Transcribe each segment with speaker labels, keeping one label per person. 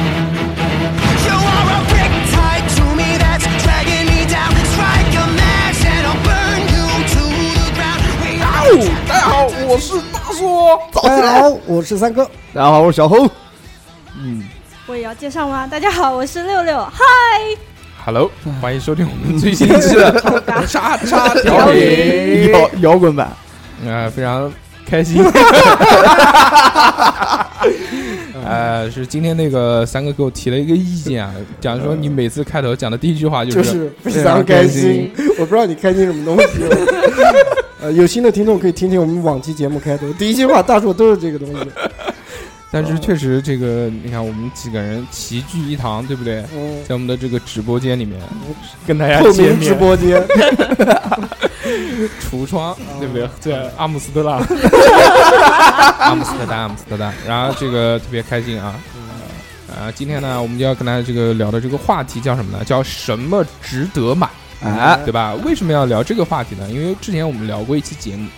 Speaker 1: You are a brick tied to me that's dragging me down. Strike a match and I'll burn you to the ground.
Speaker 2: 大家好，
Speaker 1: We are
Speaker 2: 我是大叔。
Speaker 3: 大家好，我是三哥。
Speaker 4: 大家好，我是小猴。
Speaker 5: 我也要介绍吗？大家好，我是六六，嗨，
Speaker 6: Hello，欢迎收听我们最 新一期的
Speaker 2: 叉叉调频，
Speaker 4: 摇摇滚版，
Speaker 6: 呃，非常开 心。呃，是今天那个三哥给我提了一个意见啊，讲说你每次开头讲的第一句话就
Speaker 3: 就是是非常开
Speaker 4: 啊
Speaker 3: 心。我不知道你开心什么东西。 呃，有新的听众可以听听我们往期节目开头，第一句话大硕都是这个东西。
Speaker 6: 但是确实，这个你看，我们几个人齐聚一堂，对不对？
Speaker 3: 嗯，
Speaker 6: 在我们的这个直播间里面，嗯跟大家
Speaker 3: 透
Speaker 6: 见
Speaker 3: 明直
Speaker 6: 面，
Speaker 3: 播 间，
Speaker 6: 橱窗，对不对？在阿姆斯特朗， 阿姆斯特丹，阿姆斯特丹。然后这个特别开心啊！啊，今天呢，我们就要跟大家这个聊的这个话题叫什么呢？叫什么值得买，
Speaker 4: 哎，
Speaker 6: 对吧？为什么要聊这个话题呢？因为之前我们聊过一期节目，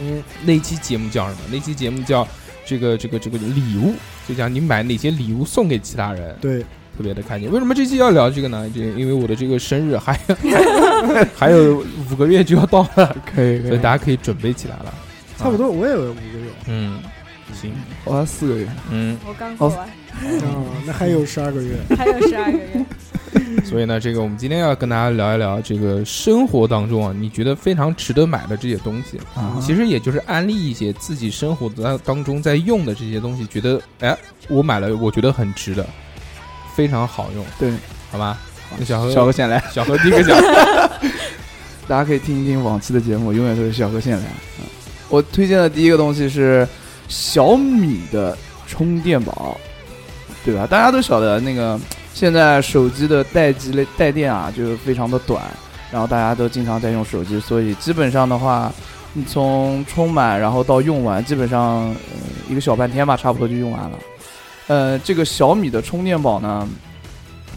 Speaker 3: 嗯，
Speaker 6: 那一期节目叫什么？那期节目叫这个这个这个礼物，就讲你买哪些礼物送给其他人。
Speaker 4: 啊
Speaker 3: 对，
Speaker 6: 特别的开心。为什么这期要聊这个呢？这因为我的这个生日还有 还有五个月就要到了，
Speaker 4: 可以
Speaker 6: 所以大家可以准备起来了。
Speaker 3: 差不多我也有五个月。
Speaker 6: 嗯，行，
Speaker 4: 我还四个月，
Speaker 6: 嗯，
Speaker 5: 我刚过完，
Speaker 4: 嗯
Speaker 3: 啊，那还有十 二个月。
Speaker 5: 还有十二个月，
Speaker 6: 所以呢，这个我们今天要跟大家聊一聊这个生活当中啊，你觉得非常值得买的这些东西，
Speaker 4: 啊
Speaker 6: 其实也就是安利一些自己生活当当中在用的这些东西，觉得哎，我买了，我觉得很值得，非常好用，
Speaker 4: 对，
Speaker 6: 好吧？那小何，
Speaker 4: 小何先来，
Speaker 6: 小何第一个讲，
Speaker 4: 大家可以听一听往期的节目，永远都是小何先来。嗯我推荐的第一个东西是小米的充电宝，对吧？大家都晓得那个现在手机的待机类带电啊，就是非常的短，然后大家都经常在用手机，所以基本上的话，你从充满然后到用完，基本上、呃、一个小半天吧，差不多就用完了。呃，这个小米的充电宝呢，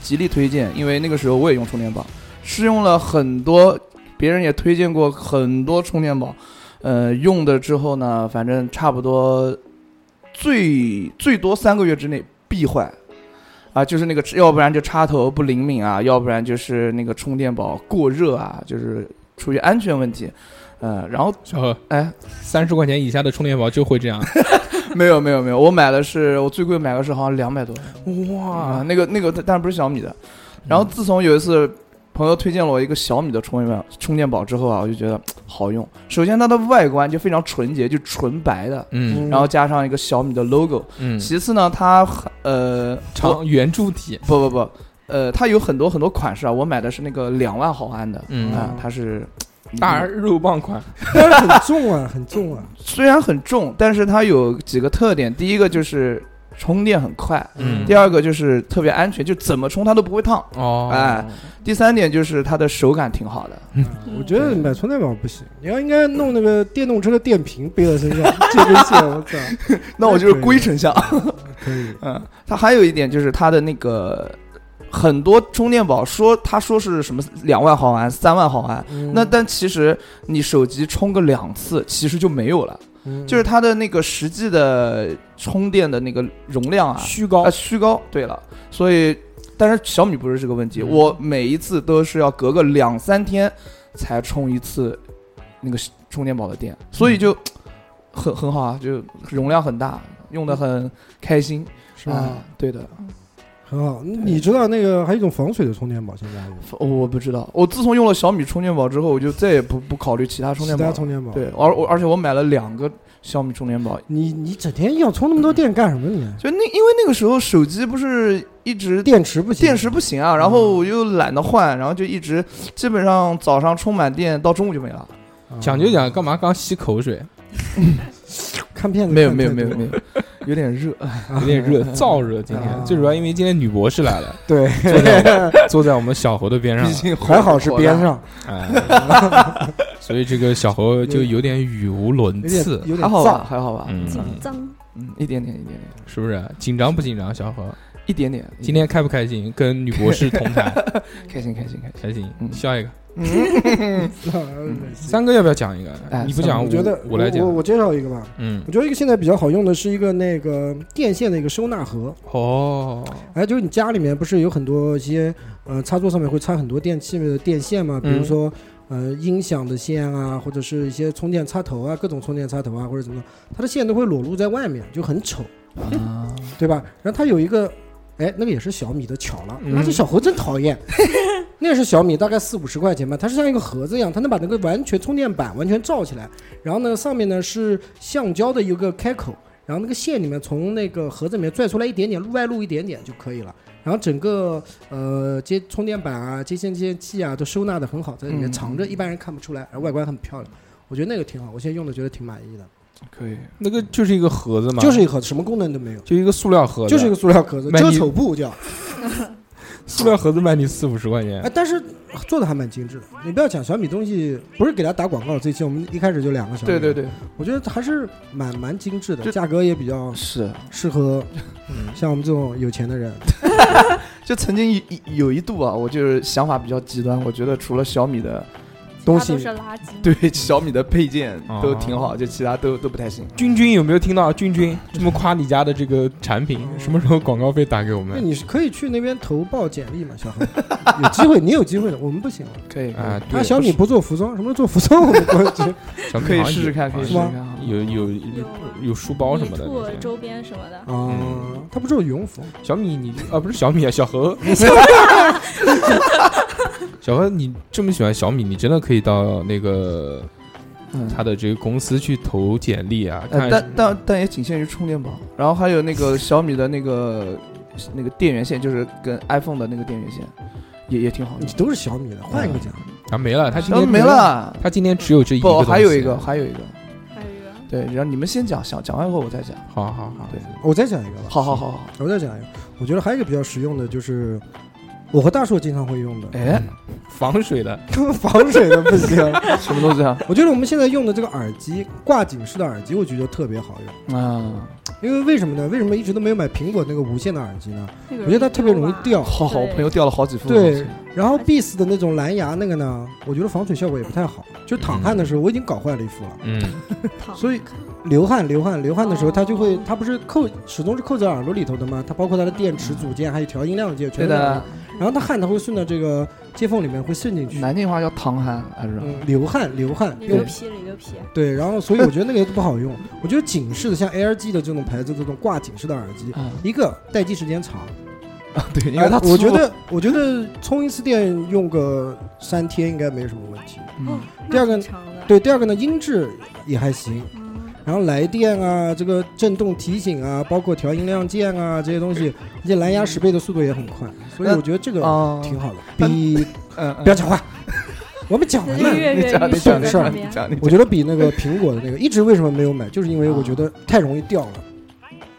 Speaker 4: 极力推荐，因为那个时候我也用充电宝，试用了很多，别人也推荐过很多充电宝，呃，用的之后呢，反正差不多最最多三个月之内必坏。啊，就是那个，要不然就插头不灵敏啊，要不然就是那个充电宝过热啊，就是出于安全问题，呃，然后
Speaker 6: 小何
Speaker 4: 哎，
Speaker 6: 三十块钱以下的充电宝就会这样，
Speaker 4: 没有没有没有，我买的是我最贵买的是好像两百多啊，
Speaker 6: 哇，
Speaker 4: 那个那个但不是小米的。然后
Speaker 6: 嗯
Speaker 4: 自从有一次朋友推荐了我一个小米的充电宝充电宝之后啊，我就觉得好用。首先它的外观就非常纯洁，就纯白的，
Speaker 6: 嗯
Speaker 4: 然后加上一个小米的 logo。
Speaker 6: 嗯，
Speaker 4: 其次呢，它很呃我
Speaker 6: 长圆柱体，
Speaker 4: 不不不呃，它有很多很多款式啊，我买的是那个两万毫安的，
Speaker 6: 嗯
Speaker 4: 啊，它是嗯
Speaker 6: 大而肉棒款，
Speaker 3: 但是很重啊，很重啊。
Speaker 4: 虽然很重，但是它有几个特点，第一个就是充电很快。
Speaker 6: 嗯
Speaker 4: 第二个就是特别安全，就怎么充它都不会烫。
Speaker 6: 哦，
Speaker 4: 哎，第三点就是它的手感挺好的，
Speaker 3: 我觉得买充电宝不行，你要应该弄那个电动车的电瓶背在身 上，接根线，我操，
Speaker 4: 那我就是龟丞相。
Speaker 3: 可以。
Speaker 4: 嗯，它还有一点就是它的那个很多充电宝说他说是什么两万毫安、三万毫安，
Speaker 3: 嗯
Speaker 4: 那但其实你手机充个两次其实就没有了，
Speaker 3: 嗯
Speaker 4: 就是它的那个实际的充电的那个容量啊，
Speaker 6: 虚高
Speaker 4: 啊，虚高。对了，所以但是小米不是这个问题，
Speaker 6: 嗯
Speaker 4: 我每一次都是要隔个两三天才充一次那个充电宝的电，所
Speaker 6: 嗯
Speaker 4: 以就、很很好啊，就容量很大，用的很开心，
Speaker 3: 是
Speaker 4: 啊
Speaker 3: 吧？？
Speaker 4: 对的，
Speaker 3: 很好，你知道那个还有一种防水的充电宝，现在还有
Speaker 4: 我哦我不知道，我自从用了小米充电宝之后，我就再也不不考虑其他充电
Speaker 3: 其
Speaker 4: 宝
Speaker 3: 他
Speaker 4: 了。
Speaker 3: 充电宝。
Speaker 4: 对，而我而且我买了两个小米充电宝，
Speaker 3: 你你整天要充那么多电干什么你？
Speaker 4: 就那因为那个时候手机不是一直
Speaker 3: 电池不行，
Speaker 4: 电池不行啊，然后我又懒得换，然后就一直基本上早上充满电到中午就没了。
Speaker 3: 啊
Speaker 6: 讲就讲，干嘛刚吸口水？
Speaker 3: 看片子
Speaker 4: 没有
Speaker 3: 看
Speaker 4: 没
Speaker 3: 太
Speaker 4: 有
Speaker 3: 多
Speaker 4: 没有没有，有点热，
Speaker 6: 有点热，燥热。今
Speaker 3: 啊
Speaker 6: 天最主要因为今天女博士来 了，
Speaker 3: 对，
Speaker 6: 坐在我坐在我们小猴的边上
Speaker 4: 毕，竟
Speaker 3: 还好是边上，
Speaker 6: 哎所以这个小猴就有点语无伦
Speaker 3: 有点
Speaker 6: 次，
Speaker 3: 有
Speaker 4: 还
Speaker 3: 点
Speaker 4: 好吧，
Speaker 3: 燥，
Speaker 4: 还好吧，
Speaker 6: 嗯，
Speaker 5: 紧张，
Speaker 4: 嗯，一点点，一点点，
Speaker 6: 是不是紧张不紧张？小猴
Speaker 3: 嗯
Speaker 4: 一点点。
Speaker 6: 今天开不开心？跟女博士同台，
Speaker 4: 开心，开心，开心。
Speaker 6: 开心，
Speaker 4: 嗯
Speaker 6: 笑一个。
Speaker 3: 嗯
Speaker 6: 三哥要不要讲一个
Speaker 4: 哎？
Speaker 6: 你不讲，
Speaker 3: 我觉得
Speaker 6: 我来
Speaker 3: 我
Speaker 6: 讲。
Speaker 3: 我介绍一个吧。
Speaker 6: 嗯，
Speaker 3: 我觉得一个现在比较好用的是一个那个电线的一个收纳盒，
Speaker 6: 哦，
Speaker 3: 哎，就是你家里面不是有很多一些呃插座上面会插很多电器的电线嘛，比如
Speaker 6: 嗯
Speaker 3: 说、呃音响的线啊，或者是一些充电插头啊，各种充电插头啊或者怎么样，它的线都会裸露在外面，就很丑，对吧？然后它有一个。哎，那个也是小米的，巧了，那这小猴真讨厌。 那个是小米，大概四五十块钱吧，它是像一个盒子一样，它能把那个完全充电板完全罩起来，然后呢上面呢是橡胶的一个开口，然后那个线里面从那个盒子里面拽出来一点点，外露一点点就可以了。然后整个呃接充电板啊、接线接线器啊都收纳的很好，在里面
Speaker 4: 嗯
Speaker 3: 藏着，一般人看不出来，而外观很漂亮。我觉得那个挺好，我现在用的觉得挺满意的，
Speaker 4: 可以，
Speaker 6: 那个就是一个盒子嘛，
Speaker 3: 就是一盒子，什么功能都没有，
Speaker 6: 就一个塑料盒子，
Speaker 3: 就是一个塑料壳子，
Speaker 6: 卖你
Speaker 3: 遮丑布叫。
Speaker 6: 塑料盒子卖你四五十块钱
Speaker 3: 哎，，但是做的还蛮精致的。你不要讲小米东西，不是给他打广告，这期我们一开始就两个小米，
Speaker 4: 对对，对，
Speaker 3: 我觉得还是蛮蛮精致的，
Speaker 4: 这
Speaker 3: 价格也比较
Speaker 4: 是。
Speaker 3: 适合 像我们这种有钱的人。
Speaker 4: 就曾经有有一度啊，我就是想法比较极端，我觉得除了小米的
Speaker 3: 东
Speaker 5: 它
Speaker 3: 西
Speaker 5: 都是嗯垃圾。
Speaker 4: 对小米的配件
Speaker 6: 哦
Speaker 4: 都挺好，就其他都都不太行。
Speaker 6: 君君有没有听到君君这么夸你家的这个产品？什么时候广告费打给我
Speaker 3: 那
Speaker 6: 们？
Speaker 3: 你是可以去那边投报简历嘛，小何，有机会，你有机会的，我们不行。
Speaker 4: 可以
Speaker 6: 啊，，对
Speaker 3: 他小米不做服装，什么时候做服装我们过去。
Speaker 6: 小米
Speaker 4: 可以
Speaker 6: 好像
Speaker 4: 试试
Speaker 6: 有
Speaker 4: 看，可以试试
Speaker 3: 是吗
Speaker 4: 看。嗯好
Speaker 6: 有有
Speaker 5: 有
Speaker 6: 有书包什么的
Speaker 5: 米
Speaker 6: 那
Speaker 5: 兔
Speaker 6: 些。
Speaker 5: 周边什么的，
Speaker 3: 啊，他不做羽绒服，
Speaker 6: 小米你啊不是小米啊小何，小何你这么喜欢小米，你真的可以到那个
Speaker 4: 嗯
Speaker 6: 他的这个公司去投简历啊，
Speaker 4: 呃，
Speaker 6: 看
Speaker 4: 但但但也仅限于充电宝，然后还有那 个小米的那个那个电源线，就是跟 iPhone 的那个电源线，也也挺好
Speaker 3: 你
Speaker 4: 用。
Speaker 3: 都是小米的，换一个讲。
Speaker 6: 啊没了，他今
Speaker 4: 然后呃
Speaker 6: 天
Speaker 4: 没，了，
Speaker 6: 他今天只有这一个
Speaker 4: 不，
Speaker 6: 东西，啊
Speaker 4: 还有一个，还有一个，
Speaker 5: 还有一个
Speaker 4: 对，然后你们先讲，想讲完以后我再讲。
Speaker 6: 好好好，
Speaker 4: 对
Speaker 3: 我再讲一个吧，
Speaker 4: 好好好好，
Speaker 3: 我再讲一个。我觉得还有一个比较实用的就是。我和大硕经常会用的，
Speaker 4: 哎，
Speaker 6: 防水的，
Speaker 3: 防水的不行。
Speaker 4: 什么东西啊？
Speaker 3: 我觉得我们现在用的这个耳机，挂颈式的耳机，我觉得特别好用。
Speaker 4: 啊，
Speaker 3: 因为为什么呢？为什么一直都没有买苹果那个无线的耳机呢？
Speaker 5: 那个
Speaker 3: 我觉得它特别容易
Speaker 5: 吧。
Speaker 3: 掉。
Speaker 4: 好好，我朋友掉了好几副。
Speaker 3: 对，然后 Beats 的那种蓝牙那个呢，我觉得防水效果也不太好。就淌汗的时候，我已经搞坏了一副了。
Speaker 6: 嗯，
Speaker 5: 躺
Speaker 3: 所以流汗、流汗、流汗的时候，
Speaker 5: 哦
Speaker 3: 它就会，它不是扣，始终是扣在耳朵里头的吗？它包括它的电池组件，还有调音量的键，
Speaker 4: 对
Speaker 3: 全都在耳
Speaker 4: 的
Speaker 3: 朵。，然后它汗，它会顺到这个接缝里面，会渗进去。
Speaker 4: 南京话叫唐汗，还是吧？
Speaker 3: 嗯，流汗，流汗，
Speaker 4: 嗯
Speaker 5: 里流
Speaker 3: 对
Speaker 5: 皮，里流皮，
Speaker 3: 对。然后，所以我觉得那个也不好用。 我觉得警示的，像 AirG 的这种牌子，这种挂警示的耳机，
Speaker 4: 啊，
Speaker 3: 一个待机时间长，
Speaker 4: 对，因为它
Speaker 3: 哎我觉得，我觉得充一次电用个三天应该没什么问题。
Speaker 4: 嗯
Speaker 3: 第二个
Speaker 5: 哦那挺长的，
Speaker 3: 对，第二个呢，音质也还行，
Speaker 5: 嗯，
Speaker 3: 然后来电啊，这个震动提醒啊，包括调音量键啊这些东西，而且蓝牙识别的速度也很快，所以
Speaker 4: 那
Speaker 3: 我觉得这个
Speaker 4: 啊，
Speaker 3: 挺好的。比
Speaker 4: 嗯，嗯
Speaker 3: 不要讲话， 我们讲
Speaker 5: 那
Speaker 3: 完
Speaker 5: 就
Speaker 3: 了。
Speaker 5: 跃跃
Speaker 4: 讲
Speaker 5: 欲
Speaker 4: 你
Speaker 5: 试
Speaker 4: 讲你
Speaker 5: 在
Speaker 3: 上
Speaker 5: 旁
Speaker 4: 讲你
Speaker 5: 边。
Speaker 4: 讲你
Speaker 3: 我觉得比那个苹果的那个，一直为什么没有买，就是因为我觉得太容易掉了，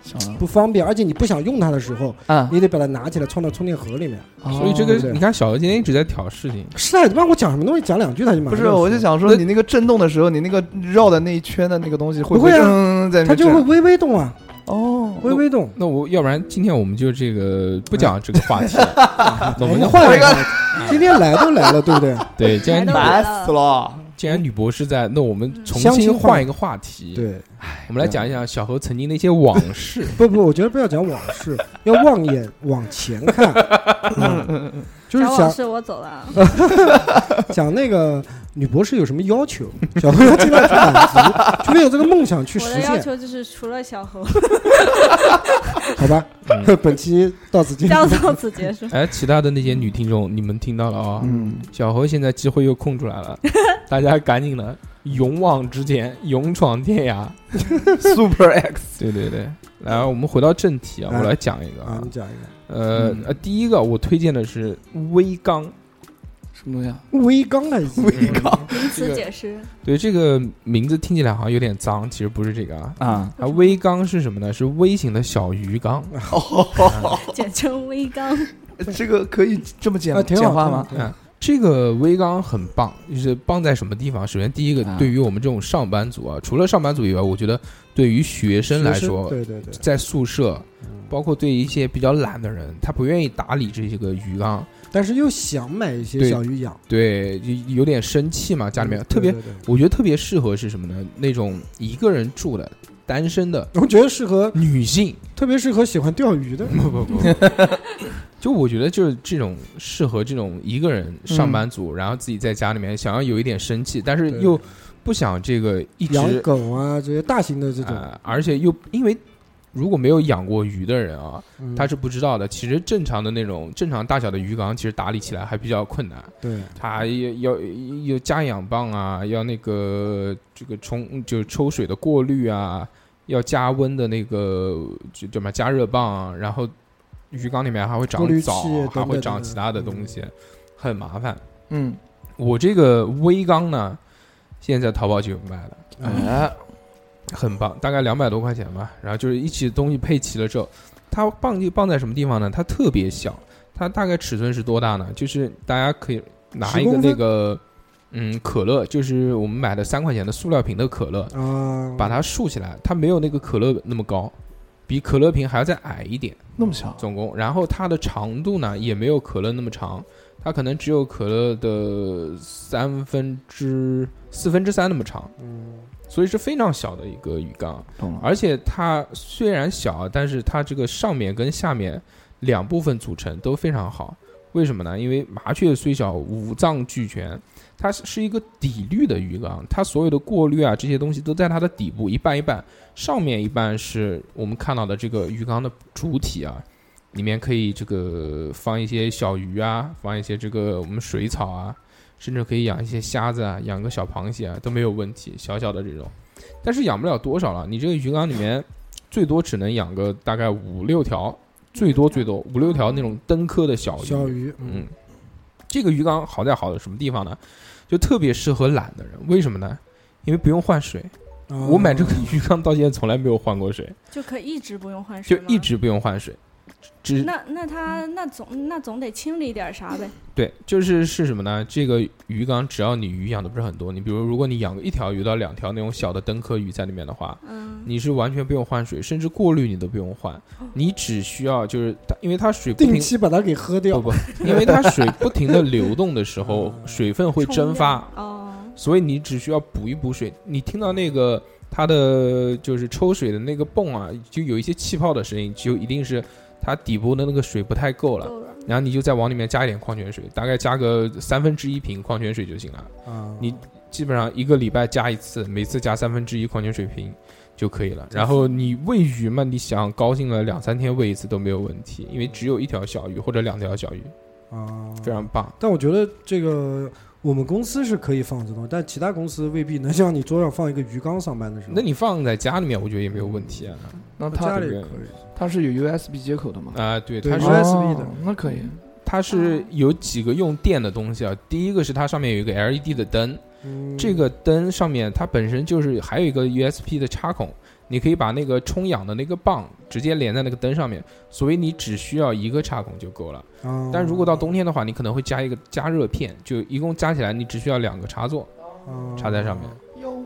Speaker 4: 讲
Speaker 3: 不方便，而且你不想用它的时候，
Speaker 4: 嗯啊，
Speaker 3: 你得把它拿起来放到充电盒里面。
Speaker 4: 哦
Speaker 6: 所以这个
Speaker 3: 对
Speaker 6: 你看小何今天一直在挑事情，
Speaker 3: 是啊，你让我讲什么东西，讲两句他就马
Speaker 4: 不
Speaker 3: 上
Speaker 4: 是，我就
Speaker 3: 说
Speaker 4: 想说，你那个震动的时候，你那个绕的那一圈的那个东西会
Speaker 3: 不会啊
Speaker 4: 嗯在那
Speaker 3: 它
Speaker 4: 边
Speaker 3: 就
Speaker 4: 震
Speaker 3: 会微微动啊，
Speaker 4: 哦，
Speaker 3: 微微动。
Speaker 6: 那我要不然今天我们就这个不讲这个话题， 那我
Speaker 3: 我
Speaker 6: 们
Speaker 3: 们
Speaker 6: 就
Speaker 3: 哎换一
Speaker 4: 换
Speaker 3: 个，今天来都来了，对不对？
Speaker 6: 对，既然
Speaker 5: 来
Speaker 6: 女
Speaker 5: 都
Speaker 4: 烦
Speaker 5: 来了
Speaker 4: 死了。
Speaker 6: 既然女博士在，那我们重
Speaker 3: 嗯相
Speaker 6: 新
Speaker 3: 亲
Speaker 6: 换一个话题，，
Speaker 3: 对，
Speaker 6: 我们来讲一讲小何曾经的一些往 事
Speaker 3: 不不，我觉得不要讲往事，要望眼往前看，嗯就是
Speaker 5: 讲往
Speaker 3: 想
Speaker 5: 事，我走了啊。
Speaker 3: 讲那个女博士有什么要求， 小朋友尽量去满足，除非有这个梦想去
Speaker 5: 我
Speaker 3: 实
Speaker 5: 的要
Speaker 3: 现，
Speaker 5: 求就是除了小猴，
Speaker 3: 好吧？ 本期到此结束。
Speaker 5: 要到此 结束。
Speaker 6: 哎，其他的那些女听众，你们听到了啊、
Speaker 4: 嗯，
Speaker 6: 小何现在机会又空出来 了，大家赶紧的勇往直前，勇闯天 涯。
Speaker 4: Super X，
Speaker 6: 对对对，来，我们回到正题啊，
Speaker 3: 哎
Speaker 6: 我来讲一个
Speaker 3: 啊
Speaker 6: 啊，
Speaker 3: 你，讲一个，
Speaker 6: 呃呃，第一个我推荐的是微刚，
Speaker 4: 什么东西啊？
Speaker 3: 微刚还是微刚？
Speaker 6: 嗯
Speaker 5: 名词解释，
Speaker 6: 对这个名字听起来好像有点脏，其实不是这个啊。
Speaker 4: 啊，
Speaker 6: 啊，微缸是什么呢？是微型的小鱼缸。
Speaker 5: 简称微缸。
Speaker 4: 这个可以这 么简
Speaker 3: 啊，挺好
Speaker 4: 简化吗？？
Speaker 3: 挺好
Speaker 6: 这个微缸很棒，就是棒在什么地方？首先，第一个
Speaker 4: 啊，
Speaker 6: 对于我们这种上班族啊，除了上班族以外，我觉得对于学生来
Speaker 3: 学
Speaker 6: 说，
Speaker 3: 对对对，
Speaker 6: 在宿舍，包括对一些比较懒的人，他不愿意打理这些个鱼缸，
Speaker 3: 但是又想买一些
Speaker 6: 对
Speaker 3: 小鱼养，
Speaker 6: 对，就有点生气嘛。家里面
Speaker 3: 嗯
Speaker 6: 特别，
Speaker 3: 对对对
Speaker 6: 我觉得特别适合是什么呢？那种一个人住的单身的
Speaker 3: 我觉得适合，
Speaker 6: 女性，
Speaker 3: 特别适合喜欢钓鱼的。
Speaker 6: 不不不，就我觉得就是这种适合这种一个人上班族，然后自己在家里面想要有一点生气，但是
Speaker 3: 嗯对
Speaker 6: 又不想这个一直
Speaker 3: 养狗啊，这些大型的这种，
Speaker 6: 呃，而且又因为如果没有养过鱼的人啊，
Speaker 3: 嗯
Speaker 6: 他是不知道的。其实正常的那种正常大小的鱼缸，其实打理起来还比较困难，
Speaker 3: 对
Speaker 6: 它要要有加氧棒啊，要那个这个冲就是抽水的过滤啊，要加温的那个就什么加热棒、啊，然后鱼缸里面还会长
Speaker 3: 过滤器
Speaker 6: 藻，
Speaker 3: 等等
Speaker 6: 啊还会长
Speaker 3: 等等
Speaker 6: 其他的东西，很麻烦。
Speaker 4: 嗯，
Speaker 6: 我这个微缸呢，现在淘宝就有卖的。
Speaker 3: 啊
Speaker 4: 哎，
Speaker 6: 很棒，大概两百多块钱吧。然后就是一起东西配齐了之后，它棒就棒在什么地方呢？它特别小，它大概尺寸是多大呢？就是大家可以拿一个
Speaker 3: 10公分
Speaker 6: 那个嗯可乐，就是我们买的三块钱的塑料瓶的可乐，
Speaker 3: 啊，
Speaker 6: 把它竖起来，它没有那个可乐那么高，比可乐瓶还要再矮一点
Speaker 4: 那么小，
Speaker 6: 总共。然后它的长度呢也没有可乐那么长，它可能只有可乐的三分之四分之三那么长，
Speaker 3: 嗯
Speaker 6: 所以是非常小的一个鱼缸。
Speaker 4: 懂了。
Speaker 6: 而且它虽然小，啊但是它这个上面跟下面两部分组成都非常好。为什么呢？因为麻雀虽小，五脏俱全，它是是一个底滤的鱼缸，它所有的过滤啊这些东西都在它的底部，一半一半，上面一半是我们看到的这个鱼缸的主体啊，里面可以这个放一些小鱼啊，放一些这个我们水草啊，甚至可以养一些虾子啊，养个小螃蟹啊都没有问题，小小的这种。但是养不了多少了，你这个鱼缸里面最多只能养个大概五六条，最多最多五六条那种灯科的小鱼。
Speaker 3: 小鱼，嗯
Speaker 6: 嗯，这个鱼缸好在好在什么地方呢？就特别适合懒的人，为什么呢？因为不用换水。
Speaker 3: 啊
Speaker 6: 我买这个鱼缸到现在从来没有换过水，
Speaker 5: 就可以一直不用换
Speaker 6: 就
Speaker 5: 水吗
Speaker 6: 一。直不用换水，只
Speaker 5: 那那他那总那总得清理点啥呗，
Speaker 6: 对，就是是什么呢？这个鱼缸，只要你鱼养的不是很多，你比如如果你养个一条鱼到两条那种小的灯科鱼在里面的话，
Speaker 5: 嗯，
Speaker 6: 你是完全不用换水，甚至过滤你都不用换，
Speaker 5: 哦
Speaker 6: 你只需要就是它，因为它水不哦
Speaker 3: 定
Speaker 6: 停
Speaker 3: 期把它给喝掉
Speaker 6: 不。不，因为它水不停的流动的时候，水分会
Speaker 5: 哦冲
Speaker 6: 蒸发，
Speaker 5: 凉哦，
Speaker 6: 所以你只需要补一补水。你听到那个它的就是抽水的那个泵啊，就有一些气泡的声音，就一定是它底部的那个水不太够了。
Speaker 5: 够了，
Speaker 6: 然后你就再往里面加一点矿泉水，大概加个三分之一瓶矿泉水就行了。
Speaker 3: 啊，
Speaker 6: 你基本上一个礼拜加一次，每次加三分之一矿泉水瓶就可以了。然后你喂鱼嘛，你想高兴了两三天喂一次都没有问题，因为只有一条小鱼或者两条小鱼，
Speaker 3: 啊，
Speaker 6: 非常棒。
Speaker 3: 但我觉得这个我们公司是可以放这东西，但其他公司未必能像你桌上放一个鱼缸上班的时候。
Speaker 6: 那你放在家里面，我觉得也没有问题啊。
Speaker 4: 那
Speaker 3: 家
Speaker 4: 它
Speaker 3: 里
Speaker 6: 这个
Speaker 3: 可以，
Speaker 4: 它是有 USB 接口的吗？
Speaker 6: 啊、对，
Speaker 3: 对
Speaker 6: 它是
Speaker 3: 哦
Speaker 4: USB 的，那可以。
Speaker 6: 它是有几个用电的东西啊。第一个是它上面有一个 LED 的灯，
Speaker 3: 嗯
Speaker 6: 这个灯上面它本身就是还有一个 USB 的插孔，你可以把那个充氧的那个棒直接连在那个灯上面，所以你只需要一个插孔就够了。
Speaker 3: 啊，
Speaker 6: 但如果到冬天的话，你可能会加一个加热片，就一共加起来你只需要两个插座
Speaker 3: 啊
Speaker 6: 插在上面。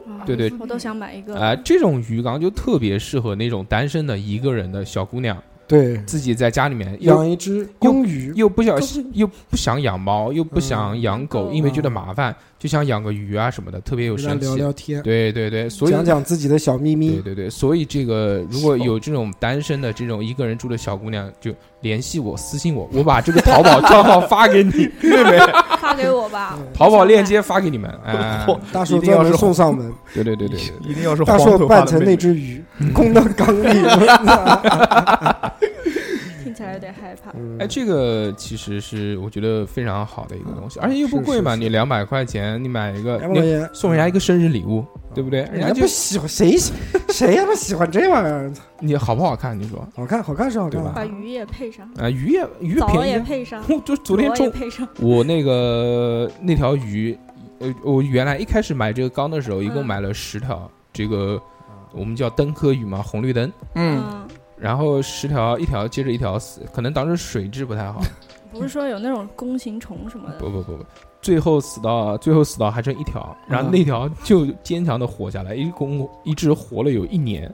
Speaker 5: 啊
Speaker 6: 对对
Speaker 5: 我都想买一个，
Speaker 6: 哎、这种鱼缸就特别适合那种单身的一个人的小姑娘，
Speaker 3: 对，
Speaker 6: 自己在家里面又
Speaker 3: 嗯养一只公鱼，
Speaker 6: 又不想又不想养猫，又不想养狗，
Speaker 5: 嗯
Speaker 6: 因为觉得麻烦，就想养个鱼啊什么的，特别有
Speaker 3: 跟它
Speaker 6: 生
Speaker 3: 聊嗯
Speaker 6: 气。
Speaker 3: 聊天，
Speaker 6: 对对对，所以
Speaker 3: 讲讲自己的小秘
Speaker 6: 对
Speaker 3: 密。
Speaker 6: 对对，所以这个如果有这种单身的这种一个人住的小姑娘，就联系我，私信我，我把这个淘宝账号发给你，对不对？
Speaker 5: 发给我吧，
Speaker 6: 淘宝链接发给你们。哎，
Speaker 3: 大叔
Speaker 4: 一定要
Speaker 3: 专门
Speaker 4: 是
Speaker 3: 送上门，
Speaker 6: 对对对对， 对
Speaker 7: 一定要是
Speaker 3: 大
Speaker 7: 黄
Speaker 3: 叔
Speaker 7: 头发
Speaker 3: 扮
Speaker 7: 的
Speaker 3: 成
Speaker 7: 妹
Speaker 3: 那
Speaker 7: 妹。
Speaker 3: 只鱼，
Speaker 6: 嗯
Speaker 3: 供到缸 里。
Speaker 6: 嗯
Speaker 5: 听起来有点害怕，
Speaker 6: 哎， 这个其实是我觉得非常好的一个东西，而且又不
Speaker 3: 是
Speaker 6: 贵嘛，
Speaker 3: 是
Speaker 6: 你两百块钱你买一个，
Speaker 3: 两百
Speaker 6: 那
Speaker 3: 块钱嗯
Speaker 6: 送人家一个生日礼物，对不对？人
Speaker 3: 人
Speaker 6: 家
Speaker 3: 家
Speaker 6: 就
Speaker 3: 不喜欢谁喜谁他妈喜欢这玩意儿？
Speaker 6: 你好不好看？你说
Speaker 3: 好看，好看是好看
Speaker 6: 对吧
Speaker 5: 把鱼也配上，
Speaker 6: 啊，鱼也鱼也
Speaker 5: 枣也
Speaker 6: 便宜啊。
Speaker 5: 配上，
Speaker 6: 我就昨天
Speaker 5: 螺
Speaker 6: 中
Speaker 5: 也配上，
Speaker 6: 我那个那条鱼，呃，我原来一开始买这个缸的时候，一共
Speaker 5: 嗯
Speaker 6: 买了十条，这个我们叫灯科鱼嘛，红绿灯。
Speaker 4: 嗯，
Speaker 5: 嗯，
Speaker 6: 然后十条，一条接着一条死，可能当时水质不太好，
Speaker 5: 不是说有那种弓形虫什么的，
Speaker 6: 不不不不，最后死到最后死到还剩一条，然后那条就坚强的活下来，一共一直活了有一年，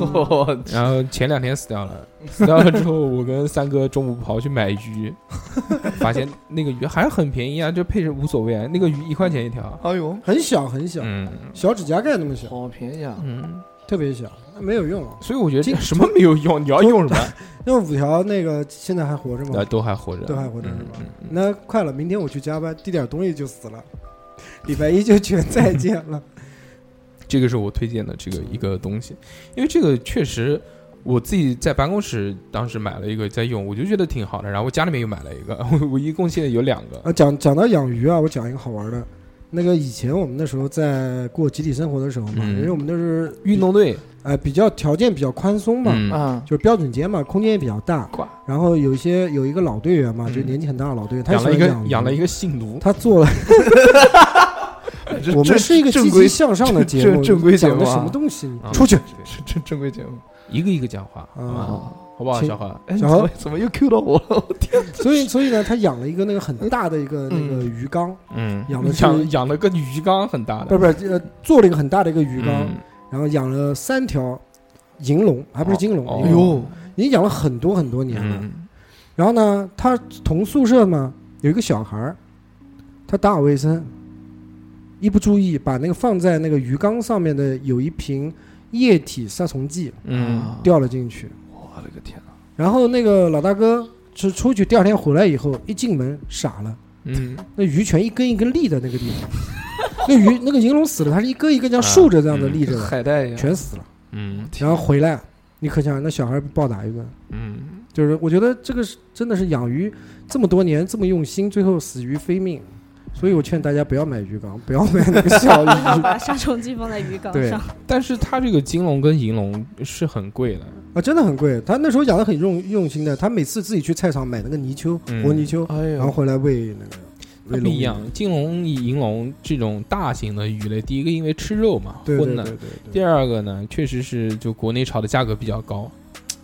Speaker 5: 嗯
Speaker 6: 然后前两天死掉了，死掉了之后，我跟三哥中午跑去买鱼， 发现那个鱼还是很便宜啊，就配置无所谓啊，那个鱼一块钱一 条，
Speaker 4: 哎呦，
Speaker 3: 很小很小，
Speaker 6: 嗯
Speaker 3: 小指甲盖那么小，
Speaker 4: 好便宜啊！
Speaker 6: 嗯，
Speaker 3: 特别小，没有用。啊
Speaker 6: 所以我觉得这什么没有用，你要用什么，
Speaker 3: 那五条那个现在还活着
Speaker 6: 呃，
Speaker 3: 吗？
Speaker 6: 都还活着，
Speaker 3: 都还活着是吧
Speaker 6: 嗯？嗯
Speaker 3: 那快了，明天我去加班，递点东西就死了，礼拜一就全再见了。
Speaker 6: 这个是我推荐的这个一个东西，因为这个确实我自己在办公室当时买了一个在用，我就觉得挺好的。然后我家里面又买了一个， 我我一共现在有两个。
Speaker 3: 啊，讲讲到养鱼啊，我讲一个好玩的。那个以前我们那时候在过集体生活的时候嘛，
Speaker 6: 嗯
Speaker 3: 因为我们那是
Speaker 6: 运动队，
Speaker 3: 呃比较条件比较宽松嘛，
Speaker 6: 嗯，
Speaker 4: 啊，
Speaker 3: 就是标准间嘛，空间也比较大
Speaker 6: 挂。
Speaker 3: 然后有一些有一个老队员嘛，
Speaker 6: 嗯
Speaker 3: 就年纪很大的老队员，他
Speaker 6: 养了一
Speaker 3: 喜
Speaker 6: 个
Speaker 3: 欢养鱼
Speaker 6: 养了一，个信徒，
Speaker 3: 他做了。我们是一个积
Speaker 4: 正
Speaker 3: 极
Speaker 4: 规
Speaker 3: 向上的节目，
Speaker 4: 正正规节目啊
Speaker 3: 讲的什么东西？
Speaker 6: 啊
Speaker 3: 嗯出去，
Speaker 4: 正正规节目
Speaker 6: 一个一个讲话，好吧
Speaker 3: 啊
Speaker 6: 好不好，
Speaker 3: 请
Speaker 6: 小何？
Speaker 4: 哦哎，你
Speaker 3: 小
Speaker 4: 怎
Speaker 3: 何
Speaker 4: 么怎么又 Q 到我了？
Speaker 3: 所以所以呢，他养了一个那个很大的一个那个鱼缸，
Speaker 6: 嗯
Speaker 3: 养的是
Speaker 6: 养养了个鱼缸很大
Speaker 3: 不
Speaker 6: 的
Speaker 3: 是不是，呃，做了一个很大的一个鱼缸，
Speaker 6: 嗯
Speaker 3: 然后养了三条银龙，还不是金龙，
Speaker 6: 哦
Speaker 4: 哎
Speaker 3: 银龙
Speaker 6: 呦，
Speaker 3: 已经养了很多很多年了。
Speaker 6: 嗯，
Speaker 3: 然后呢，他同宿舍嘛有一个小孩儿，他打扫卫生，一不注意把那个放在那个鱼缸上面的有一瓶液体杀虫剂
Speaker 6: 嗯，
Speaker 3: 掉了进去。
Speaker 4: 我的个天啊哪！
Speaker 3: 然后那个老大哥是出去，第二天回来以后一进门傻了，
Speaker 6: 嗯，
Speaker 3: 那鱼全一根一根立在那个地方，那鱼那个银龙死了，它是一根一根这样竖着这样的立着的，
Speaker 4: 海带一样，
Speaker 3: 全死了。
Speaker 6: 嗯，
Speaker 3: 然后回来，你可想那小孩被暴打一顿。
Speaker 6: 嗯，
Speaker 3: 就是我觉得这个是真的是养鱼这么多年这么用心，最后死于非命，所以我劝大家不要买鱼缸，不要买那个小
Speaker 5: 最好
Speaker 3: 鱼
Speaker 5: 把杀虫剂放在鱼缸
Speaker 3: 对
Speaker 5: 上，
Speaker 6: 但是它这个金龙跟银龙是很贵的，
Speaker 3: 啊，真的很贵。他那时候养的很用用心的，他每次自己去菜场买那个泥鳅，
Speaker 6: 嗯
Speaker 3: 活泥鳅，
Speaker 4: 哎
Speaker 3: 然后
Speaker 4: 呦，
Speaker 3: 回来喂那个
Speaker 6: 它
Speaker 3: 喂
Speaker 6: 不
Speaker 3: 龙
Speaker 6: 一
Speaker 3: 鱼。
Speaker 6: 样，金龙、银龙这种大型的鱼类，第一个因为吃肉嘛，
Speaker 3: 对对
Speaker 6: 荤
Speaker 3: 对
Speaker 6: 的
Speaker 3: 对；对，
Speaker 6: 第二个呢，确实是就国内炒的价格比较高，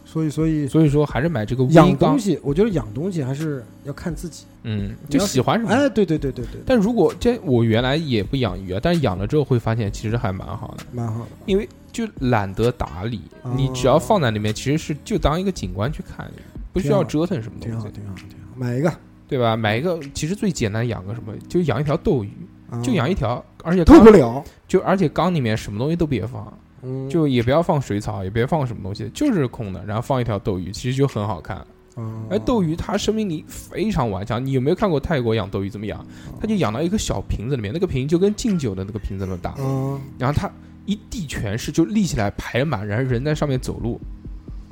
Speaker 3: 所以所以
Speaker 6: 所以说还是买这个微
Speaker 3: 养东
Speaker 6: 缸，
Speaker 3: 西，我觉得养东西还是要看自己。
Speaker 6: 嗯，就喜欢什么。
Speaker 3: 哎，对对对对对，
Speaker 6: 但如果这我原来也不养鱼啊，但是养了之后会发现其实还蛮好的，
Speaker 3: 蛮好的。
Speaker 6: 因为就懒得打理
Speaker 3: 哦，
Speaker 6: 你只要放在那边，其实是就当一个景观去看，不需要折腾什么
Speaker 3: 挺
Speaker 6: 东
Speaker 3: 好，
Speaker 6: 西，
Speaker 3: 挺好，挺好。买一个，
Speaker 6: 对吧？买一个其实最简单养个什么，就养一条斗鱼，
Speaker 3: 啊
Speaker 6: 就养一条，而且
Speaker 3: 偷
Speaker 6: 缸
Speaker 3: 不了，
Speaker 6: 就而且缸里面什么东西都别放。
Speaker 3: 嗯，
Speaker 6: 就也不要放水草，也别放什么东西，就是空的，然后放一条斗鱼，其实就很好看。
Speaker 3: 啊
Speaker 6: 哎，斗鱼它生命力非常顽强，你有没有看过泰国养斗鱼怎么养？它就养到一个小瓶子里面，那个瓶就跟敬酒的那个瓶子那么大，
Speaker 3: 啊，
Speaker 6: 然后它一地全是，就立起来排满，然后人在上面走路，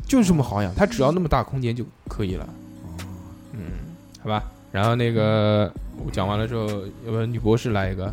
Speaker 6: 就是这么好养，它只要那么大空间就可以了。嗯，好吧。然后那个我讲完了之后，要不然女博士来一个，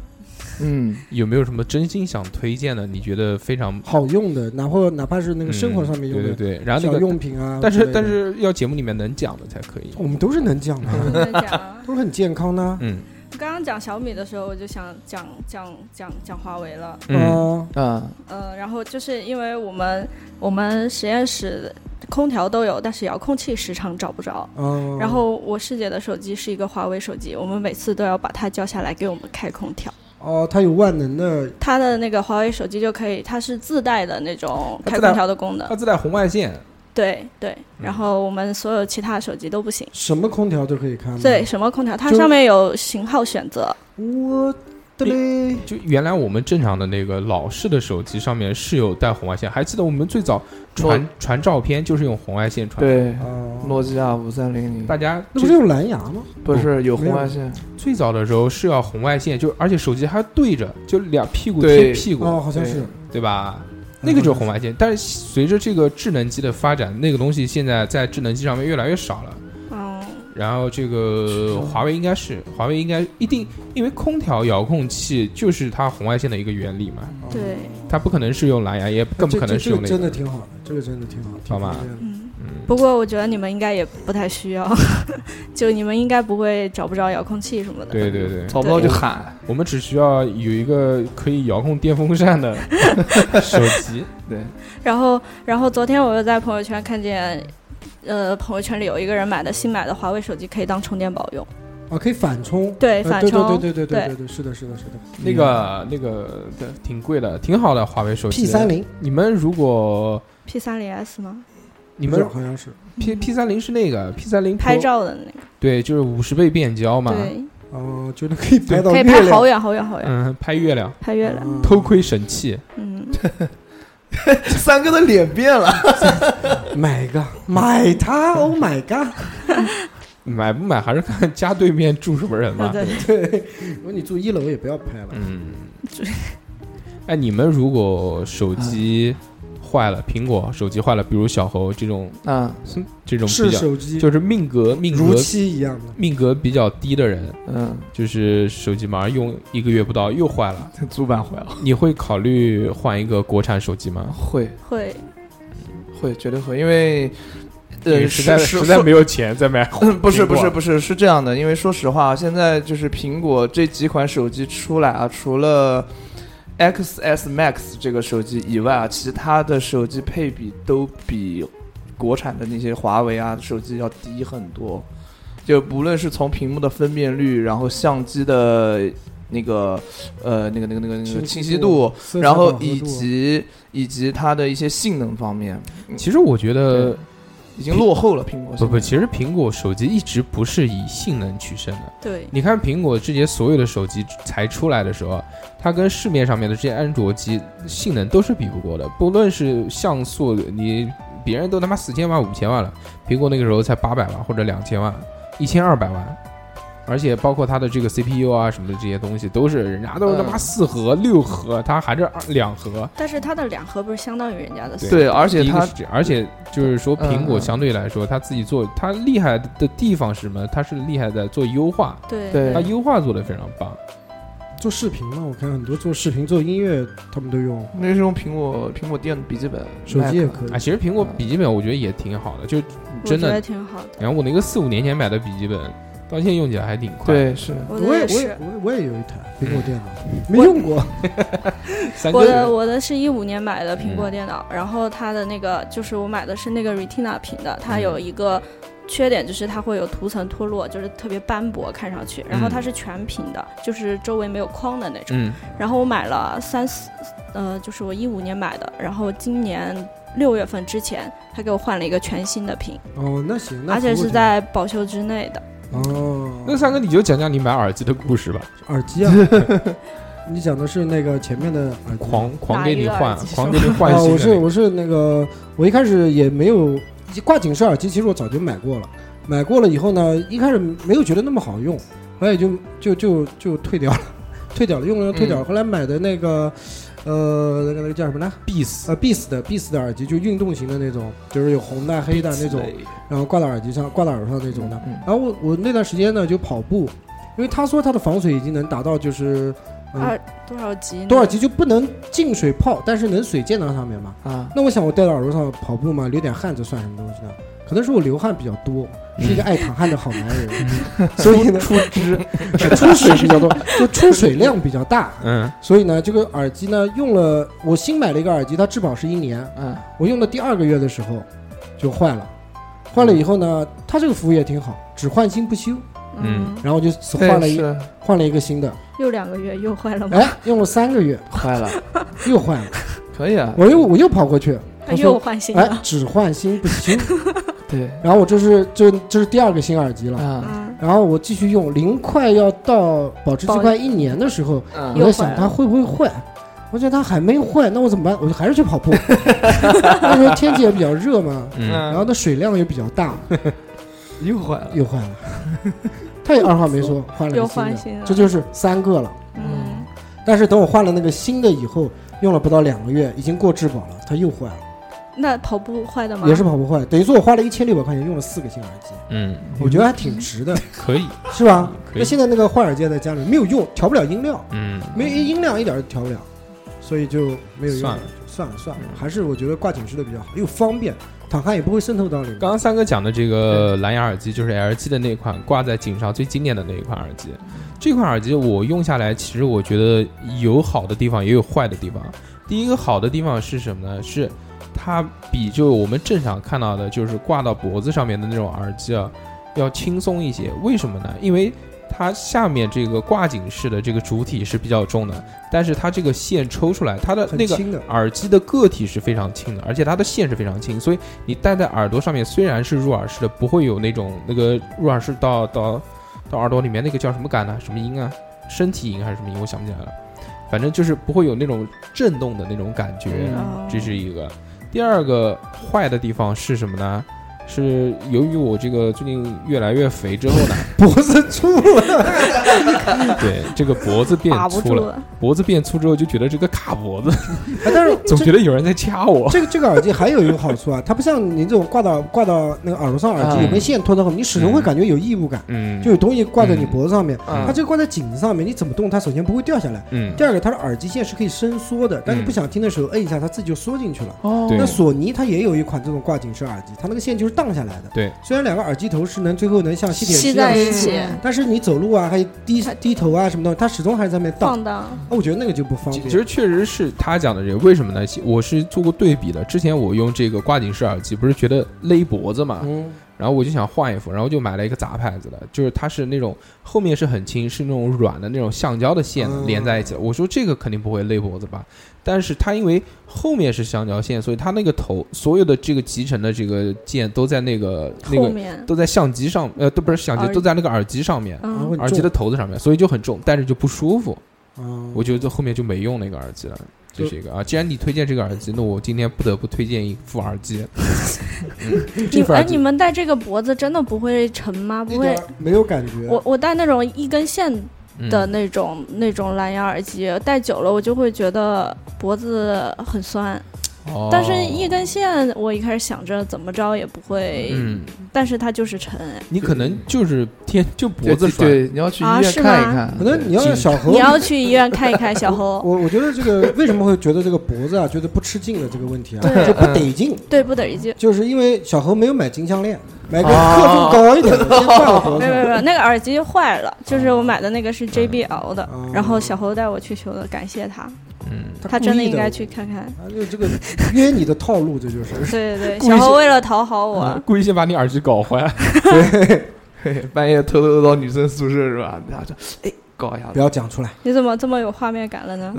Speaker 4: 嗯，
Speaker 6: 有没有什么真心想推荐的？你觉得非常
Speaker 3: 好用的，哪怕哪怕是那个生活上面
Speaker 6: 嗯
Speaker 3: 用的
Speaker 6: 对对对，然后那
Speaker 3: 小
Speaker 6: 个
Speaker 3: 用品啊。
Speaker 6: 但
Speaker 3: 之
Speaker 6: 是嗯
Speaker 3: 类的
Speaker 6: 但是要节目里面能讲的才可以。
Speaker 3: 我们都是能讲 的，
Speaker 5: 真的假？
Speaker 3: 都是很健康的啊。
Speaker 6: 嗯
Speaker 5: 我刚刚讲小米的时候，我就想讲讲讲讲华为了。
Speaker 6: 嗯
Speaker 4: 啊，
Speaker 5: 嗯，然后就是因为我们我们实验室空调都有，但是遥控器时常找不着。
Speaker 3: 嗯，
Speaker 6: 哦
Speaker 5: 然后我师姐的手机是一个华为手机，我们每次都要把它叫下来给我们开空调。
Speaker 3: 哦，它有万能的，
Speaker 5: 它的那个华为手机就可以，它是自带的那种
Speaker 6: 它
Speaker 5: 开
Speaker 6: 自带
Speaker 5: 空调的功
Speaker 6: 它
Speaker 5: 能。
Speaker 6: 自带红外线，
Speaker 5: 对对，然后我们所有其他手机都不行。
Speaker 3: 什么空调都可以看吗？
Speaker 5: 对，，什么空调？它
Speaker 3: 就
Speaker 5: 上面有型号选择。
Speaker 3: 我的嘞，
Speaker 6: 就原来我们正常的那个老式的手机上面是有带红外线，还记得我们最早传传照片就是用红外线传，，
Speaker 4: 对，
Speaker 3: 哦，
Speaker 4: 诺基亚五三零零
Speaker 6: 大家
Speaker 3: 那不是
Speaker 6: 最
Speaker 3: 用蓝牙吗？
Speaker 4: 不是有红外线，
Speaker 6: 最早的时候是要红外线，就而且手机还对着，就两屁股
Speaker 4: 对
Speaker 6: 贴屁股，
Speaker 3: 哦，好嗯像是
Speaker 4: 对，
Speaker 6: 对吧？那个就是红外线，但是随着这个智能机的发展，那个东西现在在智能机上面越来越少了。
Speaker 5: 嗯，
Speaker 6: 然后这个华为应该是华为应该一定，因为空调遥控器就是它红外线的一个原理嘛，
Speaker 5: 对，
Speaker 6: 它不可能是用蓝牙，也更不可能是
Speaker 3: 哦嗯这
Speaker 6: 用
Speaker 3: 个
Speaker 6: 那
Speaker 3: 真的
Speaker 6: 个。
Speaker 3: 挺好的，这个真的挺好，挺
Speaker 6: 好吧
Speaker 3: 方便的
Speaker 5: 嗯。
Speaker 6: 嗯
Speaker 5: 不过我觉得你们应该也不太需要， 就你们应该不会找不着遥控器什么的。
Speaker 6: 对对对，
Speaker 4: 找不到就喊，
Speaker 6: 我们只需要有一个可以遥控电风扇 的手机。
Speaker 3: 嗯
Speaker 4: 对，
Speaker 5: 然后，然后昨天我又在朋友圈看见，呃，朋友圈里有一个人买的新买的华为手机可以当充电宝用。
Speaker 3: 啊，可以反充。
Speaker 5: 对，
Speaker 3: 呃
Speaker 5: 反充。
Speaker 3: 对对对对对对对，是的，是的，是的。
Speaker 6: 那个那个对，挺贵的，挺好的华为手机。
Speaker 3: P 三，零，
Speaker 6: 你们如果
Speaker 5: P 3 0 S 吗？
Speaker 6: 你们
Speaker 3: 好像是
Speaker 6: P P 三零是那个 P 三零
Speaker 5: 拍，照的那个，
Speaker 6: 对，就是五十倍变焦嘛，
Speaker 5: 对，
Speaker 3: 哦，觉得可以拍到
Speaker 5: 可以
Speaker 3: 月
Speaker 5: 拍好
Speaker 3: 亮，
Speaker 5: 远好远好远，
Speaker 6: 嗯，拍月亮，
Speaker 5: 拍月亮。
Speaker 3: 嗯
Speaker 6: 偷窥神器。
Speaker 5: 嗯，
Speaker 4: 三哥的脸变了，
Speaker 3: 啊买一个，买它，Oh my god！
Speaker 6: 买不买还是看家对面住什么人吧。
Speaker 5: 对，
Speaker 3: 对，如果你住一楼也不要拍了。
Speaker 6: 嗯
Speaker 5: 对，
Speaker 6: 哎，你们如果手机坏了，苹果手机坏了，比如小猴这种
Speaker 4: 嗯
Speaker 6: 这种
Speaker 3: 是
Speaker 6: 比较，
Speaker 3: 手机
Speaker 6: 就是命格命
Speaker 3: 如
Speaker 6: 格
Speaker 3: 期一样的，
Speaker 6: 命格比较低的人，
Speaker 4: 嗯，
Speaker 6: 就是手机马上用一个月不到又坏了，
Speaker 4: 主板坏了，
Speaker 6: 你会考虑换一个国产手机吗？
Speaker 4: 会
Speaker 5: 会
Speaker 4: 会绝对会，因为
Speaker 6: 因为
Speaker 4: 呃
Speaker 6: 实在
Speaker 4: 是嗯
Speaker 6: 实在没有钱再买。
Speaker 4: 呃不是
Speaker 6: 苹果
Speaker 4: 不是不是，是这样的，因为说实话，现在就是苹果这几款手机出来啊，除了 XS Max 这个手机以外啊，其他的手机配比都比国产的那些华为啊手机要低很多。就不论是从屏幕的分辨率，然后相机的那个呃那个那个那个
Speaker 6: 嗯
Speaker 4: 那个清晰度，
Speaker 3: 色彩
Speaker 4: 然后
Speaker 3: 饱和
Speaker 4: 以
Speaker 3: 度
Speaker 6: 啊
Speaker 4: 及以及它的一些性能方面，
Speaker 6: 其实我觉得
Speaker 4: 对已经落后了苹果现在。
Speaker 6: 不不，其实苹果手机一直不是以性能取胜的。
Speaker 5: 对
Speaker 6: 你看苹果这些所有的手机才出来的时候，它跟市面上面的这些安卓机性能都是比不过的，不论是像素，你别人都他妈四千万、五千万了，苹果那个时候才八百万或者两千万、一千二百万。而且包括它的这个 CPU 啊什么的这些东西，都是人家都是他妈四核、六核，它还是二两核。
Speaker 5: 但是它的两盒不是相当于人家的四
Speaker 6: 对
Speaker 4: 对，而
Speaker 6: 第
Speaker 4: 且
Speaker 6: 一
Speaker 4: 它
Speaker 6: 个是这样，而且就是说，
Speaker 4: 嗯
Speaker 6: 苹果
Speaker 4: 嗯
Speaker 6: 相对来说，它自己做，它厉害的地方是什么？它是厉害在做优化，
Speaker 5: 对
Speaker 4: 对
Speaker 6: 它优化做的非常棒。
Speaker 3: 做视频嘛，我看很多做视频、做音乐，他们都用
Speaker 4: 那是用苹果苹果电笔记本，
Speaker 3: 手机也
Speaker 4: Mac
Speaker 3: 可以
Speaker 6: 啊，。其实苹果笔记本我觉得也挺好的，就
Speaker 5: 我觉
Speaker 6: 真
Speaker 5: 得
Speaker 6: 的，
Speaker 5: 挺好的。
Speaker 6: 然后我那个四五年前买的笔记本，到现在用起来还挺快。，
Speaker 4: 对是
Speaker 5: 我
Speaker 3: 我
Speaker 5: 的
Speaker 3: 也
Speaker 5: 也
Speaker 3: 我也，
Speaker 5: 是
Speaker 3: 我也我也有一台苹果电脑，
Speaker 6: 嗯
Speaker 3: 没用过。
Speaker 6: 三
Speaker 5: 我的
Speaker 6: 哥
Speaker 5: 我的是一五年买的苹果电脑，然后它的那个就是我买的是那个 Retina 屏的，它有一个缺点就是它会有涂层脱落，就是特别斑驳看上去。然后它是全屏的，就是周围没有框的那种。
Speaker 6: 嗯，
Speaker 5: 然后我买了三四，呃，就是我一五年买的，然后今年六月份之前他给我换了一个全新的屏，
Speaker 3: 哦，那行，那
Speaker 5: 而且
Speaker 3: 服务
Speaker 5: 是
Speaker 3: 挺
Speaker 5: 在保修之内的。
Speaker 3: 哦，
Speaker 6: 那三哥你就讲讲你买耳机的故事吧，
Speaker 3: 耳 机啊。你讲的是那个前面的耳机
Speaker 6: 狂狂
Speaker 5: 哪
Speaker 6: 给
Speaker 5: 一
Speaker 6: 你
Speaker 5: 个耳
Speaker 6: 换，
Speaker 5: 机
Speaker 6: 狂
Speaker 5: 是
Speaker 6: 给你换
Speaker 3: 啊，
Speaker 6: 新
Speaker 3: 我是
Speaker 6: 的
Speaker 3: 我是那个，我一开始也没有挂紧式耳机，其实我早就买过了，买过了以后呢，一开始没有觉得那么好用，后来也就就就就退掉了，退掉了，用了退掉了。后来买的那个，呃，那个那个叫什么呢？
Speaker 6: 必死。
Speaker 3: 呃，Beats 的 Beats 的耳机，就运动型的那种，就是有红的、黑的那种，然后挂到耳机上、挂到耳朵上那种的。
Speaker 4: 嗯
Speaker 3: 然后我我那段时间呢就跑步，因为他说他的防水已经能达到就是
Speaker 5: 二多少级呢？
Speaker 3: 嗯多少级就不能进水泡，但是能水溅到上面嘛。
Speaker 4: 啊，
Speaker 3: 那我想我戴到耳朵上跑步嘛，流点汗这算什么东西呢？可能是我流汗比较多，是一个爱淌汗的好男人， 所以嗯呢，出汁 出水比较多，就出水量比较大。
Speaker 6: 嗯，
Speaker 3: 所以呢，这个耳机呢，用了我新买了一个耳机，它质保是一年，
Speaker 4: 嗯，
Speaker 3: 我用了第二个月的时候就坏了，坏了以后呢，它这个服务也挺好，只换新不修，
Speaker 5: 嗯，
Speaker 3: 然后就
Speaker 4: 对
Speaker 3: 换了一
Speaker 4: 是
Speaker 3: 换了一个新的，
Speaker 5: 又两个月又坏了吗？
Speaker 3: 哎，用了三个月
Speaker 4: 坏了，
Speaker 3: 又坏了，
Speaker 4: 可以啊，
Speaker 3: 我又我又跑过去，
Speaker 5: 他
Speaker 3: 他说
Speaker 5: 又换新
Speaker 3: 哎
Speaker 5: 的。，
Speaker 3: 只换新不修。
Speaker 4: 对
Speaker 3: 然后我这是这这是第二个新耳机了，
Speaker 4: 啊，
Speaker 5: 嗯，
Speaker 3: 然后我继续用，临快要到保质期快一年的时候，我
Speaker 4: 嗯，
Speaker 3: 在
Speaker 5: 又坏
Speaker 3: 想
Speaker 5: 了
Speaker 3: 它会不会坏，我觉得它还没坏，那我怎么办？我就还是去跑步。 那时候天气也比较热嘛，
Speaker 6: 嗯，
Speaker 3: 然后那水量也比较大，
Speaker 4: 又坏了，
Speaker 3: 又坏了。他也二话没说，换了
Speaker 5: 又
Speaker 3: 个
Speaker 5: 换
Speaker 3: 新
Speaker 5: 新
Speaker 3: 的，
Speaker 5: 了
Speaker 3: 哎这就是三个了。
Speaker 5: 嗯，
Speaker 3: 但是等我换了那个新的以后，用了不到两个月，已经过质保了，它又坏了。
Speaker 5: 那跑不坏的吗？
Speaker 3: 也是跑不坏，等于说我花了一千六百块钱用了四个新耳机，
Speaker 6: 嗯，
Speaker 3: 我觉得还挺值的，
Speaker 6: 可以，
Speaker 3: 是吧？
Speaker 6: 可以
Speaker 3: 那现在那个坏耳机在家里没有用，调不了音量，
Speaker 6: 嗯，
Speaker 3: 没有音量一点儿都调不了，所以就没有用，
Speaker 6: 算了嗯
Speaker 3: 算了算了，还是我觉得挂寝室的比较好，又方便，淌汗也不会渗透到里面。
Speaker 6: 刚刚三哥讲的这个蓝牙耳机，就是 LG 的那款挂在颈上最经典的那一款耳机。这款耳机我用下来，其实我觉得有好的地方，也有坏的地方。第一个好的地方是什么呢？是它比就我们正常看到的，就是挂到脖子上面的那种耳机啊，要轻松一些。为什么呢？因为它下面这个挂颈式的这个主体是比较重的，但是它这个线抽出来，它的
Speaker 3: 很
Speaker 6: 那个
Speaker 3: 轻的，
Speaker 6: 耳机的个体是非常轻的，而且它的线是非常轻，所以你戴在耳朵上面虽然是入耳式的，不会有那种那个入耳式到到到耳朵里面那个叫什么感呢、什么音啊？身体音还是什么音？我想不起来了，反正就是不会有那种震动的那种感觉，
Speaker 5: 哦
Speaker 6: 这是一个。第二个坏的地方是什么呢？是由于我这个最近越来越肥之后呢，
Speaker 3: 脖子粗了，
Speaker 6: 对这个脖子变
Speaker 5: 把不
Speaker 6: 粗
Speaker 5: 住
Speaker 6: 了，
Speaker 5: 了，
Speaker 6: 脖子变粗之后就觉得这个卡脖子，
Speaker 3: 哎 但是
Speaker 6: 总觉得有人在掐我。
Speaker 3: 这个这个耳机还有一个好处啊，它不像你这种挂到挂到那个耳朵上，耳机
Speaker 6: 嗯
Speaker 3: 里面线拖得后面，你始终会感觉有异物感，
Speaker 6: 嗯，
Speaker 3: 就有东西挂在你脖子上面。
Speaker 6: 嗯
Speaker 3: 它这个挂在颈子上面，你怎么动它，首先不会掉下来。
Speaker 6: 嗯
Speaker 3: 第二个，它的耳机线是可以伸缩的，但是
Speaker 6: 嗯
Speaker 3: 不想听的时候摁一下，它自己就缩进去了。
Speaker 4: 哦
Speaker 6: 对
Speaker 3: 那索尼它也有一款这种挂颈式耳机，它那个线就是荡下来的。
Speaker 6: 对，
Speaker 3: 虽然两个耳机头是能最后能像吸铁石
Speaker 5: 吸
Speaker 3: 一样
Speaker 5: 在一
Speaker 3: 吸，
Speaker 5: 起，
Speaker 3: 但是你走路啊，还有低低头啊什么东西，它始终还是在那边荡。
Speaker 5: 放荡，
Speaker 3: 啊我觉得那个就不方
Speaker 6: 其
Speaker 3: 便。
Speaker 6: 其实确实是他讲的这个，为什么呢？其我是做过对比的。之前我用这个挂颈式耳机，不是觉得勒脖子嘛，
Speaker 3: 嗯，
Speaker 6: 然后我就想换一副，然后就买了一个杂牌子的，就是它是那种后面是很轻，是那种软的那种橡胶的线
Speaker 3: 嗯
Speaker 6: 连在一起的。我说这个肯定不会勒脖子吧，但是它因为后面是橡胶线，所以它那个头所有的这个集成的这个键都在那个那
Speaker 5: 后
Speaker 6: 个
Speaker 5: 面，
Speaker 6: 都在相机上，呃，都不是相机，
Speaker 5: 耳
Speaker 6: 都在那个耳机上面，
Speaker 3: 然后
Speaker 5: 嗯，
Speaker 3: 很
Speaker 6: 耳机
Speaker 3: 重
Speaker 6: 的头子上面，所以就很重，但是就不舒服。
Speaker 3: 嗯，
Speaker 6: 我觉得后面就没用那个耳机了。这是一个啊，既然你推荐这个耳机，那我今天不得不推荐一副耳机。嗯
Speaker 5: 你
Speaker 6: 这副
Speaker 5: 哎，
Speaker 6: 耳
Speaker 5: 你
Speaker 6: 机，
Speaker 5: 们戴这个脖子真的不会沉吗？不
Speaker 3: 一
Speaker 5: 会
Speaker 3: 点，没有感觉。
Speaker 5: 我我戴那种一根线
Speaker 6: 嗯
Speaker 5: 的那种、那种蓝牙耳机，戴久了我就会觉得脖子很酸。
Speaker 6: 哦
Speaker 5: 但是一根线，我一开始想着怎么着也不会，
Speaker 6: 嗯，
Speaker 5: 但是它就是沉。哎
Speaker 6: 你可能就是天就脖子
Speaker 4: 对，
Speaker 6: 酸，
Speaker 4: 对你要去医
Speaker 5: 啊
Speaker 4: 院
Speaker 5: 是
Speaker 4: 看一
Speaker 5: 吗
Speaker 4: 看。
Speaker 3: 可能你要
Speaker 6: 紧
Speaker 3: 是小猴
Speaker 5: 你，要去医院看一看，小侯。
Speaker 3: 我我觉得这个为什么会觉得这个脖子啊觉得不吃劲的这个问题啊，
Speaker 5: 对
Speaker 3: 就不
Speaker 6: 嗯
Speaker 3: 得劲，
Speaker 5: 对，不得一句。
Speaker 3: 就是因为小猴没有买金项链，买个
Speaker 6: 啊
Speaker 3: 克数高一点的，先挂到脖子
Speaker 5: 没有没有没
Speaker 3: 上。
Speaker 5: 有，那个耳机坏了，就是我买的那个是 JBL 的
Speaker 3: 嗯哦，
Speaker 5: 然后小侯带我去修的，感谢他，
Speaker 6: 嗯，
Speaker 5: 他真
Speaker 3: 故
Speaker 5: 的
Speaker 3: 意
Speaker 5: 应该
Speaker 3: 的
Speaker 5: 去看看。
Speaker 3: 啊，就这个约你的套路，这就是。
Speaker 5: 对对
Speaker 6: 故
Speaker 5: 对，
Speaker 6: 意
Speaker 5: 小
Speaker 6: 是
Speaker 5: 侯为了讨好
Speaker 3: 嗯
Speaker 5: 我，
Speaker 6: 故意先把你耳机搞坏。
Speaker 4: 嘿半夜偷偷到女生宿舍是吧？ 然后就哎搞一下
Speaker 3: 不，要讲出来，
Speaker 5: 你怎么这么有画面感了呢？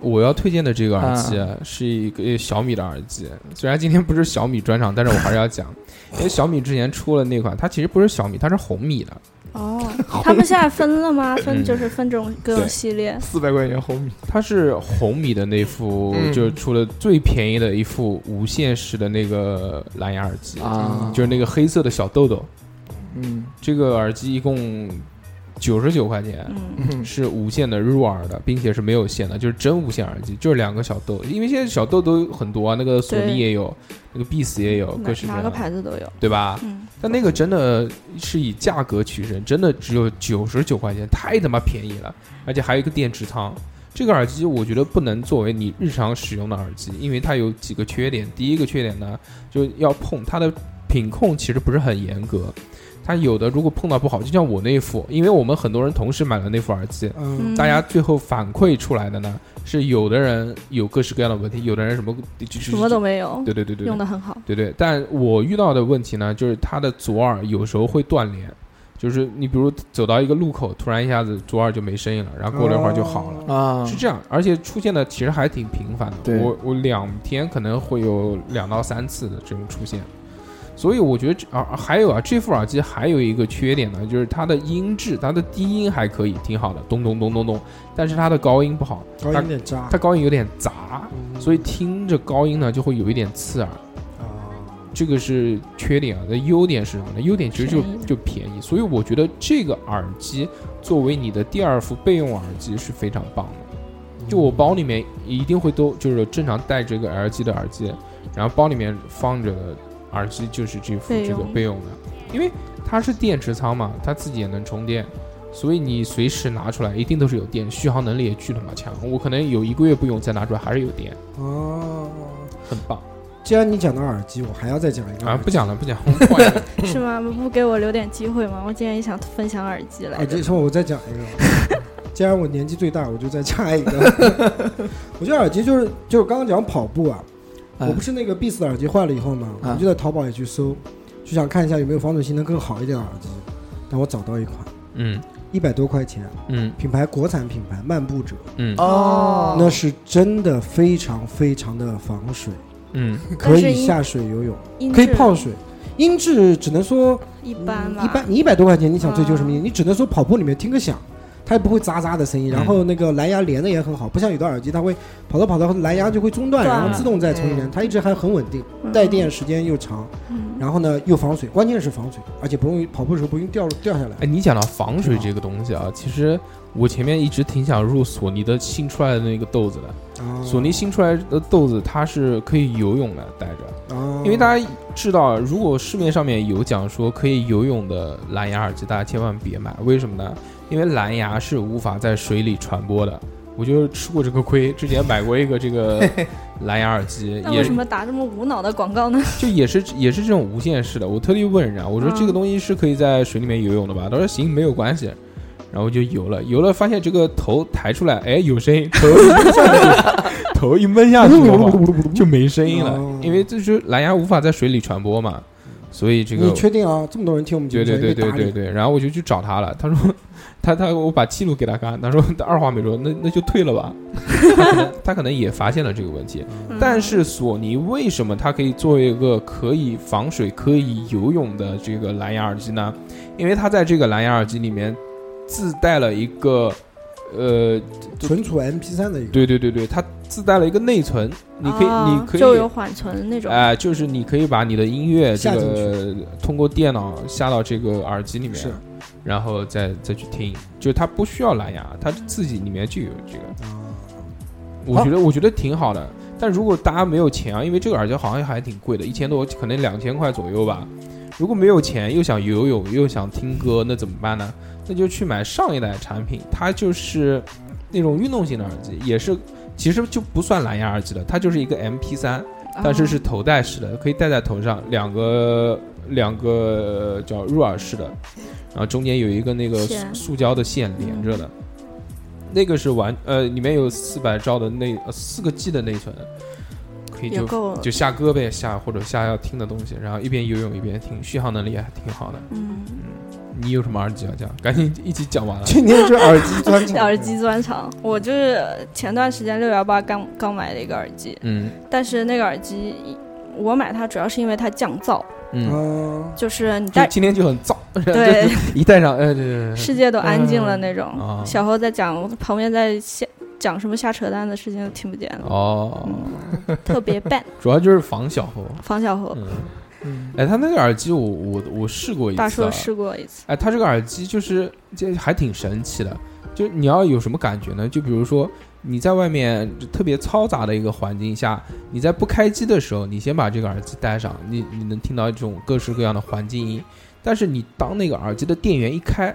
Speaker 6: 我要推荐的这个耳机啊是一个小米的耳机，虽然今天不是小米专场，但是我还是要讲，因为小米之前出了那款，它其实不是小米，它是红米的，
Speaker 5: 哦， 他们现在分了吗？分
Speaker 6: 嗯
Speaker 5: 就是分这种各
Speaker 6: 对
Speaker 5: 种系列。
Speaker 4: 四百块钱红米，
Speaker 6: 它是红米的那副，
Speaker 4: 嗯
Speaker 6: 就是出了最便宜的一副无线式的那个蓝牙耳机
Speaker 4: 啊
Speaker 6: 就是那个黑色的小豆豆。
Speaker 4: 嗯
Speaker 6: 这个耳机一共九十九块钱，
Speaker 5: 嗯，
Speaker 4: 嗯
Speaker 6: 是无线的入耳的，并且是没有线的，就是真无线耳机，就是两个小豆。因为现在小豆豆很多啊，那个索
Speaker 5: 对
Speaker 6: 尼也有，那个 Beats 也有，
Speaker 5: 哪
Speaker 6: 各式各
Speaker 5: 哪
Speaker 6: 样
Speaker 5: 个
Speaker 6: 的，
Speaker 5: 牌子都有。
Speaker 6: 对吧？
Speaker 5: 嗯，
Speaker 6: 但那个真的是以价格取胜，真的只有九十九块钱，太他妈便宜了，而且还有一个电池仓。这个耳机我觉得不能作为你日常使用的耳机，因为它有几个缺点。第一个缺点呢，就要碰它的品控其实不是很严格，它有的如果碰到不好，就像我那副，因为我们很多人同时买了那副耳机，
Speaker 3: 嗯，
Speaker 6: 大家最后反馈出来的呢是有的人有各式各样的问题，有的人什么
Speaker 5: 什么都没有，
Speaker 6: 对对对对对
Speaker 5: 用的很好。
Speaker 6: 对对，但我遇到的问题呢，就是它的左耳有时候会断连，就是你比如走到一个路口，突然一下子左耳就没声音了，然后过了一会儿就好
Speaker 3: 哦
Speaker 6: 了。
Speaker 4: 啊
Speaker 6: 是这样，而且出现的其实还挺频繁的，
Speaker 4: 对
Speaker 6: 我我两天可能会有两到三次的这种出现，所以我觉得这啊还有啊，这副耳机还有一个缺点呢，就是它的音质，它的低音还可以，挺好的，咚咚咚咚咚，但是它的高音不好，
Speaker 3: 高音有点渣嗯
Speaker 6: 它，高音有点杂，所以听着高音呢就会有一点刺耳。
Speaker 3: 啊
Speaker 6: 这个是缺点啊，那优点是什么呢？优点其实就
Speaker 5: 便宜
Speaker 6: 就便宜，所以我觉得这个耳机作为你的第二副备用耳机是非常棒的。就我包里面一定会都就是正常带这个耳机的耳机，然后包里面放着的耳机就是这副
Speaker 5: 备
Speaker 6: 这个
Speaker 5: 用
Speaker 6: 备用的，因为它是电池仓嘛，它自己也能充电，所以你随时拿出来一定都是有电，续航能力也巨他妈强。我可能有一个月不用再拿出来还是有电，
Speaker 3: 哦，
Speaker 6: 很棒
Speaker 3: 既然你讲到耳机，我还要再讲一个
Speaker 6: 啊！
Speaker 3: 耳
Speaker 6: 不
Speaker 3: 机
Speaker 6: 讲了不讲了，我们换一个
Speaker 5: 是吗？不给我留点机会吗？我今天也想分享耳机来
Speaker 3: 啊，
Speaker 5: 着
Speaker 3: 这。次我再讲一个。 既然我年纪最大，我就再加一个。我觉得耳机就是就是刚刚讲跑步啊，我
Speaker 4: 嗯
Speaker 3: 不是那个 Beats 的耳机坏了以后嘛，
Speaker 4: 啊
Speaker 3: 我就在淘宝也去搜，就想看一下有没有防水性能更好一点的耳机。但我找到一款，
Speaker 6: 嗯
Speaker 3: 一百多块钱，
Speaker 6: 嗯
Speaker 3: 品牌国产品牌漫步者，
Speaker 6: 嗯
Speaker 4: 哦
Speaker 3: 那是真的非常非常的防 水，
Speaker 6: 嗯
Speaker 3: 可
Speaker 5: 但是
Speaker 3: 以
Speaker 5: 音
Speaker 3: 下水游泳，
Speaker 5: 音
Speaker 3: 可以
Speaker 5: 质
Speaker 3: 泡水。音质只能说
Speaker 5: 一
Speaker 3: 嗯
Speaker 5: 般吧，
Speaker 3: 一般，你一百多块钱，你想追求什么？
Speaker 5: 嗯
Speaker 3: 你只能说跑步里面听个响，它也不会喳喳的声音。然后那个蓝牙连的也很好，不像有的耳机，它会跑着跑着蓝牙就会中断，
Speaker 5: 断了
Speaker 3: 然后自动再重新连。它一直还很稳定，
Speaker 5: 啊嗯
Speaker 3: 带电时间又长，
Speaker 5: 嗯
Speaker 3: 然后呢又防水，关键是防水，而且不容易跑步的时候不容易掉掉下来
Speaker 6: 哎，。你讲到防
Speaker 5: 嗯
Speaker 6: 水这个东西啊，其实我前面一直挺想入索尼的新出来的那个豆子的。
Speaker 3: 啊
Speaker 5: 嗯
Speaker 6: 索尼新出来的豆子，它是可以游泳的，带着，
Speaker 5: 嗯
Speaker 3: 啊，
Speaker 6: 因为大家知道，如果市面上面有讲说可以游泳的蓝牙耳机，大家千万别买，为什么呢？因为蓝牙是无法在水里传播的。我就吃过这个亏，之前买过一个这 个蓝牙耳机，
Speaker 5: 那
Speaker 6: 也
Speaker 5: 为什么打这么无脑的广告呢？
Speaker 6: 就也是也是这种无线式的。我特地问人家，我说
Speaker 5: 嗯
Speaker 6: 这个东西是可以在水里面游泳的吧？他说行，没有关系。然后我就游了，游了发现这个头抬出来，哎，有声音， 头一闷下去，头一闷下去的 话就没声音了
Speaker 3: 哦，
Speaker 6: 因为这就是蓝牙无法在水里传播嘛，所以这个
Speaker 3: 你确定啊？这么多人听我们节
Speaker 6: 对
Speaker 3: 目，
Speaker 6: 对对对
Speaker 3: 全被打
Speaker 6: 对
Speaker 3: 脸
Speaker 6: 对，然后我就去找他了，他说 他他我把记录给他看，他说 他二话没说，那那就退了吧， 他可能他可能也发现了这个问题，
Speaker 5: 嗯
Speaker 6: 但是索尼为什么它可以作为一个可以防水、可以游泳的这个蓝牙耳机呢？因为它在这个蓝牙耳机里面自带了一个，呃，
Speaker 3: 存储 MP 3的一个
Speaker 6: 对对对对，它自带了一个内存，你可以，
Speaker 5: 啊
Speaker 6: 你可
Speaker 5: 就
Speaker 6: 以
Speaker 5: 有，缓存那种。
Speaker 6: 哎、就是你可以把你的音乐这
Speaker 3: 下进
Speaker 6: 个通过电脑下到这个耳机里面
Speaker 3: 是，
Speaker 6: 然后再再去听，就是它不需要蓝牙，它自己里面就有这个。
Speaker 3: 啊，
Speaker 6: 嗯我觉得我觉得挺好的。但如果大家没有钱啊，因为这个耳机好像还挺贵的，一千多，可能两千块左右吧。如果没有钱，又想游泳又想听歌，那怎么办呢？那就去买上一代产品，它就是那种运动型的耳机，也是其实就不算蓝牙耳机了，它就是一个 MP 3但是是头戴式的，可以戴在头上，两个两个呃叫入耳式的，然后中间有一个那个塑
Speaker 5: 线
Speaker 6: 塑胶的线连着的，那个是完呃里面有四百兆的内四个 G 的内存，可以
Speaker 5: 也
Speaker 6: 就
Speaker 5: 够了。
Speaker 6: 就下歌呗，下或者下要听的东西，然后一边游泳一边听，续航能力还挺好的。
Speaker 5: 嗯，
Speaker 6: 你有什么耳机要讲？赶紧一起讲 完了。
Speaker 3: 今天是耳机专
Speaker 6: 嗯
Speaker 3: 场，
Speaker 5: 耳机专场，我就是前段时间六幺八刚刚买了一个耳机，
Speaker 6: 嗯
Speaker 5: 但是那个耳机我买它主要是因为它降噪，
Speaker 6: 嗯，
Speaker 3: 啊，
Speaker 5: 就是你
Speaker 6: 就
Speaker 5: 戴
Speaker 6: 今天就很 燥，
Speaker 5: 哦对，
Speaker 6: 一戴上，哎对对对，
Speaker 5: 世界都安静了那种。
Speaker 6: 啊
Speaker 5: 小侯在讲，我旁边在瞎讲什么瞎扯淡的事情都听不见了，
Speaker 6: 哦，
Speaker 5: 嗯哦特 别棒。
Speaker 6: 主要就是防小猴。
Speaker 5: 房小侯，
Speaker 6: 嗯，哎，他那个耳机我我我试过一次、啊，
Speaker 5: 大硕试过一次，
Speaker 6: 哎，它这个耳机就是这还挺神奇的，就你要有什么感觉呢？就比如说你在外面就特别嘈杂的一个环境下，你在不开机的时候，你先把这个耳机戴上，你你能听到这种各式各样的环境音。但是你当那个耳机的电源一开，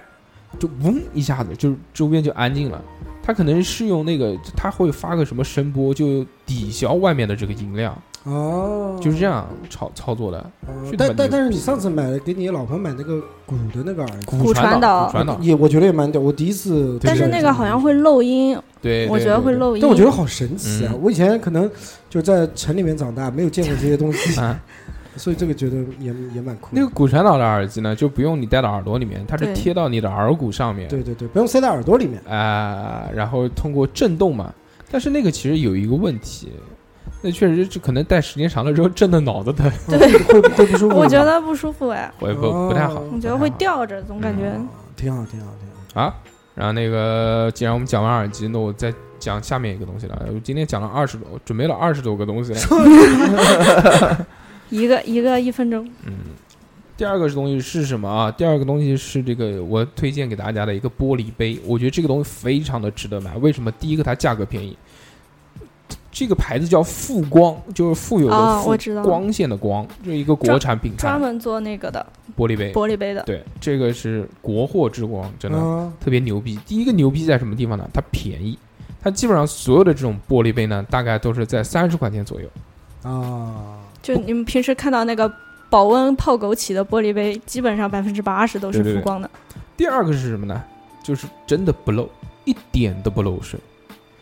Speaker 6: 就嗡一下子，就是周边就安静了。它可能是用那个，它会发个什么声波，就抵消外面的这个音量，
Speaker 3: 哦，
Speaker 6: 嗯就是这样操操作的。
Speaker 3: 哦
Speaker 6: 去他妈
Speaker 3: 但但
Speaker 6: 牛
Speaker 3: 但是你
Speaker 6: 逼
Speaker 3: 上次买了给你老婆买那个鼓的那个耳机，
Speaker 5: 骨传导
Speaker 6: 骨传导，
Speaker 3: 也我觉得也蛮屌，我第一次。
Speaker 5: 但是那个好像，会漏音，
Speaker 6: 对，
Speaker 5: 我
Speaker 6: 对
Speaker 5: 觉得
Speaker 6: 对
Speaker 5: 会
Speaker 6: 对
Speaker 5: 漏音。
Speaker 3: 但我觉得好神奇啊！
Speaker 6: 嗯
Speaker 3: 我以前可能就在城里面长大，没有见过这些 东西，
Speaker 6: 啊。
Speaker 3: 所以这个觉得也也蛮酷
Speaker 6: 那
Speaker 3: 的。
Speaker 6: 个骨传导的耳机呢，就不用你戴到耳朵里面，它是
Speaker 5: 对
Speaker 6: 贴到你的耳骨上面，
Speaker 3: 对对对，不用塞在耳朵里面。
Speaker 6: 啊、然后通过震动嘛。但是那个其实有一个问题，那确实是可能戴时间长了之后震的脑子疼，
Speaker 5: 对
Speaker 3: 会不会不舒服吗？
Speaker 5: 我觉
Speaker 6: 啊
Speaker 5: 得不舒服哎，
Speaker 6: 会不不太好
Speaker 3: 哦，
Speaker 5: 我觉
Speaker 6: 嗯不太好
Speaker 5: 得会吊着，总感觉
Speaker 3: 挺好，挺好，挺好。
Speaker 6: 啊。然后那个，既然我们讲完耳机，那我再讲下面一个东西了。我今天讲了二十多，准备了二十多个东西了。
Speaker 5: 一个一个一分钟。
Speaker 6: 嗯，第二个东西是什么啊？第二个东西是这个我推荐给大家的一个玻璃杯，我觉得这个东西非常的值得买。为什么？第一个它价格便宜，这个牌子叫富光，就是富有的
Speaker 5: 啊
Speaker 6: 富，
Speaker 5: 我知道
Speaker 6: 光线的光，就是一个国产品牌
Speaker 5: 专门做那个的
Speaker 6: 玻璃杯。
Speaker 5: 玻璃杯的，
Speaker 6: 对，这个是国货之光，真
Speaker 5: 嗯
Speaker 6: 的。
Speaker 3: 啊，
Speaker 6: 特别牛逼。第一个牛逼在什么地方呢？它便宜，它基本上所有的这种玻璃杯呢，大概都是在三十块钱左右。
Speaker 3: 啊，
Speaker 5: 就你们平时看到那个保温泡枸杞的玻璃杯，基本上百分之八十都是
Speaker 6: 对对
Speaker 5: 浮
Speaker 6: 对
Speaker 5: 光的。
Speaker 6: 第二个是什么呢？就是真的不漏，一点都不漏水。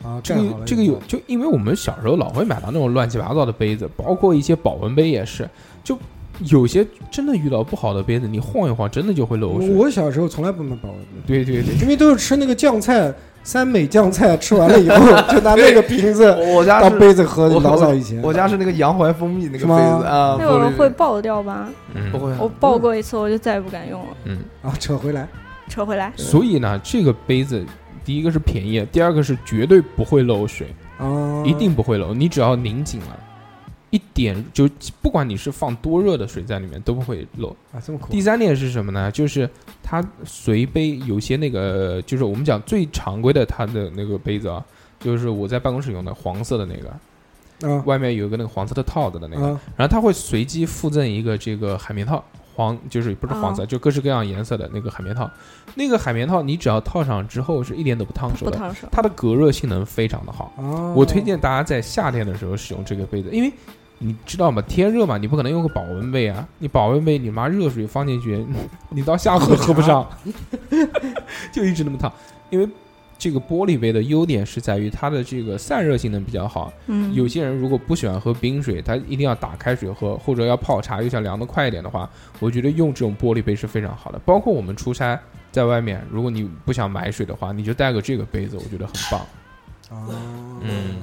Speaker 3: 啊，
Speaker 6: 这
Speaker 3: 盖好
Speaker 6: 个
Speaker 3: 了
Speaker 6: 这个
Speaker 3: 以
Speaker 6: 有
Speaker 3: 后，
Speaker 6: 就因为我们小时候老会买到那种乱七八糟的杯子，包括一些保温杯也是，就有些真的遇到不好的杯子，你晃一晃真的就会漏水。
Speaker 3: 我小时候从来不买保温杯，
Speaker 6: 对对对，
Speaker 3: 因为都是吃那个酱菜，三美酱菜吃完了以后就拿那个瓶子
Speaker 4: 我家
Speaker 3: 当
Speaker 4: 是，
Speaker 3: 杯子喝，
Speaker 4: 我
Speaker 3: 老早以前
Speaker 4: 我家是那个洋槐蜂蜜那个
Speaker 3: 是吗
Speaker 4: 杯子啊，
Speaker 5: 那我
Speaker 4: 玻璃
Speaker 5: 会爆掉吧？
Speaker 4: 不
Speaker 6: 嗯
Speaker 4: 会啊
Speaker 5: 我爆过一次，我就再也不敢用了。
Speaker 6: 嗯。
Speaker 3: 啊扯回来，
Speaker 5: 扯回来，
Speaker 6: 所以呢，这个杯子，第一个是便宜，第二个是绝对不会漏水。
Speaker 3: 啊，
Speaker 6: 一定不会漏。你只要拧紧了，一点就不管你是放多热的水在里面都不会漏。
Speaker 3: 啊这么苦
Speaker 6: 第三点是什么呢？就是它随杯有些那个，就是我们讲最常规的它的那个杯子啊，就是我在办公室用的黄色的那个，
Speaker 3: 啊
Speaker 6: 外面有一个那个黄色的套子的那个，
Speaker 3: 啊
Speaker 6: 然后它会随机附赠一个这个海绵套，黄就是不是黄色，就各式各样颜色的那个海绵套。那个海绵套你只要套上之后是一点都不烫手
Speaker 5: 不
Speaker 6: 的，
Speaker 5: 烫手。
Speaker 6: 它的隔热性能非常的好。
Speaker 3: 啊，
Speaker 6: 我推荐大家在夏天的时候使用这个杯子，因为你知道吗？天热嘛，你不可能用个保温杯啊！你保温杯，你妈热水放进去， 你到下午都喝不上， 就一直那么烫。因为这个玻璃杯的优点是在于它的这个散热性能比较好。
Speaker 5: 嗯，
Speaker 6: 有些人如果不喜欢喝冰水，他一定要打开水喝，或者要泡茶又想凉得快一点的话，我觉得用这种玻璃杯是非常好的。包括我们出差在外面，如果你不想买水的话，你就带个这个杯子，我觉得很棒，
Speaker 3: 啊，
Speaker 6: 嗯，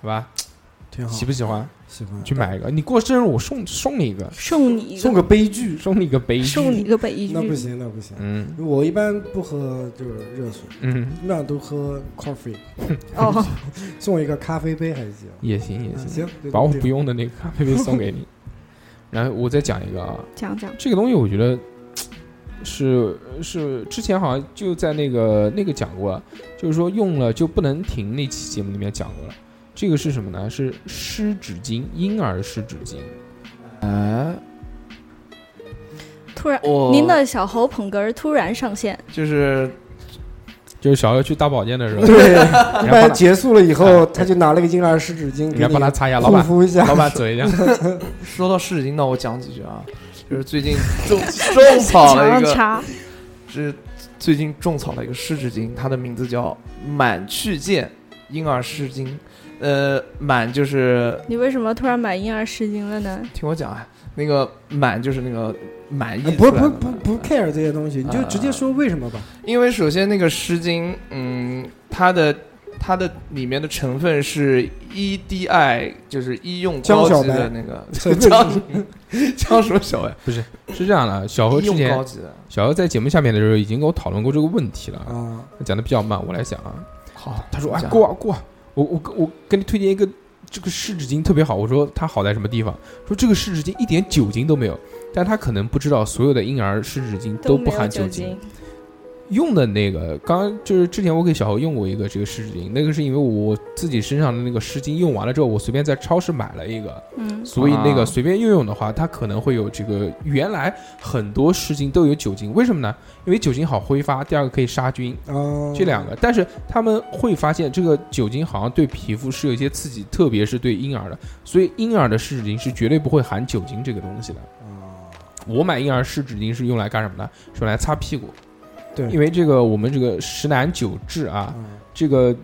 Speaker 6: 好吧？
Speaker 3: 挺好，
Speaker 6: 喜不喜欢？
Speaker 3: 喜欢
Speaker 6: 去买一个，你过生日我送送你一个，
Speaker 5: 送你一
Speaker 3: 送
Speaker 5: 个，
Speaker 3: 个悲剧，
Speaker 6: 送你一个杯具。
Speaker 5: 送你一个北一
Speaker 3: 那不
Speaker 5: 句，
Speaker 3: 行那不行，
Speaker 6: 嗯
Speaker 3: 我一般不喝就是热水，
Speaker 6: 嗯，
Speaker 3: 一般都喝 coffee，
Speaker 5: 哦，
Speaker 3: 送一个咖啡杯还行，
Speaker 6: 也行也
Speaker 3: 啊
Speaker 6: 行，
Speaker 3: 行，对
Speaker 6: 把我
Speaker 3: 对
Speaker 6: 不用的那个咖啡杯送给你。 然后我再讲一个啊，
Speaker 5: 讲讲
Speaker 6: 这个东西我觉得嘖是是之前好像就在那个那个讲过了，就是说用了就不能停那期节目里面讲过了。这个是什么呢？是湿纸巾，婴儿湿纸巾。
Speaker 4: 哎，
Speaker 5: 突然，
Speaker 4: 我
Speaker 5: 您的小猴捧哏儿突然上线，
Speaker 4: 就是
Speaker 6: 就是小要去大保健的时 候，
Speaker 3: 对，一
Speaker 6: 然后
Speaker 3: 般
Speaker 6: 把哎
Speaker 3: 结束了 以后，他就拿了个婴儿湿纸巾，
Speaker 6: 你要帮他擦一下，老
Speaker 3: 护
Speaker 6: 板，
Speaker 3: 肤一下。
Speaker 6: 老板嘴一下。
Speaker 4: 说到湿纸巾，那我讲几句啊，就是最近种种草了
Speaker 5: 墙
Speaker 4: 一
Speaker 5: 上
Speaker 4: 个，
Speaker 5: 插，
Speaker 4: 是最近种草了一个湿纸巾，它的名字叫满去健婴儿湿巾，呃，满就是
Speaker 5: 你为什么突然买婴儿湿巾了呢？
Speaker 4: 听我讲啊，那个满就是那个满意
Speaker 6: 呃
Speaker 4: 出
Speaker 3: 哎不
Speaker 4: 来的
Speaker 3: 不
Speaker 4: 嘛，
Speaker 3: 不不 care 这些东西，
Speaker 6: 啊
Speaker 3: 你就直接说为什么吧。
Speaker 4: 因为首先那个湿巾，嗯，它的它的里面的成分是 EDI，就是医用高级的那个
Speaker 3: 江小白
Speaker 4: 江江什么小 白，
Speaker 6: 是这样的，啊小何
Speaker 4: 医
Speaker 6: 之
Speaker 4: 用
Speaker 6: 前
Speaker 4: 高级的，
Speaker 6: 小姚在节目下面的时候已经跟我讨论过这个问题了，啊，
Speaker 3: 啊，
Speaker 6: 讲的比较慢，我来讲啊。
Speaker 4: 好，
Speaker 6: 他说：“
Speaker 4: 啊
Speaker 6: 哎，，过啊过啊，我我我给你推荐一个这个湿纸巾特别好。”我说：“它好在什么地方？”说这个湿纸巾一点酒精都没有，但他可能不知道所有的婴儿湿纸巾
Speaker 5: 都
Speaker 6: 不
Speaker 5: 没有
Speaker 6: 含
Speaker 5: 酒
Speaker 6: 精。，用的那个，刚刚就是之前我给小侯用过一个这个湿纸巾，那个是因为我自己身上的那个湿巾用完了之后，我随便在超市买了一个，
Speaker 5: 嗯，
Speaker 6: 所以那个
Speaker 4: 啊
Speaker 6: 随便用用的话，它可能会有这个原来很多湿巾都有酒精，为什么呢？因为酒精好挥发，第二个可以杀菌，
Speaker 3: 啊，
Speaker 6: 这两个。但是他们会发现这个酒精好像对皮肤是有一些刺激，特别是对婴儿的，所以婴儿的湿纸巾是绝对不会含酒精这个东西的。
Speaker 3: 啊，
Speaker 6: 我买婴儿湿纸巾是用来干什么呢？是用来擦屁股，
Speaker 3: 对，
Speaker 6: 因
Speaker 3: 为
Speaker 6: 为这个我们这个十男九痔啊，这个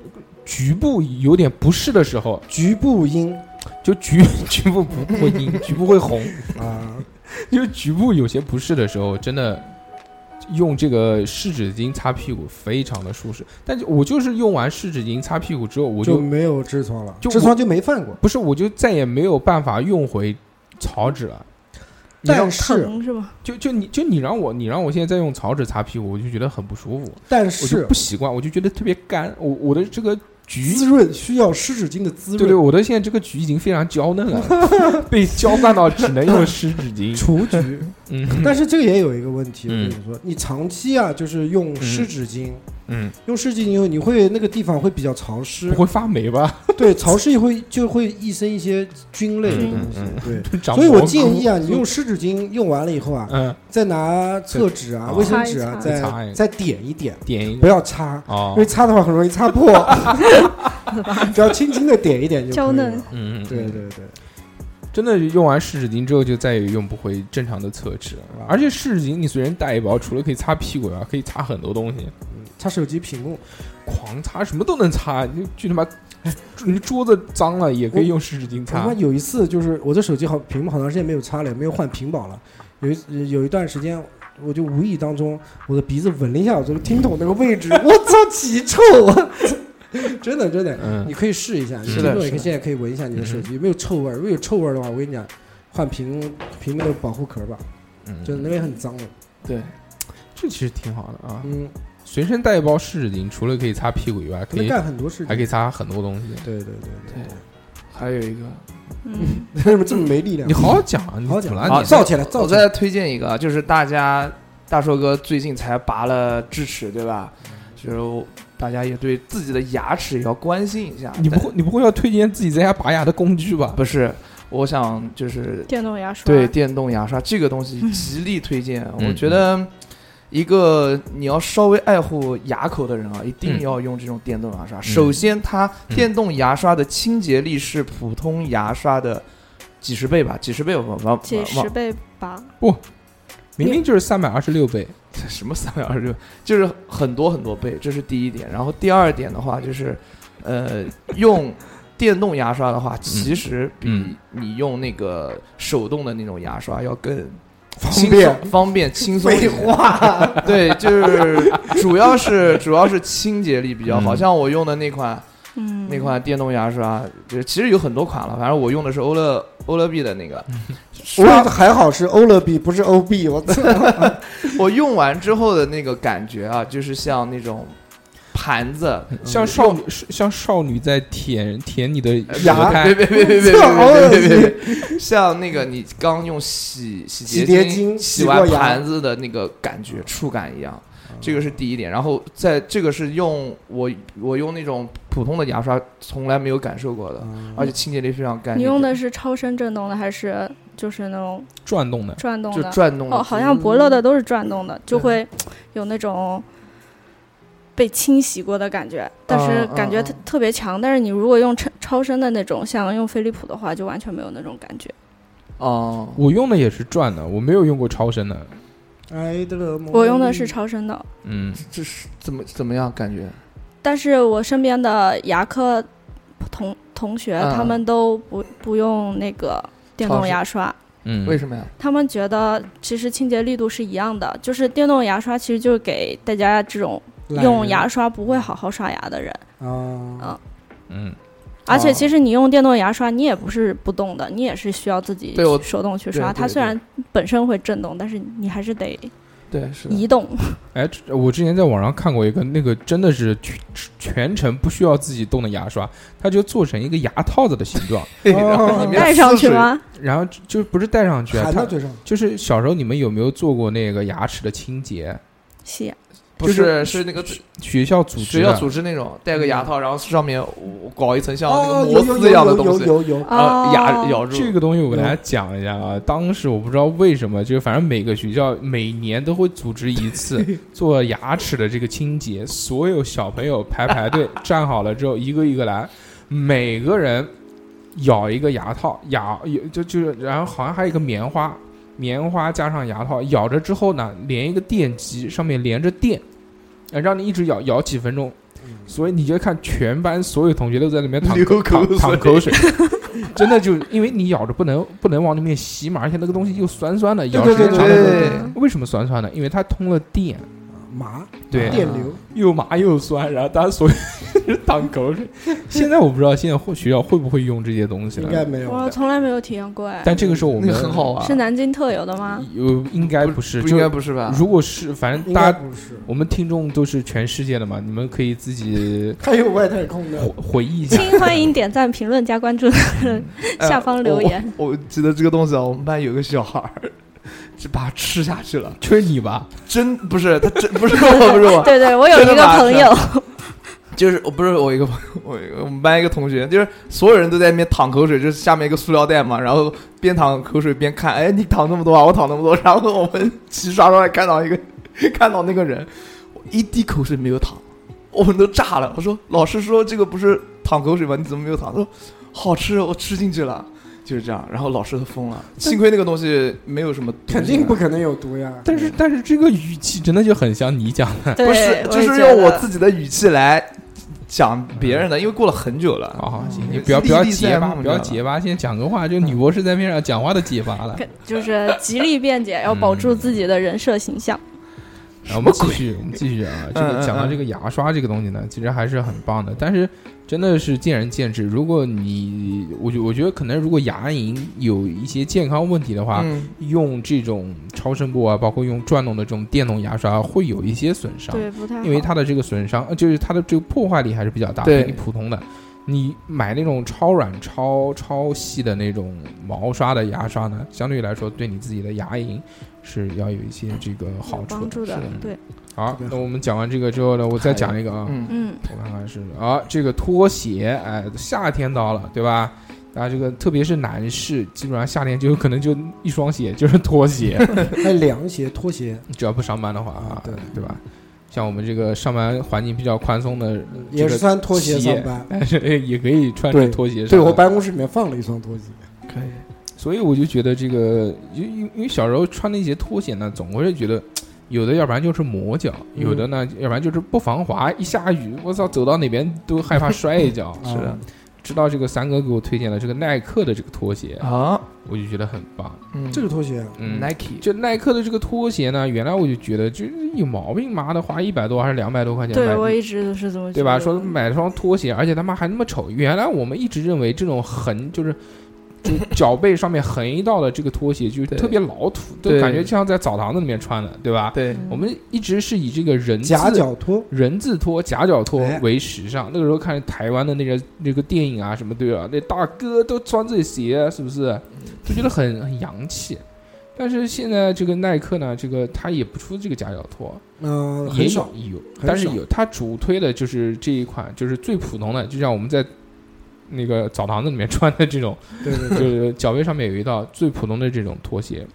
Speaker 6: 局部有点不适的时候，
Speaker 3: 局部因
Speaker 6: 就局 局部不会阴，局部会红。
Speaker 3: 啊，
Speaker 6: 就是局部有些不适的时候，真的用这个湿纸巾擦屁股非常的舒适。但是我就是用完湿纸巾擦屁股之 后，我
Speaker 3: 就
Speaker 6: 就
Speaker 3: 没有痔疮了，
Speaker 6: 就
Speaker 3: 痔疮就没犯过。
Speaker 6: 不是我就再也没有办法用回草纸了。你让
Speaker 3: 但是
Speaker 5: 疼是吧？
Speaker 6: 就就你就你让我你让我现在再用草纸擦屁股，我就觉得很不舒服，
Speaker 3: 但
Speaker 6: 我就是不习惯，我就觉得特别干。我我的这个局
Speaker 3: 滋润需要湿纸巾的滋
Speaker 6: 对对，
Speaker 3: 润，
Speaker 6: 我的现在 这个局已经非常娇嫩了，被浇灌到只能用湿纸巾。
Speaker 3: 雏菊
Speaker 6: 嗯
Speaker 3: 但是这个也有一个问题，我跟
Speaker 6: 嗯
Speaker 3: 你说，你长期啊，就是用湿纸巾，
Speaker 6: 嗯，
Speaker 3: 用湿纸巾以后，你会那个地方会比较潮湿
Speaker 6: 不，会发霉吧？
Speaker 3: 对，潮湿以后就会一生一些菌类的东西，
Speaker 6: 嗯
Speaker 3: 对。
Speaker 6: 长
Speaker 3: 所以
Speaker 6: 蘑
Speaker 3: 我
Speaker 6: 菇
Speaker 3: 建议啊，你用湿纸巾用完了以后啊，
Speaker 6: 嗯
Speaker 3: 再拿厕纸啊、
Speaker 6: 对
Speaker 3: 卫生纸啊，
Speaker 5: 擦
Speaker 6: 一
Speaker 3: 再
Speaker 6: 擦擦一
Speaker 3: 再点一点，
Speaker 6: 点一
Speaker 3: 不
Speaker 6: 个
Speaker 3: 要擦，
Speaker 6: 哦
Speaker 3: 因为，擦的话很容易擦 破，只要轻轻的点一点就
Speaker 5: 娇
Speaker 3: 可以
Speaker 5: 嫩
Speaker 3: 了。
Speaker 6: 嗯，嗯
Speaker 3: 对，对对，
Speaker 6: 真的用完湿纸巾之后就再也用不回正常的厕纸了，而且湿纸巾你随身带一包，除了可以擦屁股啊，可以擦很多东西，
Speaker 3: 擦手机屏幕，
Speaker 6: 狂擦什么都能擦，你去他妈， 你桌子脏了也可以用湿纸巾
Speaker 3: 我他
Speaker 6: 擦，
Speaker 3: 妈有一次就是我的手机好屏幕好长时间没有擦了，也没有换屏保了。有一有一段时间，我就无意当中我的鼻子闻了一下我这个听筒那个位置，我操，奇臭啊！ 真的真的，
Speaker 6: 嗯
Speaker 3: 你可以试一下，你
Speaker 6: 是
Speaker 3: 听
Speaker 4: 的
Speaker 3: 众
Speaker 4: 是
Speaker 3: 也可以
Speaker 4: 的
Speaker 3: 现在可以闻一下你的手机有没有臭味儿。如果有臭味儿的话，我跟你讲，换屏屏幕的保护壳吧，
Speaker 6: 嗯
Speaker 3: 就是那个也很脏的。
Speaker 4: 对，
Speaker 6: 这其实挺好的啊。
Speaker 3: 嗯，
Speaker 6: 随身带一包湿纸巾，除了可以擦屁股以外，可
Speaker 3: 能
Speaker 6: 以
Speaker 3: 干很多事
Speaker 6: 还可
Speaker 3: 情。
Speaker 6: 以擦很多东西。
Speaker 3: 对对对对
Speaker 4: 还有一个，
Speaker 5: 嗯，
Speaker 3: 对，为什么这么没力量？
Speaker 6: 你好好讲啊，你
Speaker 3: 好好
Speaker 6: 怎
Speaker 3: 讲
Speaker 6: 么
Speaker 4: 好
Speaker 6: 了？你
Speaker 3: 造起来，造
Speaker 4: 我
Speaker 3: 起来。
Speaker 4: 再推荐一个啊，就是大家大硕哥最近才拔了智齿，对吧？就是大家也对自己的牙齿也要关心一下。
Speaker 6: 你不
Speaker 4: 但
Speaker 6: 会你不会要推荐自己在家拔牙的工具吧？
Speaker 4: 不是？我想就是
Speaker 5: 电动牙刷，
Speaker 4: 对电动牙刷这个东西极力推荐，
Speaker 6: 嗯
Speaker 4: 我觉得。一个你要稍微爱护牙口的人啊，一定要用这种电动牙刷。首先，它
Speaker 6: 嗯
Speaker 4: 电动牙刷的清洁力是普通牙刷的几十倍吧，几十倍往往
Speaker 5: 几
Speaker 4: 往
Speaker 5: 十倍吧，
Speaker 6: 明明就是三百二十六倍。
Speaker 4: 什么三百二十六，就是很多很多倍，这是第一点。然后第二点的话就是，呃，用电动牙刷的话，其实比
Speaker 6: 嗯
Speaker 4: 你用那个手动的那种牙刷要更
Speaker 3: 方
Speaker 4: 轻
Speaker 3: 便。
Speaker 4: 松、方 便、轻松一
Speaker 3: 废
Speaker 4: 点。
Speaker 3: 话，
Speaker 4: 对，就是主要是主要是清洁力比较好，
Speaker 6: 嗯
Speaker 4: 像我用的那款
Speaker 5: 嗯，
Speaker 4: 那款电动牙刷，就其实有很多款了，反正我用的是欧乐欧乐 B 的那个，
Speaker 6: 嗯
Speaker 3: 我还好是欧乐 B，不是 OB，我操！
Speaker 4: 我用完之后的那个感觉啊，就是像那种盘子，
Speaker 6: 像少女，像少女在舔舔你的
Speaker 3: 牙
Speaker 4: 别别
Speaker 6: 舌苔，
Speaker 4: 别别别别别别别！像那个你刚用洗洗
Speaker 3: 洗
Speaker 4: 洁
Speaker 3: 洁精
Speaker 4: 洗
Speaker 3: 洗
Speaker 4: 完
Speaker 3: 过牙
Speaker 4: 盘子的那个感觉触感一样，这个是第一点。然后在这个是用我我用那种普通的牙刷从来没有感受过
Speaker 3: 嗯
Speaker 4: 的，而且清洁力非常干净。
Speaker 5: 你用的是超声震动的还是就是那种
Speaker 6: 转动的，
Speaker 5: 转动
Speaker 4: 呃就
Speaker 5: 的？
Speaker 4: 转动的嗯
Speaker 5: 哦，好像伯乐的都是转动的，就会有那种被清洗过的感觉，但是感觉
Speaker 4: 嗯嗯
Speaker 5: 特特别强。但是你如果用超超声的那种，像用飞利浦的话，就完全没有那种感觉。
Speaker 4: 哦，
Speaker 6: 我用的也是转的，我没有用过超声的。
Speaker 3: 爱的冷漠
Speaker 5: 我用的是超声的，
Speaker 6: 嗯，
Speaker 4: 这是怎么怎么样感觉？
Speaker 5: 但是我身边的牙科同同学、
Speaker 4: 嗯
Speaker 5: 他们都不不用那个电
Speaker 4: 超
Speaker 5: 动
Speaker 4: 声
Speaker 5: 牙刷，
Speaker 6: 嗯，
Speaker 4: 为什么呀？
Speaker 5: 他们觉得其实清洁力度是一样的，就是电动牙刷其实就是给大家这种用牙刷不会好好刷牙的人。
Speaker 3: 啊，
Speaker 6: 嗯，
Speaker 5: 而且
Speaker 4: 哦
Speaker 5: 其实你用电动牙刷，你也不是不动的，你也是需要自己
Speaker 4: 对我
Speaker 5: 手动去
Speaker 4: 对
Speaker 5: 刷。
Speaker 4: 对
Speaker 5: 它
Speaker 4: 对
Speaker 5: 虽然本身会震动，但是你还是得
Speaker 4: 对，是的
Speaker 5: 移动。
Speaker 6: 哎，这我之前在网上看过一个，那个真的是全全程不需要自己动的牙刷，它就做成一个牙套子的形状，
Speaker 3: 哦
Speaker 5: 戴上去？吗？
Speaker 6: 然后就就不是戴上去啊，
Speaker 3: 含
Speaker 6: 它
Speaker 3: 到嘴上，
Speaker 6: 就是小时候你们有没有做过那个牙齿的清洁？
Speaker 5: 吸
Speaker 4: 啊不是，是那个
Speaker 6: 学校组织啊
Speaker 4: 学校
Speaker 6: 的，
Speaker 4: 组织那种戴个牙套，然后上面搞一层像那
Speaker 3: 哦，
Speaker 4: 个
Speaker 3: 有
Speaker 4: 摩
Speaker 3: 有
Speaker 4: 丝一样的
Speaker 3: 有
Speaker 4: 东
Speaker 3: 有
Speaker 4: 西。
Speaker 3: 有有，
Speaker 4: 然后牙
Speaker 5: 哦
Speaker 4: 咬住
Speaker 6: 这个东西我给大家讲一下啊，当时我不知道为什么，就反正每个学校每年都会组织一次做牙齿的这个清洁，所有小朋友排排队站好了之后，一个一个来，每个人咬一个牙套，咬就就是，然后好像还有一个棉花，棉花加上牙套，咬着之后呢，连一个电极，上面连着电，呃让你一直咬咬几分钟。所以你就看全班所有同学都在里面淌
Speaker 4: 流
Speaker 6: 淌
Speaker 4: 口
Speaker 6: 淌口水， 真的就因为你咬着不能不能往里面吸嘛，而且那个东西又酸酸的，咬时间长了之后，
Speaker 4: 对，
Speaker 6: 为什么酸酸的？因为它通了电，
Speaker 3: 麻
Speaker 6: 对，
Speaker 3: 电流，
Speaker 6: 又麻又酸，然后大家所以淌 口水。现在我不知道现在会学校会不会用这些东西
Speaker 3: 应该
Speaker 6: 了，
Speaker 3: 没有
Speaker 5: 我从来没有体验过哎，
Speaker 6: 但这个时候我
Speaker 4: 那
Speaker 6: 们
Speaker 4: 个很好，玩，
Speaker 5: 啊是南京特有的
Speaker 4: 嗯
Speaker 5: 吗？
Speaker 6: 有应该哎不是，
Speaker 4: 不
Speaker 6: 就
Speaker 4: 应该不是啊吧？
Speaker 6: 如果是，反正
Speaker 3: 应
Speaker 6: 大
Speaker 3: 该
Speaker 6: 家
Speaker 3: 不是，
Speaker 6: 我们听众都是全世界的嘛，你们可以自己
Speaker 3: 还有外太空的
Speaker 6: 回，回忆一下。
Speaker 5: 请欢迎点赞、评论、 加关注，
Speaker 4: 哎
Speaker 5: 下方留言。
Speaker 4: 我我我记得这个东西啊，我们班有个小孩儿， 是把它吃下去了，
Speaker 6: 就是你吧？
Speaker 4: 真不是他真不是我不是我，
Speaker 5: 对对，我有一
Speaker 4: 真的
Speaker 5: 个
Speaker 4: 吧
Speaker 5: 朋友，
Speaker 4: 就是哦我不是我一个朋友，我一个我们班一个同学，就是所有人都在那边淌口水，就是下面一个塑料袋嘛，然后边淌口水边看，哎，你淌那么多啊，我淌那么多，然后我们齐刷刷的看到一个 看到那个人，我一滴口水没有淌，我们都炸了。我说老师说这个不是淌口水吗？你怎么没有淌？他说好吃，我吃进去了。就是这样，然后老师都疯了。幸亏那个东西没有什么毒性啊，
Speaker 3: 肯定不可能有毒呀。嗯
Speaker 6: 但
Speaker 4: 嗯
Speaker 6: 是但是这个语气真的就很像你讲的
Speaker 5: 对
Speaker 4: 不是，
Speaker 5: 我
Speaker 4: 就
Speaker 5: 也
Speaker 4: 是
Speaker 5: 觉
Speaker 4: 用我
Speaker 5: 得
Speaker 4: 自己的语气来讲别人的，因为过了很久
Speaker 3: 哦
Speaker 4: 了。
Speaker 6: 好好啊行，
Speaker 4: 嗯
Speaker 6: 你不要不要
Speaker 4: 历历在
Speaker 6: 结巴，
Speaker 4: 目
Speaker 6: 不
Speaker 4: 知
Speaker 6: 要
Speaker 4: 道吧
Speaker 6: 结巴，先讲个话。就女博士在边上讲话都结巴了。
Speaker 5: 可就是极力辩解，要保住自己的人设形 象。
Speaker 6: 啊然后我们继 续，我们继续啊，这
Speaker 4: 嗯嗯嗯
Speaker 6: 个讲到这个牙刷这个东西呢，其实还是很棒的，但是真的是见仁见智。如果你，我觉我觉得可能如果牙龈有一些健康问题的话，
Speaker 4: 嗯
Speaker 6: 用这种超声波啊，包括用转动的这种电动牙刷，会有一些损伤，
Speaker 5: 对，不太好
Speaker 6: 嗯因为它的这个损伤，呃就是它的这个破坏力还是比较大，
Speaker 4: 对
Speaker 6: 比你普通的。你买那种超软、超超细的那种毛刷的牙刷呢，相对来说对你自己的牙龈是要有一些这个
Speaker 5: 有
Speaker 6: 好处
Speaker 5: 帮助
Speaker 6: 的。
Speaker 5: 的
Speaker 6: 是的，
Speaker 5: 对，
Speaker 6: 好，那我们讲完这个之后呢，我再讲一个啊，
Speaker 4: 嗯，
Speaker 5: 嗯，
Speaker 6: 我看看是啊，这个拖鞋，哎，夏天到了，对吧？啊，这个特别是男士，基本上夏天就有可能就一双鞋，就是拖 鞋，
Speaker 3: 还凉鞋、拖鞋
Speaker 6: 只要不上班的话啊，
Speaker 3: 对
Speaker 6: 对吧？像我们这个上班环境比较宽松的，
Speaker 3: 也是穿拖鞋上班。
Speaker 6: 但是 也可以穿着
Speaker 3: 对
Speaker 6: 拖鞋上
Speaker 3: 对我
Speaker 6: 班。
Speaker 3: 办公室里面放了一双拖鞋，
Speaker 4: 可以。
Speaker 6: 所以我就觉得这个，因因因为小时候穿那些拖鞋呢，总会觉得。有的要不然就是磨脚，
Speaker 3: 嗯
Speaker 6: 有的呢，要不然就是不防滑。一下雨，我操，走到哪边都害怕摔一 跤。
Speaker 3: 是
Speaker 4: 的
Speaker 6: 直到这个三哥给我推荐了这个耐克的这个拖鞋，
Speaker 4: 啊，
Speaker 6: 我就觉得很棒。
Speaker 4: 嗯
Speaker 3: 这个拖鞋啊
Speaker 6: 嗯，
Speaker 4: Nike
Speaker 6: 就耐克的这个拖鞋呢，原来我就觉得就是有毛病，妈的，花一百多还是两百多块钱
Speaker 5: 对我
Speaker 6: 买，
Speaker 5: 一直都是这么觉
Speaker 6: 对吧？
Speaker 5: 得
Speaker 6: 说
Speaker 5: 的
Speaker 6: 买双拖鞋，而且他妈还那么丑。原来我们一直认为这种横就是。就脚背上面横一道的这个拖鞋，就是
Speaker 4: 对
Speaker 6: 特别老土，都
Speaker 4: 对
Speaker 6: 感觉就像在澡堂子里面穿的，对吧？
Speaker 4: 对，
Speaker 6: 我们一直是以这个人字
Speaker 3: 夹脚拖，
Speaker 6: 人字拖、夹脚拖
Speaker 3: 哎
Speaker 6: 为时尚。那个时候看台湾的那个那个电影啊，什么对吧？那大哥都穿这鞋，是不是？就觉得很很洋气。但是现在这个耐克呢，这个它也不出这个夹脚拖，
Speaker 3: 嗯，
Speaker 6: 也
Speaker 3: 很
Speaker 6: 有
Speaker 3: 少。
Speaker 6: 有，
Speaker 3: 很
Speaker 6: 但是
Speaker 3: 少
Speaker 6: 有它主推的就是这一款，就是最普通的，就像我们在那个澡堂子里面穿的这种，
Speaker 3: 对对
Speaker 6: 就
Speaker 3: 对，
Speaker 6: 是脚背上面有一道最普通的这种拖鞋。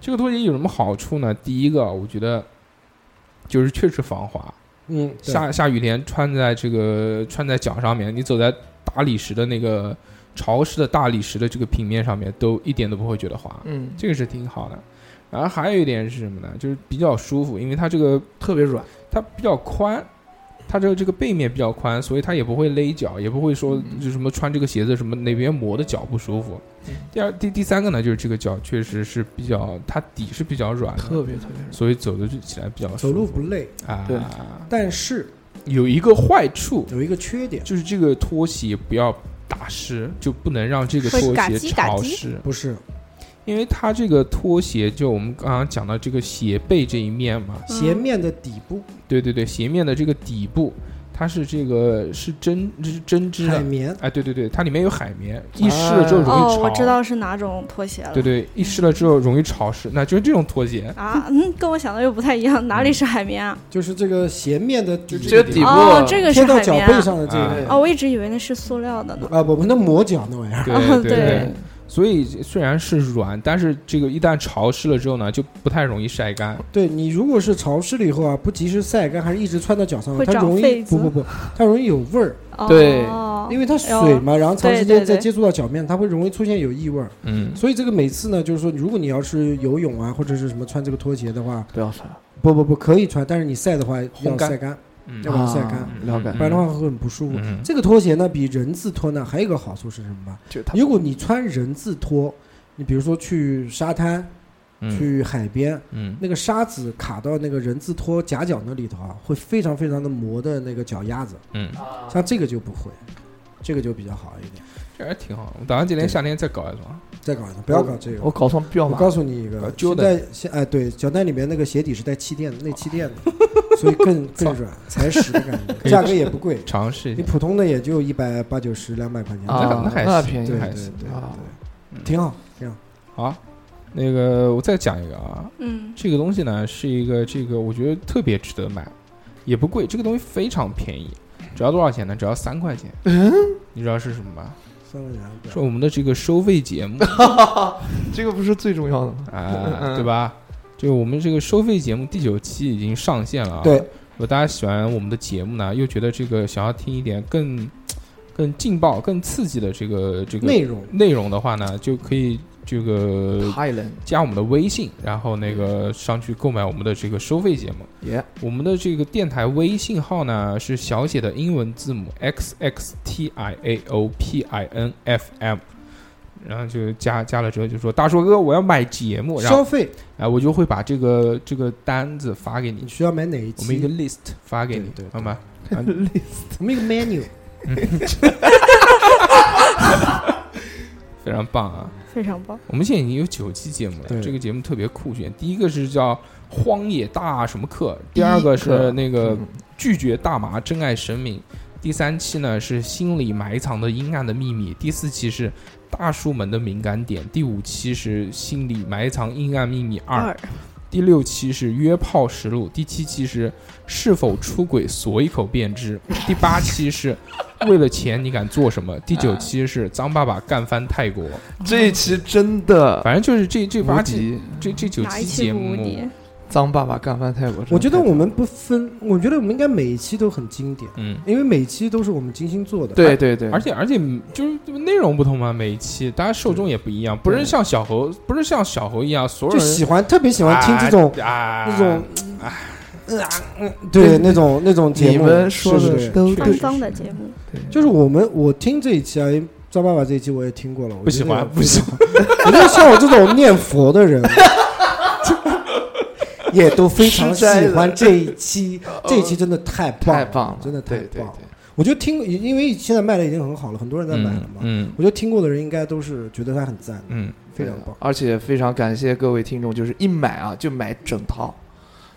Speaker 6: 这个拖鞋有什么好处呢？第一个，我觉得就是确实防滑，
Speaker 3: 嗯，对
Speaker 6: 下下雨天穿在这个穿在脚上面，你走在大理石的那个潮湿的大理石的这个平面上面，都一点都不会觉得滑，
Speaker 4: 嗯，
Speaker 6: 这个是挺好的。然后还有一点是什么呢？就是比较舒服，因为它这个
Speaker 4: 特别软，
Speaker 6: 它比较宽，它这个这个背面比较宽，所以它也不会勒脚，也不会说
Speaker 4: 嗯
Speaker 6: 就什么穿这个鞋子什么哪边磨的脚不舒服。第二第第三个呢，就是这个脚确实是比较，它底是比较软的，
Speaker 4: 别特别软。
Speaker 6: 所以走的就起来比较
Speaker 3: 走
Speaker 6: 舒
Speaker 3: 路
Speaker 6: 服
Speaker 3: 不累，
Speaker 6: 啊。
Speaker 4: 对
Speaker 3: 但是
Speaker 6: 有一个坏处，
Speaker 3: 有一个缺点，
Speaker 6: 就是这个拖鞋不要打湿，就不能让这个
Speaker 8: 会
Speaker 6: 拖
Speaker 8: 嘎
Speaker 6: 鞋
Speaker 8: 叽嘎
Speaker 6: 潮
Speaker 8: 叽
Speaker 6: 湿，
Speaker 3: 不是
Speaker 6: 因为它这个拖鞋就我们刚刚讲到这个鞋背这一面嘛，
Speaker 5: 嗯
Speaker 3: 鞋面的底部
Speaker 6: 对对对，鞋面的这个底部，它是这个是针是针织
Speaker 3: 海
Speaker 6: 的，
Speaker 3: 绵，啊
Speaker 6: 哎，对对对，它里面有海绵，一湿了之后容易
Speaker 5: 哦，
Speaker 6: 潮，
Speaker 5: 我知道是哪种拖鞋了。
Speaker 6: 对对，一湿了之后容易潮湿，那就是这种拖鞋，
Speaker 5: 啊，嗯，跟我想的又不太一样，
Speaker 6: 嗯
Speaker 5: 哪里是海绵啊？
Speaker 3: 就是这个鞋面的底
Speaker 4: 这个底部
Speaker 5: 哦，这个是
Speaker 3: 贴到
Speaker 5: 海
Speaker 3: 脚
Speaker 5: 绵
Speaker 3: 背
Speaker 5: 啊。
Speaker 3: 上的这
Speaker 6: 啊
Speaker 3: 个
Speaker 5: 哦，我一直以为那是塑料的呢。
Speaker 3: 啊，不不，那磨脚那玩意儿，
Speaker 6: 对
Speaker 5: 哦
Speaker 6: 对
Speaker 5: 对
Speaker 6: 对。所以虽然是软，但是这个一旦潮湿了之后呢，就不太容易晒干。
Speaker 3: 对你如果是潮湿了以后啊，不及时晒干，还是一直穿到脚上，
Speaker 5: 会
Speaker 3: 它
Speaker 5: 长
Speaker 3: 容易
Speaker 5: 痱
Speaker 3: 不
Speaker 5: 子
Speaker 3: 不不，它容易有味儿，
Speaker 5: 哦，
Speaker 4: 对
Speaker 3: 因为它水嘛，然后长时
Speaker 5: 对
Speaker 3: 间
Speaker 5: 对
Speaker 3: 在
Speaker 5: 对
Speaker 3: 接触到脚面，它会容易出现有异味儿。
Speaker 6: 嗯，
Speaker 3: 所以这个每次呢，就是说，如果你要是游泳啊，或者是什么穿这个拖鞋的话，
Speaker 4: 不要穿，
Speaker 3: 不不不可以穿，但是你晒的话要
Speaker 6: 干
Speaker 3: 晒干，
Speaker 6: 嗯
Speaker 3: 要不然晒干，
Speaker 4: 了解
Speaker 3: 不然的话会很不舒服。
Speaker 6: 嗯
Speaker 3: 这个拖鞋呢，比人字拖呢还有一个好处是什么吧？
Speaker 4: 就它
Speaker 6: 嗯
Speaker 3: 如果你穿人字拖，你比如说去沙滩、
Speaker 6: 嗯
Speaker 3: 去海边，
Speaker 6: 嗯，
Speaker 3: 那个沙子卡到那个人字拖夹脚那里头啊，会非常非常的磨的那个脚丫子。
Speaker 6: 嗯，
Speaker 3: 像这个就不会，这个就比较好一点。
Speaker 6: 这还挺好。我打算今年夏天再搞一双。
Speaker 3: 再搞一
Speaker 6: 哦
Speaker 3: 个，不要搞这个。
Speaker 4: 我搞双彪
Speaker 3: 我
Speaker 4: 马，
Speaker 3: 告诉你一
Speaker 6: 搞
Speaker 3: 个，
Speaker 6: Jordan
Speaker 3: 现在现哎对，脚带里面那个鞋底是带气垫的，内气垫的， 所以更更 软，踩屎的感
Speaker 6: 哦可
Speaker 3: 觉，
Speaker 6: 以
Speaker 3: 价格也不贵，
Speaker 6: 尝试一
Speaker 3: 你
Speaker 6: 下。
Speaker 3: 普通的也就一百八九十、两百块钱，
Speaker 6: 那
Speaker 4: 啊
Speaker 6: 还
Speaker 4: 那
Speaker 6: 行
Speaker 4: 便宜
Speaker 3: 对
Speaker 6: 还
Speaker 3: 对
Speaker 6: 行
Speaker 3: 对
Speaker 4: 啊
Speaker 3: 对，挺好挺好。
Speaker 6: 好，那个我再讲一个啊，
Speaker 5: 嗯
Speaker 6: 这个东西呢是一个这个我觉得特别值得买，也不贵，这个东西非常便宜，只要多少钱呢？只要三块钱。
Speaker 4: 嗯，
Speaker 6: 你知道是什么吗？
Speaker 3: 三块钱，
Speaker 6: 是我们的这个收费节 目
Speaker 7: 这个不是最重要的吗？
Speaker 3: 嗯
Speaker 6: 啊，对吧？就我们这个收费节目第九期已经上线了啊。
Speaker 3: 对，
Speaker 6: 如果大家喜欢我们的节目呢，又觉得这个想要听一点更更劲爆、更刺激的这个这个
Speaker 3: 内容
Speaker 6: 内容的话呢，就可以这个
Speaker 7: Thailand
Speaker 6: 加我们的微信，然后那个上去购买我们的这个收费节目。
Speaker 7: 耶，
Speaker 6: 我们的这个电台微信号呢是小写的英文字母 x x t i a o p i n f m，然后就加加了之后就说大硕哥我要买节目，然
Speaker 3: 消
Speaker 6: 后
Speaker 3: 费
Speaker 6: 哎、我就会把这个这个单子发给你
Speaker 3: 你，需要买哪一
Speaker 6: 我们一
Speaker 3: 期
Speaker 6: 个？list 发给你，好吗？啊
Speaker 3: 我们一个 menu，
Speaker 6: 非常棒啊！
Speaker 5: 非常棒。
Speaker 6: 我们现在已经有九期节目了，
Speaker 3: 对
Speaker 6: 这个节目特别酷炫。第一个是叫《荒野大什么课》，嗯第二个是那个
Speaker 4: 嗯
Speaker 6: 拒绝大麻，珍爱生命。第三期呢是心里埋藏的阴暗的秘密，第四期是大叔们的敏感点，第五期是心里埋藏阴暗秘密二，第六期是约炮实录，第七期是是否出轨锁一口便知，第八期是为了钱你敢做什么，第九期是脏爸爸干翻泰 国。
Speaker 4: 这一期真的
Speaker 6: 反正就是这这
Speaker 4: 无
Speaker 6: 八期
Speaker 4: 敌，
Speaker 6: 这这九
Speaker 5: 呃哪一
Speaker 6: 期
Speaker 5: 期
Speaker 6: 节
Speaker 5: 无
Speaker 6: 目，
Speaker 5: 敌？
Speaker 7: 脏爸爸干翻泰国。
Speaker 3: 我觉得我们不分，我觉得我们应该每一期都很经典，
Speaker 6: 嗯，
Speaker 3: 因为每期都是我们精心做的。
Speaker 4: 对对对，
Speaker 6: 而且而且就是内容不同嘛，每一期大家受众也不一样，不是像小猴，不是像小猴一样，所有
Speaker 3: 就
Speaker 6: 人
Speaker 3: 喜欢特别喜欢听这种
Speaker 6: 啊
Speaker 3: 那种，嗯啊嗯，对那种那种节
Speaker 4: 你
Speaker 3: 目，
Speaker 4: 们说
Speaker 3: 是
Speaker 4: 的
Speaker 3: 是
Speaker 4: 都
Speaker 5: 沧
Speaker 4: 对，
Speaker 5: 桑的节目，
Speaker 3: 就是我们我听这一期啊，因为张爸爸这一期我也听过了，
Speaker 6: 不喜欢不喜
Speaker 3: 欢。我觉得像我这种念佛的人，也都非常喜欢这一期，这一期真的太棒
Speaker 7: 太棒了
Speaker 3: 真的太
Speaker 7: 对对
Speaker 3: 棒了。我觉得听，因为现在卖的已经很好了，很多人在买了嘛。
Speaker 6: 嗯
Speaker 3: 我觉得听过的人应该都是觉得它很赞，
Speaker 6: 嗯
Speaker 3: 非常棒。
Speaker 4: 啊而且非常感谢各位听众，就是一买啊就买整套，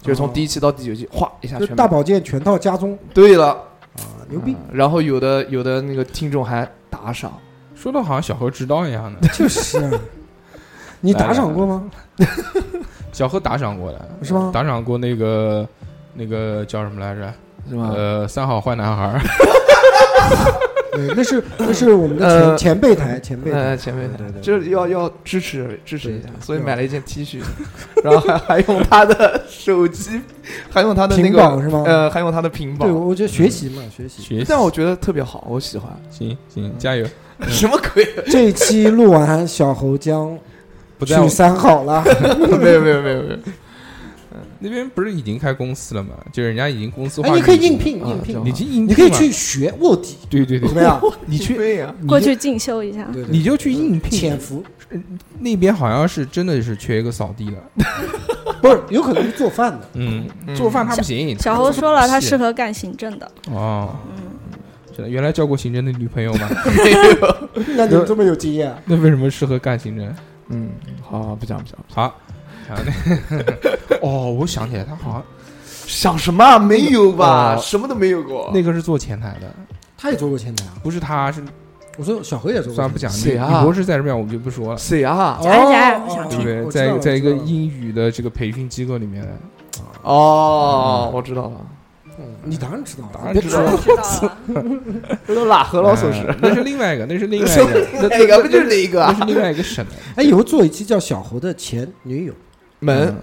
Speaker 4: 就是从第一期到第九期，哗一下
Speaker 3: 就
Speaker 4: 全
Speaker 3: 大
Speaker 4: 买。
Speaker 3: 保健全套加宗
Speaker 4: 对了，
Speaker 3: 啊，牛逼！
Speaker 4: 嗯然后有的有的那个听众还打赏，
Speaker 6: 嗯，说的好像小猴知道一样的，
Speaker 3: 就是啊，你打赏过吗？
Speaker 6: 小猴打赏过的，
Speaker 3: 哦是吗？
Speaker 6: 打赏过那个那个叫什么来着？
Speaker 4: 是吗？
Speaker 6: 呃，三好坏男 孩儿，
Speaker 3: 对，那是那是我们的前
Speaker 4: 呃
Speaker 3: 前辈台 前辈台
Speaker 4: 呃，前辈
Speaker 3: 对对对
Speaker 4: 就是要要支持支持一下
Speaker 3: 对，对
Speaker 4: 所以买了一件 T 恤，然后还还用他的手机，还用他的那
Speaker 3: 屏
Speaker 4: 个
Speaker 3: 保是吗？
Speaker 4: 呃，还用他的屏
Speaker 3: 对，
Speaker 4: 保，
Speaker 3: 我觉得学习嘛，学习。
Speaker 6: 学习
Speaker 4: 但我觉得特别好，我喜欢。
Speaker 6: 行行，加
Speaker 3: 嗯
Speaker 6: 油，
Speaker 4: 什么鬼？啊
Speaker 3: 这一期录完，小猴将
Speaker 6: 不在我
Speaker 3: 去三好了。
Speaker 4: 没有没有没有没有，
Speaker 6: 那边不是已经开公司了吗？就是人家已经公司化，
Speaker 3: 哎，你可以应，聘
Speaker 4: 啊
Speaker 3: 应聘
Speaker 4: 这样，
Speaker 6: 你已经应聘
Speaker 3: 你可以
Speaker 6: 了，
Speaker 3: 去学卧底，
Speaker 6: 对对对
Speaker 3: 怎，么样？
Speaker 6: 你去
Speaker 4: 对 呀，
Speaker 5: 过去进修一下。
Speaker 3: 对对
Speaker 6: 你就去应聘，
Speaker 3: 潜伏
Speaker 6: 那边好像是真的是缺一个扫地的，
Speaker 3: 不是有可能是做饭的，
Speaker 6: 嗯，做饭他不行。
Speaker 5: 小猴说了，他适
Speaker 6: 合
Speaker 5: 合干行政的。
Speaker 6: 哦，
Speaker 5: 嗯，
Speaker 6: 真的原来交过行政的女朋友吗？
Speaker 3: 那你这么有经验，啊
Speaker 6: 那为什么适合干行政？
Speaker 4: 嗯，好，好不讲不讲，
Speaker 6: 好，好那 哦，我想起来，他好像
Speaker 4: 想什么啊？没有吧，
Speaker 6: 哦
Speaker 4: 什么都没有过。
Speaker 6: 那个是做前台的，
Speaker 3: 他也做过前台啊。
Speaker 6: 不是他是，
Speaker 3: 我说小何也做过前台，
Speaker 6: 算了不讲，
Speaker 4: 谁
Speaker 6: 女
Speaker 4: 啊
Speaker 6: 女博士在这边我们就不说了，
Speaker 4: 谁啊？
Speaker 5: 讲一讲
Speaker 3: 哦
Speaker 5: 我想
Speaker 6: 对不对？
Speaker 3: 我知道
Speaker 6: 在
Speaker 3: 了
Speaker 6: 在一
Speaker 3: 我
Speaker 6: 个
Speaker 3: 知道了
Speaker 6: 英语的这个培训机构里面，
Speaker 4: 哦，我知道了，
Speaker 3: 嗯你当然知道
Speaker 6: 当然
Speaker 3: 了，别
Speaker 6: 知
Speaker 5: 知
Speaker 3: 说
Speaker 5: 道啊
Speaker 3: 了。
Speaker 5: 了。
Speaker 4: 这都哪何老所
Speaker 6: 哎
Speaker 4: 是？
Speaker 6: 那是另外一个，那 是另外一个，那
Speaker 4: 哪个不就是那一个
Speaker 6: 那
Speaker 4: 啊
Speaker 6: 是另外一个省的
Speaker 3: 哎，以后做一期叫小猴的前女友
Speaker 4: 门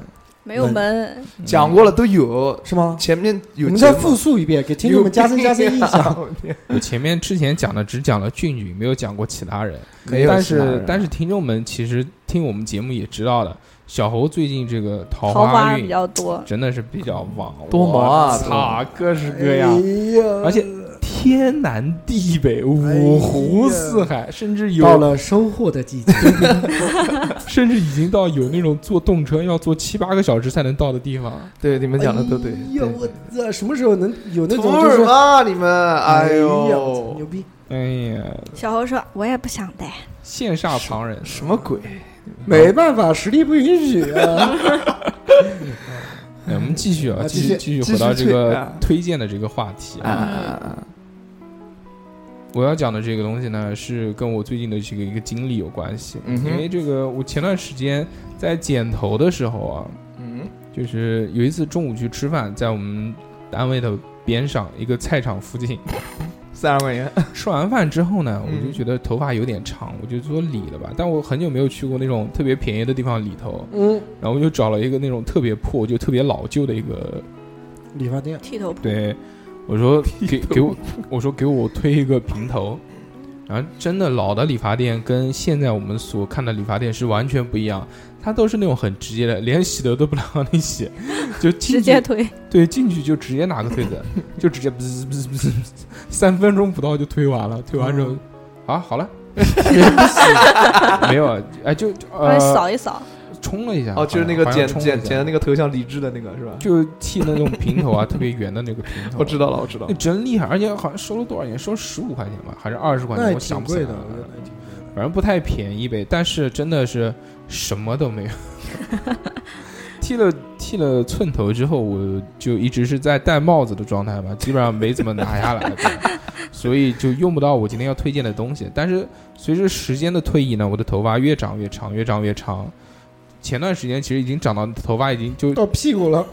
Speaker 5: 没有 门，
Speaker 6: 嗯
Speaker 4: 讲过了都有，
Speaker 3: 是吗？
Speaker 4: 前面有
Speaker 3: 我们
Speaker 4: 节
Speaker 3: 再
Speaker 4: 目
Speaker 3: 复述一遍，给听众们加深加深印 象。
Speaker 6: 我前面之前讲的只讲了俊俊，没有讲过其他人。
Speaker 4: 没有
Speaker 6: 但
Speaker 4: 其他人
Speaker 6: 是但是听众们其实听我们节目也知道的，小猴最近这个桃
Speaker 5: 桃花比
Speaker 6: 运
Speaker 5: 较多。
Speaker 6: 真的是比较旺，
Speaker 4: 多忙啊
Speaker 6: 我操，各式各
Speaker 3: 哎
Speaker 6: 样，而且天南地北，
Speaker 4: 哎
Speaker 6: 五湖四海，甚至
Speaker 3: 到
Speaker 6: 有
Speaker 3: 了收获的季节，
Speaker 6: 甚至已经到有那种坐动车要坐七八个小时才能到的地方。
Speaker 4: 对，你们讲的都对
Speaker 3: 哎。呀，
Speaker 4: 对
Speaker 3: 我这什么时候能有那
Speaker 4: 土
Speaker 3: 种就是
Speaker 4: 耳嘛，你们，哎
Speaker 3: 呀我操牛
Speaker 4: 呦，
Speaker 3: 逼！
Speaker 6: 哎呀，
Speaker 5: 小猴说：“我也不想带。
Speaker 6: 羡煞旁人，
Speaker 4: 什么鬼？
Speaker 3: 没办法，实力不允许啊。
Speaker 6: 哎我们继续啊，
Speaker 3: 啊
Speaker 6: 继
Speaker 3: 继续
Speaker 6: 继续
Speaker 4: 继
Speaker 6: 回到
Speaker 4: 续
Speaker 6: 这
Speaker 4: 推
Speaker 6: 个
Speaker 4: 啊
Speaker 6: 推荐的这个话题啊
Speaker 4: 啊，
Speaker 6: 我要讲的这个东西呢，是跟我最近的这个一个经历有关系。
Speaker 4: 嗯哼
Speaker 6: 因为这个，我前段时间在剪头的时候啊，
Speaker 7: 嗯，
Speaker 6: 就是有一次中午去吃饭，在我们单位的边上一个菜场附近，
Speaker 7: 三十块钱，
Speaker 6: 吃完饭之后呢，
Speaker 7: 嗯
Speaker 6: 我就觉得头发有点长，我就说理了吧。但我很久没有去过那种特别便宜的地方理头，
Speaker 3: 嗯，
Speaker 6: 然后我就找了一个那种特别破就特别老旧的一个
Speaker 3: 理发店，
Speaker 5: 剃头铺
Speaker 6: 对，我 说给给我，我说给我推一个平头。然后真的老的理发店跟现在我们所看的理发店是完全不一样，它都是那种很直接的，连洗头都不让你 洗，就进去
Speaker 5: 直接推，
Speaker 6: 对进去就直接拿个推子，就直接不是不是不是，三分钟不到就推完了，推完之后、
Speaker 5: 哦
Speaker 6: 啊好 了，没有哎就就
Speaker 5: 帮你
Speaker 6: 呃
Speaker 5: 扫一扫，
Speaker 6: 冲了一下
Speaker 7: 哦，就是那个
Speaker 6: 好像
Speaker 7: 剪
Speaker 6: 冲了一
Speaker 7: 剪
Speaker 6: 下
Speaker 7: 剪的那个头像李志的那个是吧？
Speaker 6: 就剃那种平头啊，特别圆的那个平 头，
Speaker 7: 我知道了，我知道
Speaker 4: 啊
Speaker 6: 那
Speaker 7: 了。
Speaker 6: 真厉害，而且好像收了多少钱？收十五块钱吧，还是二十块
Speaker 3: 那
Speaker 6: 钱？
Speaker 3: 也
Speaker 6: 我想
Speaker 3: 挺
Speaker 6: 不起
Speaker 3: 贵
Speaker 6: 来
Speaker 3: 的，
Speaker 6: 了
Speaker 3: 我觉得那也哎挺贵的
Speaker 6: 反正不太便宜呗。但是真的是什么都 没有。剃了剃了寸头之后，我就一直是在戴帽子的状态吧，基本上没怎么拿下来 过，所以就用不到我今天要推荐的东西。但是随着时间的推移呢，我的头发越长越长，越长越长。前段时间其实已经长到头发已经就
Speaker 3: 到屁股了，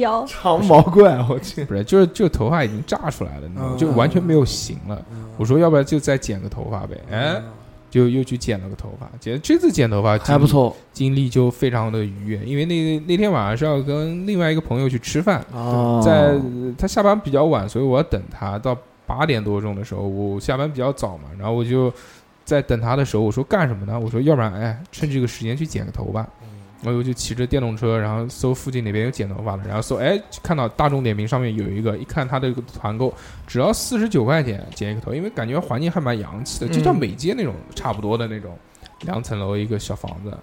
Speaker 5: 腰，
Speaker 7: 长毛怪，我去，
Speaker 6: 不是，就是就头发已经炸出来了，你知道吗？
Speaker 3: 嗯
Speaker 6: 就完全没有型了。我说，要不然就再剪个头发呗。哎，
Speaker 3: 嗯，
Speaker 6: 就又去剪了个头发。剪这次剪头发
Speaker 4: 还不，错，
Speaker 6: 经历就非常的愉悦，因为那那天晚上是要跟另外一个朋友去吃饭，
Speaker 7: 嗯
Speaker 4: 哦
Speaker 6: 在呃他下班比较晚，所以我要等他到八点多钟的时候，我下班比较早嘛，然后我就在等他的时候，我说干什么呢？我说要不然哎，趁这个时间去剪个头吧。然后我就骑着电动车，然后搜附近哪边有剪头发的，然后搜哎，看到大众点评上面有一个，一看他的团购只要四十九块钱剪一个头，因为感觉环境还蛮洋气的，就像美街那种差不多的那种两层楼一个小房子。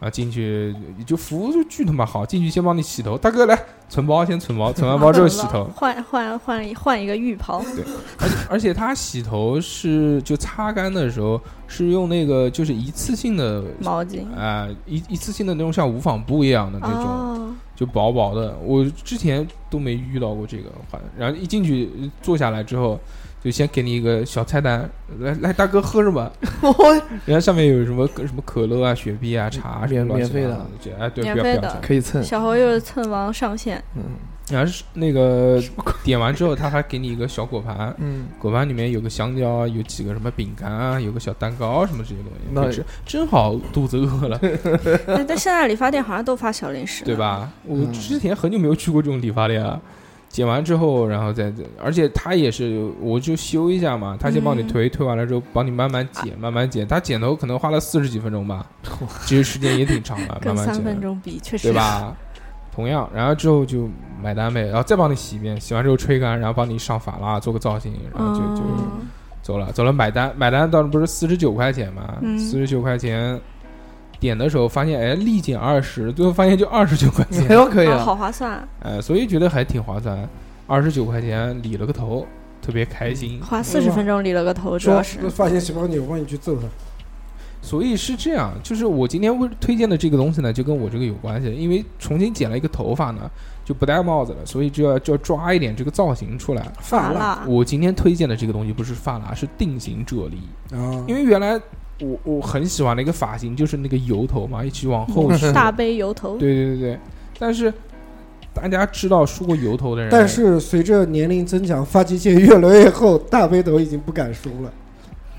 Speaker 6: 啊，进去就服务就巨他妈好，进去先帮你洗头，大哥来存包，先存包，存完包之后洗头，
Speaker 5: 换换换一换一个浴袍，
Speaker 6: 而且他洗头是就擦干的时候是用那个就是一次性的
Speaker 5: 毛巾
Speaker 6: 啊、一一次性的那种像无纺布一样的那种，
Speaker 5: 哦，
Speaker 6: 就薄薄的，我之前都没遇到过这个环。然后一进去呃坐下来之后，就先给你一个小菜单，来来大哥喝什么？人家上面有什么什么可乐啊、雪碧啊、茶啊什么
Speaker 7: 免
Speaker 6: 乱七
Speaker 7: 免
Speaker 6: 八糟
Speaker 7: 费的
Speaker 6: 的，这哎对，
Speaker 5: 免
Speaker 6: 不要不
Speaker 5: 费
Speaker 6: 要
Speaker 5: 的
Speaker 6: 钱。
Speaker 7: 可以蹭，
Speaker 5: 小侯又是蹭王上线，
Speaker 7: 嗯
Speaker 6: 然后是那个点完之后，他还给你一个小果盘，
Speaker 7: 嗯，
Speaker 6: 果盘里面有个香蕉啊，有几个什么饼干啊，有个小蛋糕什么这些东西
Speaker 7: 那
Speaker 6: 可以吃。正好肚子饿了，
Speaker 5: 哎但现在理发店好像都发小零食，
Speaker 6: 对？吧？我之前很久没有去过这种理发店了。剪完之后，然后再，而且他也是，我就修一下嘛，他先帮你推，推完了之后帮你慢慢剪，慢慢剪。他剪头可能花了四十几分钟吧，其实时间也挺长的，慢
Speaker 5: 跟
Speaker 6: 慢
Speaker 5: 三分
Speaker 6: 剪，
Speaker 5: 钟比，确实
Speaker 6: 对？吧？同样，然后之后就买单呗，然后再帮你洗一遍，洗完之后吹干，然后帮你上发蜡，做个造型，然啊后就就
Speaker 7: 哦
Speaker 5: 嗯，
Speaker 6: 走了，走了买单，买单当时不是四十九块钱嘛，
Speaker 5: 嗯
Speaker 6: 四十九块钱点的时候发现，哎，立减二十，最后发现就二十九块钱
Speaker 7: 哎，呦可以
Speaker 5: 啊
Speaker 7: 啊，
Speaker 5: 好划算，
Speaker 6: 哎，所以觉得还挺划算，二十九块钱理了个头，特别开
Speaker 7: 嗯
Speaker 6: 心。
Speaker 5: 花四十分钟理了个头，主要
Speaker 3: 说
Speaker 5: 是
Speaker 3: 发现什么你，我帮你去揍他，
Speaker 6: 所以是这样，就是我今天为推荐的这个东西呢，就跟我这个有关系，因为重新剪了一个头发呢，就不戴帽子了，所以就要就要抓一点这个造型出来。
Speaker 5: 麻
Speaker 3: 发蜡
Speaker 5: 辣，
Speaker 6: 我今天推荐的这个东西不是发蜡，是定型啫喱。
Speaker 3: 啊，
Speaker 6: 因为原来我我很喜欢的一个发型就是那个油头嘛，一起往 后
Speaker 7: 嗯
Speaker 6: 梳。
Speaker 5: 大杯油头，
Speaker 6: 对对对对，但是大家知道梳过油头的人，
Speaker 3: 但是随着年龄增长，发际线越来越厚，大背头已经不敢梳了，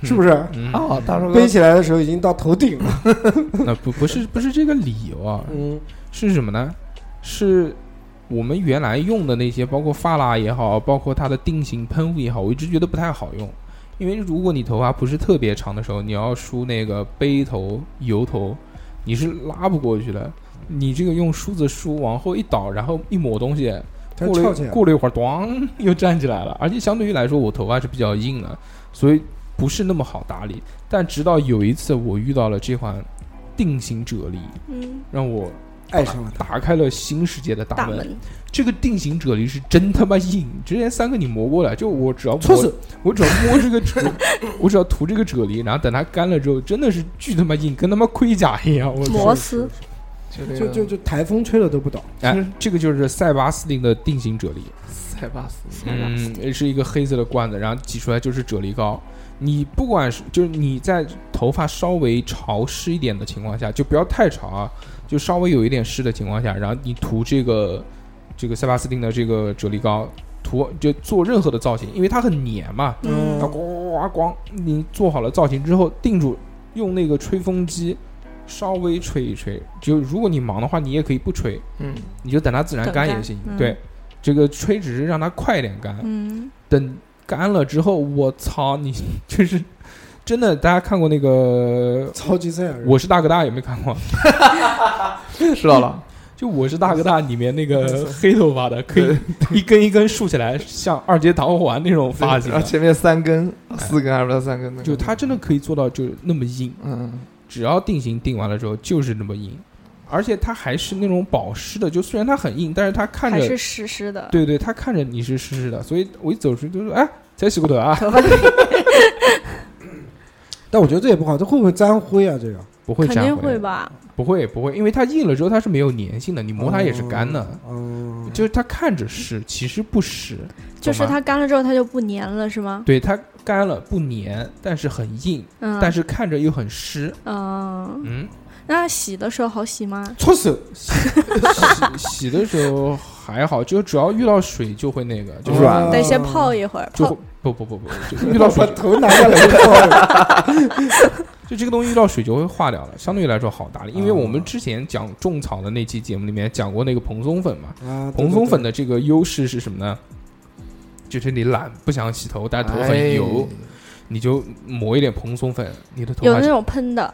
Speaker 3: 是不是？
Speaker 6: 嗯，
Speaker 7: 啊，大叔哥
Speaker 3: 背起来的时候已经到头顶了。
Speaker 6: 那不不是不是这个理由啊，
Speaker 3: 嗯，
Speaker 6: 是什么呢？是我们原来用的那些，包括发蜡也好，包括它的定型喷雾也好，我一直觉得不太好用。因为如果你头发不是特别长的时候，你要梳那个背头、油头，你是拉不过去的。你这个用梳子梳往后一倒，然后一抹东西，
Speaker 3: 它
Speaker 6: 过
Speaker 3: 翘
Speaker 6: 了
Speaker 3: 起
Speaker 6: 一
Speaker 3: 来。
Speaker 6: 过了一会儿，咣 又站起来了。而且相对于来说，我头发是比较硬的，所以不是那么好打理。但直到有一次，我遇到了这款定型啫喱，
Speaker 5: 嗯，
Speaker 6: 让我
Speaker 3: 爱上了它。
Speaker 6: 打开了新世界的大
Speaker 5: 大
Speaker 6: 门。
Speaker 5: 门
Speaker 6: 这个定型啫喱是真他妈硬！之前三个你磨过了，就我只要
Speaker 3: 搓
Speaker 6: 摸
Speaker 3: 死，
Speaker 6: 我只要摸这个啫， 我只要涂这个啫喱，然后等它干了之后，真的是巨他妈硬，跟他妈盔甲一样。我操
Speaker 5: 摩丝，
Speaker 7: 就
Speaker 6: 啊
Speaker 7: 这
Speaker 3: 就
Speaker 7: 个
Speaker 3: 就就台风吹了都不倒。
Speaker 6: 哎，这个就是塞巴斯定的定型啫喱，
Speaker 7: 塞巴斯，
Speaker 6: 嗯，是一个黑色的罐子，然后挤出来就是啫喱膏。你不管是就是你在头发稍微潮湿一点的情况下，就不要太潮啊，就稍微有一点湿的情况下，然后你涂这个这个塞巴斯定的这个啫喱膏，涂就做任何的造型，因为它很黏嘛，它
Speaker 3: 嗯，
Speaker 6: 咣咣咣咣，你做好了造型之后定住，用那个吹风机稍微吹一吹。就如果你忙的话，你也可以不吹，
Speaker 7: 嗯，
Speaker 6: 你就等它自然
Speaker 5: 等
Speaker 6: 干
Speaker 5: 干
Speaker 6: 也行。
Speaker 5: 嗯
Speaker 6: 对，这个吹只是让它快一点干，
Speaker 5: 嗯，
Speaker 6: 等干了之后，我操，你 就是真的，大家看过那个
Speaker 3: 超级赛亚
Speaker 6: 《
Speaker 3: 人，
Speaker 6: 我是大哥大》有没有看过？
Speaker 4: 知道了，
Speaker 6: 就《我是大哥大》里面那个黑头发的，可以一根一根竖起来，像二阶堂环那种发型
Speaker 7: 然。后前面三根、四根还不到三根那个，
Speaker 6: 就它真的可以做到，就是那么硬，
Speaker 7: 嗯，
Speaker 6: 只要定型定完了之后就是那么硬，而且它还是那种保湿的，就虽然它很硬，但是它看
Speaker 5: 还是
Speaker 6: 着，
Speaker 5: 湿湿的，
Speaker 6: 对对，它看着你是湿湿的，所以我一走出去就说，哎，才洗过头啊，
Speaker 3: 但我觉得这也不好，这会不会沾灰啊？这个
Speaker 6: 不会
Speaker 5: 肯
Speaker 6: 粘
Speaker 5: 定
Speaker 6: 回
Speaker 5: 会
Speaker 6: 来，
Speaker 5: 吧？
Speaker 6: 不会不会，因为它硬了之后它是没有粘性的，你磨它也是干的，
Speaker 3: 嗯，
Speaker 6: 就是它看着湿，其实不湿，
Speaker 5: 就是
Speaker 6: 懂吗
Speaker 5: 它干了之后它就不粘了，是吗？
Speaker 6: 对它干了不粘，但是很硬，
Speaker 5: 嗯，
Speaker 6: 但是看着又很湿，
Speaker 5: 嗯，
Speaker 6: 嗯，
Speaker 5: 那洗的时候好洗吗？
Speaker 3: 搓手
Speaker 6: 洗 洗的时候还好，就只要遇到水就会那个，
Speaker 3: 哦
Speaker 6: 就是
Speaker 7: 软
Speaker 3: 呃
Speaker 5: 得先泡一会儿，
Speaker 6: 就
Speaker 5: 泡
Speaker 6: 会不不不不，就遇到水
Speaker 3: 啊把头拿下来就泡 了。
Speaker 6: 就这个东西遇到水就会化掉了，相对来说好打理。因为我们之前讲种草的那期节目里面讲过那个蓬松粉嘛，
Speaker 3: 啊，对
Speaker 6: 蓬松粉，的这个优势是什么呢？就是你懒不想洗头，但头很油，
Speaker 7: 哎
Speaker 6: 你就抹一点蓬松粉，你的头
Speaker 5: 有
Speaker 6: 发
Speaker 5: 那
Speaker 6: 就
Speaker 5: 种喷的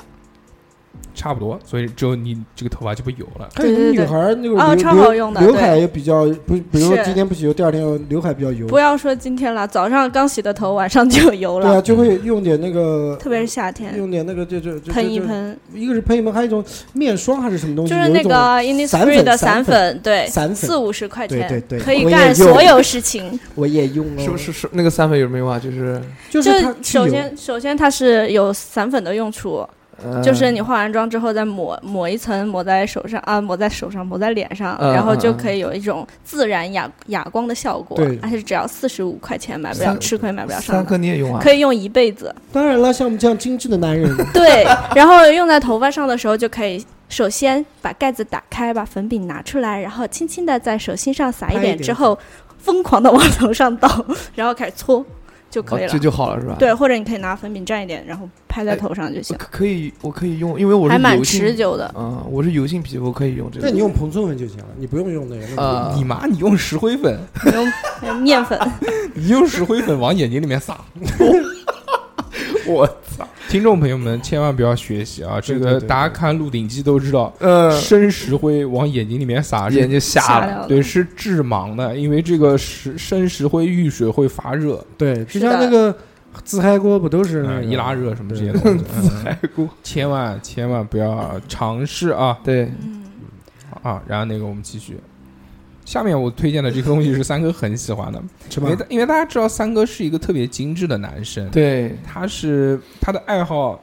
Speaker 6: 差不多，所以只有你这个头发就不油了。
Speaker 3: 对对对还有女孩儿那个
Speaker 5: 哦
Speaker 3: 留
Speaker 5: 超好用的
Speaker 3: 留
Speaker 5: 对
Speaker 3: 刘海也比较不，比如说
Speaker 5: 是
Speaker 3: 今天不洗油，第二天刘海比较油，
Speaker 5: 不要说今天了，早上刚洗的头，晚上就油
Speaker 3: 对
Speaker 5: 了，
Speaker 3: 啊，就会用点那个，
Speaker 5: 特别是夏天，
Speaker 3: 用点那个，就就就
Speaker 5: 喷一，
Speaker 3: 就
Speaker 5: 喷，
Speaker 3: 就一个是喷一喷，还有一种面霜还是什么东西，
Speaker 5: 就是
Speaker 3: 有
Speaker 5: 那
Speaker 3: 一种
Speaker 5: 个 Innisfree 的
Speaker 3: 散粉
Speaker 5: 散粉，对，
Speaker 3: 散
Speaker 5: 四
Speaker 3: 粉，
Speaker 5: 五十块钱，
Speaker 3: 对对对
Speaker 5: 可以
Speaker 3: 我也
Speaker 5: 干
Speaker 3: 用
Speaker 5: 所有事情。
Speaker 3: 我也用哦，
Speaker 7: 是不是是那个三粉有没有啊？就是，
Speaker 3: 就是它
Speaker 5: 就
Speaker 3: 去
Speaker 5: 首
Speaker 3: 油
Speaker 5: 先，首先它是有散粉的用处，
Speaker 7: 呃
Speaker 5: 就是你化完妆之后再抹抹一层，抹在手上啊，抹在手上，抹在脸上，
Speaker 7: 嗯
Speaker 5: 然后
Speaker 7: 嗯
Speaker 5: 就
Speaker 7: 嗯
Speaker 5: 可以有一种自然哑哑光的效果
Speaker 3: 对。
Speaker 5: 而且只要四十五块钱，买不
Speaker 7: 三
Speaker 5: 了吃亏，买不了上
Speaker 7: 三
Speaker 5: 当。
Speaker 7: 颗你也用啊？
Speaker 5: 可以用一辈子，
Speaker 3: 当然了，像我们这样精致的男人，
Speaker 5: 对。然后用在头发上的时候，就可以首先把盖子打开，把粉饼拿出来，然后轻轻的在手心上撒一
Speaker 3: 拍一
Speaker 5: 点
Speaker 3: 点
Speaker 5: 之后，疯狂的往头上倒，然后开始搓就可以
Speaker 7: 哦
Speaker 5: 了
Speaker 7: 这。就好了是吧？
Speaker 5: 对，或者你可以拿粉饼蘸一点，然后拍在
Speaker 7: 哎
Speaker 5: 头上就
Speaker 7: 我
Speaker 5: 行，
Speaker 7: 可可以，我可以用，因为我
Speaker 5: 还
Speaker 7: 是
Speaker 5: 蛮
Speaker 7: 油
Speaker 5: 持
Speaker 7: 性，
Speaker 5: 久的。
Speaker 7: 嗯，我是油性皮肤，可以用这
Speaker 3: 那
Speaker 7: 个
Speaker 3: 你。用蓬松粉就行了，你不用用那个那个。
Speaker 7: 啊
Speaker 6: 你妈，你用石灰粉，
Speaker 5: 用面粉，
Speaker 6: 你用石灰粉往眼睛里面撒。
Speaker 7: 我
Speaker 6: 听众朋友们千万不要学习啊！这
Speaker 7: 对对对
Speaker 6: 个
Speaker 7: 对
Speaker 6: 大家看《鹿鼎记》都知道，
Speaker 7: 呃，
Speaker 6: 生石灰往眼睛里面撒是
Speaker 7: 眼睛
Speaker 5: 吓
Speaker 7: 瞎了，
Speaker 5: 掉了。
Speaker 6: 对，是致盲的，因为这个石生石灰遇水会发热，
Speaker 3: 对，就是
Speaker 5: 的
Speaker 3: 像那个自嗨锅不都是那
Speaker 6: 嗯，
Speaker 3: 个
Speaker 6: 易拉热什么这些东西，嗯
Speaker 7: 锅
Speaker 6: 千万千万不要尝试啊
Speaker 7: 对，
Speaker 5: 嗯，
Speaker 6: 啊！然后那个我们继续，下面我推荐的这个东西是三哥很喜欢的，
Speaker 3: 什
Speaker 6: 因
Speaker 3: 么
Speaker 6: 为？因为大家知道三哥是一个特别精致的男生，
Speaker 7: 对，
Speaker 6: 他是他的爱好。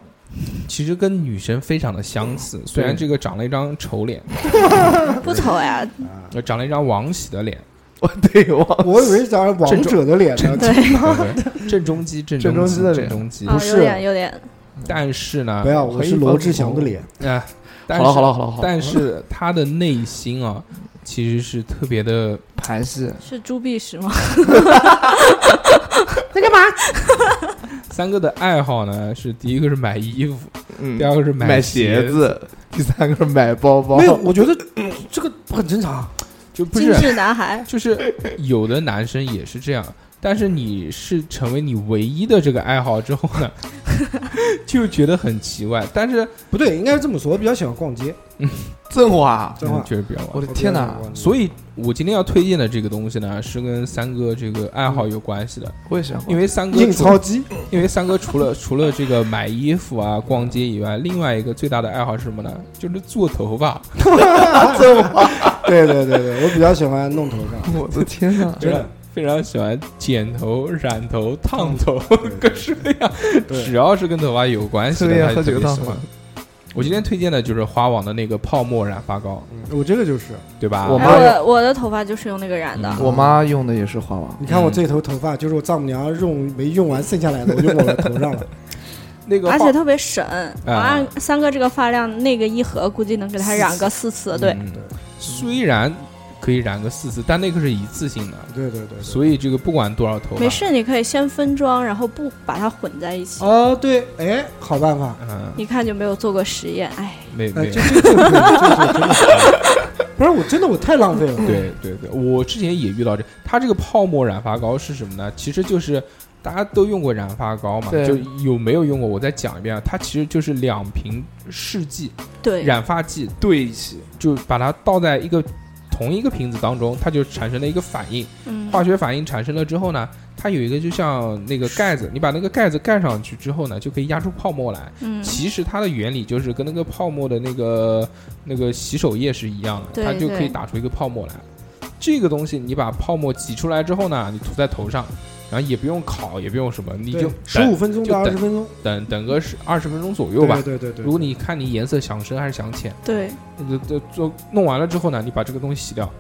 Speaker 6: 其实跟女生非常的相似，虽然这个长了一张丑脸，
Speaker 5: 不丑呀，
Speaker 6: 呃长了一张王喜的 脸，
Speaker 7: 我对我
Speaker 3: 啊我以为是长王者的脸呢，
Speaker 5: 对，
Speaker 6: 对不对郑中基，郑
Speaker 7: 郑中
Speaker 6: 基
Speaker 7: 基的
Speaker 6: 郑
Speaker 7: 脸
Speaker 6: 中基
Speaker 5: 啊，
Speaker 3: 是
Speaker 5: 有点有点，
Speaker 6: 但是呢，
Speaker 3: 不要，我是罗志祥的脸。
Speaker 6: 哎，但
Speaker 7: 好了好
Speaker 6: 是
Speaker 7: 了好了好了，
Speaker 6: 但是他的内心啊，其实是特别的，
Speaker 7: 盘戏
Speaker 5: 是朱碧石吗？
Speaker 6: 三哥的爱好呢是第一个是买衣服，
Speaker 7: 嗯
Speaker 6: 第，二个是
Speaker 7: 买
Speaker 6: 鞋
Speaker 7: 鞋，子，第三个是买包包，
Speaker 3: 没有，我觉得这个很正常。
Speaker 6: 就不
Speaker 5: 精
Speaker 6: 是
Speaker 5: 致男孩，
Speaker 6: 就是有的男生也是这样。但是你是成为你唯一的这个爱好之后呢， 就觉得很奇怪。但是
Speaker 3: 不对，应该是这么说，我比较喜欢逛街，
Speaker 7: 赠花，
Speaker 3: 真话。
Speaker 6: 觉得比较
Speaker 7: 我的天哪！
Speaker 6: 嗯所以，我今天要推荐的这个东西呢，是跟三哥这个爱好有关系的。
Speaker 7: 我也想花，
Speaker 6: 因为三哥
Speaker 3: 印
Speaker 6: 除
Speaker 3: 钞机，
Speaker 6: 因为三哥除了除了这个买衣服啊、逛街以外，另外一个最大的爱好是什么呢？就是做头发。
Speaker 3: 对对对对，我比较喜欢弄头发，
Speaker 7: 我的天 哪！
Speaker 6: 真的非常喜欢剪头、染头、烫头，各式各样，
Speaker 3: 对
Speaker 6: 只要是跟头发有关系的，
Speaker 7: 特别
Speaker 6: 他就
Speaker 7: 喝
Speaker 6: 特
Speaker 7: 酒
Speaker 6: 别
Speaker 7: 烫
Speaker 6: 喜欢。我今天推荐的就是花王的那个泡沫染发膏，
Speaker 3: 我这个就是，
Speaker 6: 对吧？
Speaker 7: 我
Speaker 5: 哎
Speaker 7: 妈有
Speaker 5: 我我的头发就是用那个染的，
Speaker 7: 我妈用的也是花王，
Speaker 3: 你看我这头头发就是我丈母娘用没用完剩下来的，我就抹在头上了。
Speaker 6: 那个
Speaker 5: 而
Speaker 6: 花
Speaker 5: 且特别省。我按三哥这个发量，那个一盒估计能给他染个四次。对，
Speaker 6: 嗯虽然可以染个四次，但那个是一次性的，
Speaker 3: 对对对对。
Speaker 6: 所以这个不管多少头发，
Speaker 5: 没事，你可以先分装，然后不把它混在一起。
Speaker 3: 哦，对，哎，好办法。
Speaker 6: 嗯，
Speaker 5: 一看就没有做过实验，哎，
Speaker 6: 没
Speaker 3: 哎，
Speaker 6: 没
Speaker 3: 这。这这这这这真的， 不是我真的我太浪费了。
Speaker 6: 对对对，我之前也遇到这，它这个泡沫染发膏是什么呢？其实就是大家都用过染发膏嘛，
Speaker 7: 对
Speaker 6: 就有没有用过？我再讲一遍啊，它其实就是两瓶试剂
Speaker 5: 对，
Speaker 6: 染发剂兑一起，就把它倒在一个同一个瓶子当中，它就产生了一个反应，
Speaker 5: 嗯，
Speaker 6: 化学反应产生了之后呢，它有一个就像那个盖子，你把那个盖子盖上去之后呢，就可以压出泡沫来。
Speaker 5: 嗯，
Speaker 6: 其实它的原理就是跟那个泡沫的那个那个洗手液是一样的，
Speaker 5: 对
Speaker 6: 它就可以
Speaker 5: 对
Speaker 6: 打出一个泡沫来。这个东西你把泡沫挤出来之后呢，你涂在头上，然后也不用烤，也不用什么，你就
Speaker 3: 十
Speaker 6: 等
Speaker 3: 五分钟
Speaker 6: 就
Speaker 3: 到二
Speaker 6: 等
Speaker 3: 十分钟，
Speaker 6: 等等个十二十分钟左右吧。
Speaker 3: 对对对
Speaker 6: 如
Speaker 3: 对
Speaker 6: 果。你看你颜色想深还是想浅，
Speaker 5: 对，
Speaker 6: 这这呃做弄完了之后呢，你把这个东西洗掉，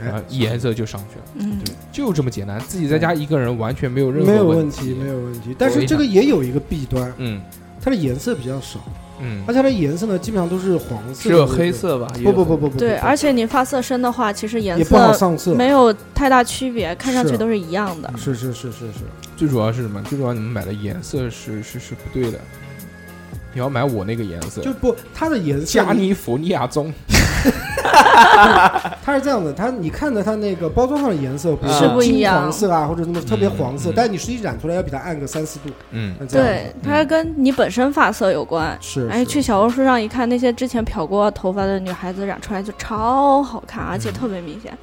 Speaker 3: 哎
Speaker 6: 然后颜色就上去了，
Speaker 5: 嗯，
Speaker 6: 就这么简单。自己在家一个人完全没有任
Speaker 3: 嗯没
Speaker 6: 何
Speaker 3: 有
Speaker 6: 问
Speaker 3: 问题，没有问题。但是这个也有一个弊端，
Speaker 6: 嗯
Speaker 3: 它的颜色比较少，
Speaker 6: 嗯
Speaker 3: 而且它的颜色呢基本上都是黄色，
Speaker 4: 只有黑。色吧？
Speaker 3: 不不不不不，
Speaker 5: 对，
Speaker 3: 不
Speaker 5: 而且你发色深的话，其实颜
Speaker 3: 也不好
Speaker 5: 色
Speaker 3: 上色。
Speaker 5: 没有太大区别，看上去
Speaker 3: 是
Speaker 5: 都是一样的。
Speaker 3: 是是是是是，
Speaker 6: 最主要是什么？最主要你们买的颜色是是是不对的，你要买我那个颜色，
Speaker 3: 就不它的颜色
Speaker 6: 加，利福尼亚棕。
Speaker 3: 它是这样的，它你看着它那个包装上的颜色不
Speaker 4: 是不
Speaker 5: 一
Speaker 3: 金
Speaker 5: 样
Speaker 3: 黄色啊，或者什么特别黄色
Speaker 6: 嗯，
Speaker 3: 但你实际染出来要比它暗个三四度，
Speaker 6: 嗯，
Speaker 3: 那这样
Speaker 5: 对，它跟你本身发色有关。
Speaker 3: 是
Speaker 5: 哎，
Speaker 3: 是
Speaker 5: 去小红书上一看，那些之前漂过头发的女孩子染出来就超好看，而且特别明显。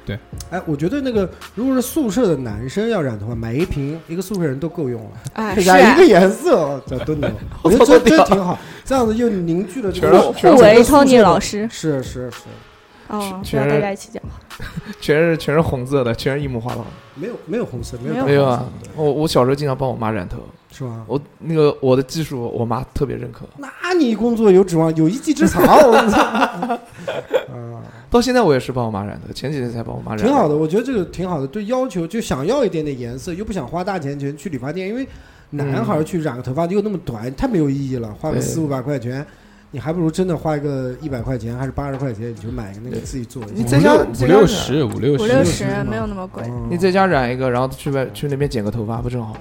Speaker 3: 哎，我觉得那个如果是宿舍的男生要染头发，买一瓶一个宿舍人都够用了，
Speaker 5: 哎，是
Speaker 3: 啊染一个颜色，这都牛， 我觉得这这挺好，这样子又凝聚了这个
Speaker 5: 互为哎 Tony 老
Speaker 3: 师，是
Speaker 5: 师
Speaker 3: 是是，
Speaker 5: 哦，不
Speaker 7: 全
Speaker 5: 要
Speaker 7: 是
Speaker 5: 大家一起讲。
Speaker 7: 全是全是红色的，全是一木花廊。
Speaker 3: 没有没有红色，
Speaker 5: 没
Speaker 3: 有
Speaker 5: 有
Speaker 7: 没
Speaker 3: 没
Speaker 7: 有啊，我我小时候经常帮我妈染头，
Speaker 3: 是吧？
Speaker 7: 我那个我的技术，我妈特别认可，
Speaker 3: 那你工作有指望，有一 技之长，我操！啊，
Speaker 7: 到现在我也是帮我妈染头，前几天才帮我妈染。
Speaker 3: 挺好的，，我觉得这个挺好的，对要求就想要一点点颜色，又不想花大钱钱去理发店，因为男孩去染个头发又那么短，太没有意义了，花个
Speaker 7: 对
Speaker 3: 四五百块钱。你还不如真的花个一百块钱还是八十块钱，你就买个那个自己做一
Speaker 7: 你
Speaker 3: 下
Speaker 7: 在。家
Speaker 6: 五
Speaker 7: 在家
Speaker 6: 六
Speaker 7: 染，
Speaker 6: 十，五六
Speaker 5: 五
Speaker 6: 十，
Speaker 5: 六十没有那么贵，
Speaker 3: 哦
Speaker 7: 你在家染一个，然后去外去那边剪个头发，不正好吗？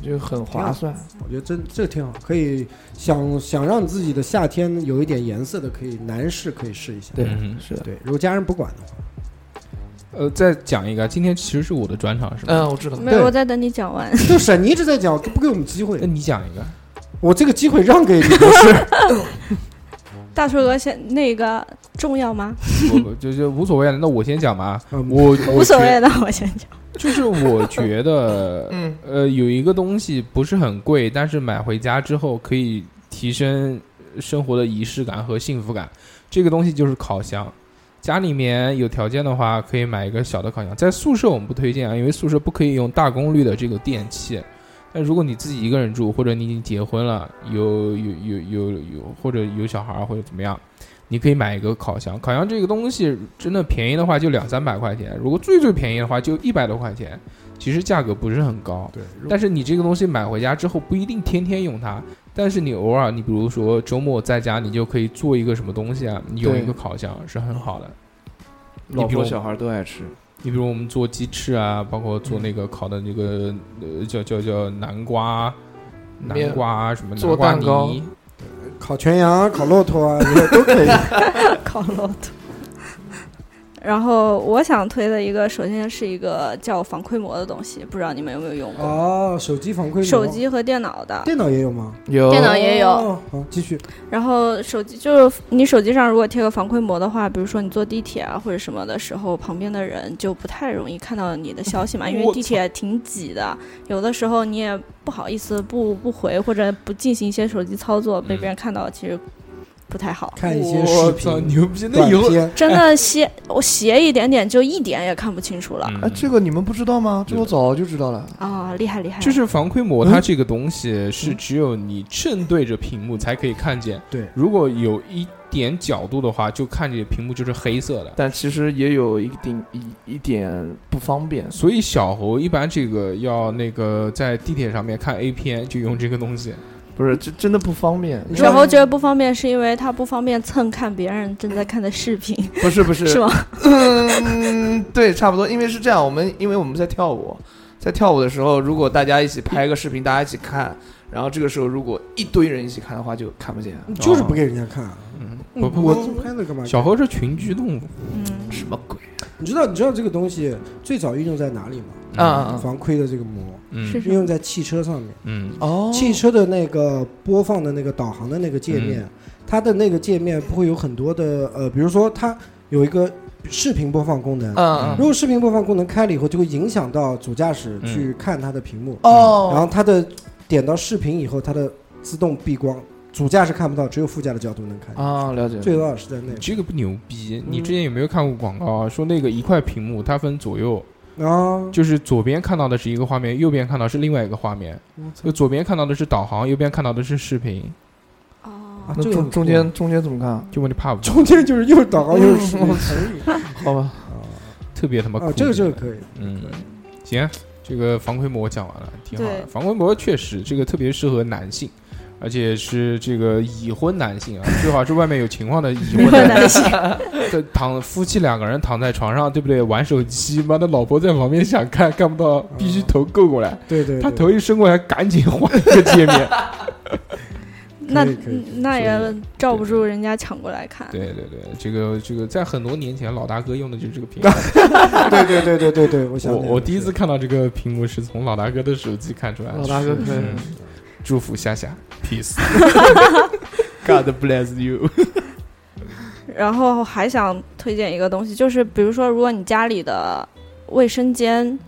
Speaker 7: 就很划算。
Speaker 3: 我觉得真这个挺好，可以想想让自己的夏天有一点颜色的，可以男士可以试一下。
Speaker 7: 对
Speaker 6: 嗯，
Speaker 7: 是的。
Speaker 3: 对，如果家人不管的话，
Speaker 6: 呃，再讲一个，今天其实是我的专场，是吧？
Speaker 7: 嗯，我知道。
Speaker 5: 没有，
Speaker 3: 对嗯
Speaker 5: 我在等你讲完。
Speaker 3: 就沈你一直在讲不给我们机 会
Speaker 6: 那，你讲一个，
Speaker 3: 我这个机会让给你不是。
Speaker 5: 大叔哥先那个重要吗？
Speaker 6: 我 我就就无所谓了。那我先讲吧，
Speaker 3: 嗯
Speaker 6: 我
Speaker 5: 无所，谓
Speaker 6: 我
Speaker 5: 的，我先讲。
Speaker 6: 觉就是我觉得，
Speaker 7: 嗯，
Speaker 6: 呃，有一个东西不是很贵，但是买回家之后可以提升生活的仪式感和幸福感。这个东西就是烤箱。家里面有条件的话，可以买一个小的烤箱。在宿舍我们不推荐啊，因为宿舍不可以用大功率的这个电器。但如果你自己一个人住，或者你已经结婚了，有有有有有，或者有小孩儿或者怎么样，你可以买一个烤箱。烤箱这个东西真的便宜的话就两三百块钱，如果最最便宜的话就一百多块钱，其实价格不是很高。
Speaker 3: 对，
Speaker 6: 但是你这个东西买回家之后不一定天天用它，但是你偶尔，你比如说周末在家，你就可以做一个什么东西啊，你用
Speaker 7: 对
Speaker 6: 一个烤箱是很好的。
Speaker 7: 老
Speaker 6: 你比我
Speaker 7: 婆小孩都爱吃。
Speaker 6: 你比如我们做鸡翅啊，包括做那个烤的那个呃叫叫叫南瓜，南
Speaker 7: 面
Speaker 6: 瓜啊什么南
Speaker 7: 做
Speaker 6: 瓜
Speaker 7: 蛋糕
Speaker 6: 泥，
Speaker 3: 烤全羊、烤骆驼啊，以后都可以。
Speaker 5: 烤骆驼。然后我想推的一个，首先是一个叫反馈膜的东西，不知道你们有没有用过？
Speaker 3: 哦，手机反馈膜
Speaker 5: 手、机和电脑的。
Speaker 3: 电脑也有吗？
Speaker 7: 有
Speaker 5: 电脑也有
Speaker 3: 哦好，继续。
Speaker 5: 然后手机就是你手机上如果贴个防窥膜的话，比如说你坐地铁啊或者什么的时候，旁边的人就不太容易看到你的消息嘛，因为地铁挺挤的，有的时候你也不好意思不不回或者不进行一些手机操作，被别人看到，其实不太好。
Speaker 3: 看一些视
Speaker 6: 我操，
Speaker 3: 频、
Speaker 6: 牛逼！那
Speaker 3: 短
Speaker 6: 以后
Speaker 3: 片，
Speaker 5: 真的斜，我斜一点点就一点也看不清楚
Speaker 4: 啊
Speaker 5: 了
Speaker 6: 嗯
Speaker 7: 哎，这个你们不知道吗？这我早就知道了。
Speaker 5: 啊、厉害厉害！
Speaker 6: 就是防窥膜，它这个东西是只有你正对着屏幕才可以看见。
Speaker 3: 对
Speaker 6: 如果有一点角度的话，就看见屏幕就是黑色的。
Speaker 7: 但其实也有一定一一点不方便，
Speaker 6: 所以小猴一般这个要那个在地铁上面看 A 片，就用这个东西。
Speaker 7: 不是这真的不方便。
Speaker 3: 你知
Speaker 5: 小
Speaker 3: 道
Speaker 5: 猴觉得不方便，是因为他不方便蹭看别人正在看的视频，
Speaker 7: 不是不是
Speaker 5: 是吗？
Speaker 7: 嗯，对，差不多，因为是这样，我们因为我们在跳舞，在跳舞的时候，如果大家一起拍个视频，大家一起看，然后这个时候如果一堆人一起看的话，就看不见。
Speaker 3: 就是
Speaker 7: 哦
Speaker 3: 不给人家看。啊
Speaker 6: 嗯，不不，
Speaker 3: 我
Speaker 6: 不
Speaker 3: 拍那干嘛？
Speaker 6: 小猴是群居动物。
Speaker 5: 嗯，
Speaker 7: 什么鬼
Speaker 3: 你知道你知道这个东西最早运用在哪里吗？
Speaker 7: 啊啊！啊
Speaker 3: 防窥的这个膜
Speaker 6: 嗯
Speaker 5: 是
Speaker 3: 运
Speaker 5: 什么？
Speaker 3: 用在汽车上面，
Speaker 6: 嗯，
Speaker 7: 哦，
Speaker 3: 汽车的那个播放的那个导航的那个界面，它的那个界面不会有很多的呃，比如说它有一个视频播放功能。
Speaker 7: 嗯
Speaker 3: 如果视频播放功能开了以后，就会影响到主驾驶
Speaker 6: 嗯
Speaker 3: 去看它的屏幕，然
Speaker 7: 哦，
Speaker 3: 后它的点到视频以后，它的自动避光，主驾驶看不到，只有副驾的角度能看见。
Speaker 7: 啊，了解。
Speaker 3: 最早是在那
Speaker 6: 这个不牛逼。你之前有没有看过广告啊？说那个一块屏幕它分左右，
Speaker 3: 里啊，
Speaker 6: 就是左边看到的是一个画面，右边看到是另外一个画面。就左边看到的是导航，右边看到的是视频。
Speaker 5: 哦
Speaker 3: 啊，
Speaker 7: 那
Speaker 3: 这个
Speaker 7: 中中间中间怎么看啊？
Speaker 6: 就问你怕不怕？
Speaker 3: 中间就是又是 导航又是视频，
Speaker 7: 好吧，
Speaker 6: 特别他妈
Speaker 3: 啊
Speaker 6: 酷，
Speaker 3: 这个这个可以，
Speaker 6: 嗯，行，这个防窥膜讲完了，挺好的
Speaker 5: 对。
Speaker 6: 防窥膜确实这个特别适合男性，而且是这个已婚男性啊，最好是外面有情况的已婚
Speaker 5: 没有
Speaker 6: 男
Speaker 5: 男性，
Speaker 6: 性，躺夫妻两个人躺在床上，对不对？玩手机，妈的，老婆在旁边想看，看不到，必须头够过来。
Speaker 3: 对对，
Speaker 6: 他
Speaker 3: 对
Speaker 6: 头一伸过来，赶紧换一个界 面。
Speaker 5: 那
Speaker 3: 可以可以
Speaker 5: 那
Speaker 6: 所
Speaker 5: 也罩不住人家抢过来看。
Speaker 6: 对对对，这个这个，在很多年前，老大哥用的就是这个屏幕。
Speaker 3: 对对对对对对，我想
Speaker 6: 我
Speaker 3: 起来
Speaker 6: 我
Speaker 3: 了
Speaker 6: 第一次看到这个屏幕是从老大哥的手机看出来的。
Speaker 7: 老大哥
Speaker 6: 是
Speaker 7: 可以
Speaker 6: 是祝福夏夏，peace。
Speaker 7: God bless you。
Speaker 5: 然后还想推荐一个东西，就是比如说，如果你家里的卫生间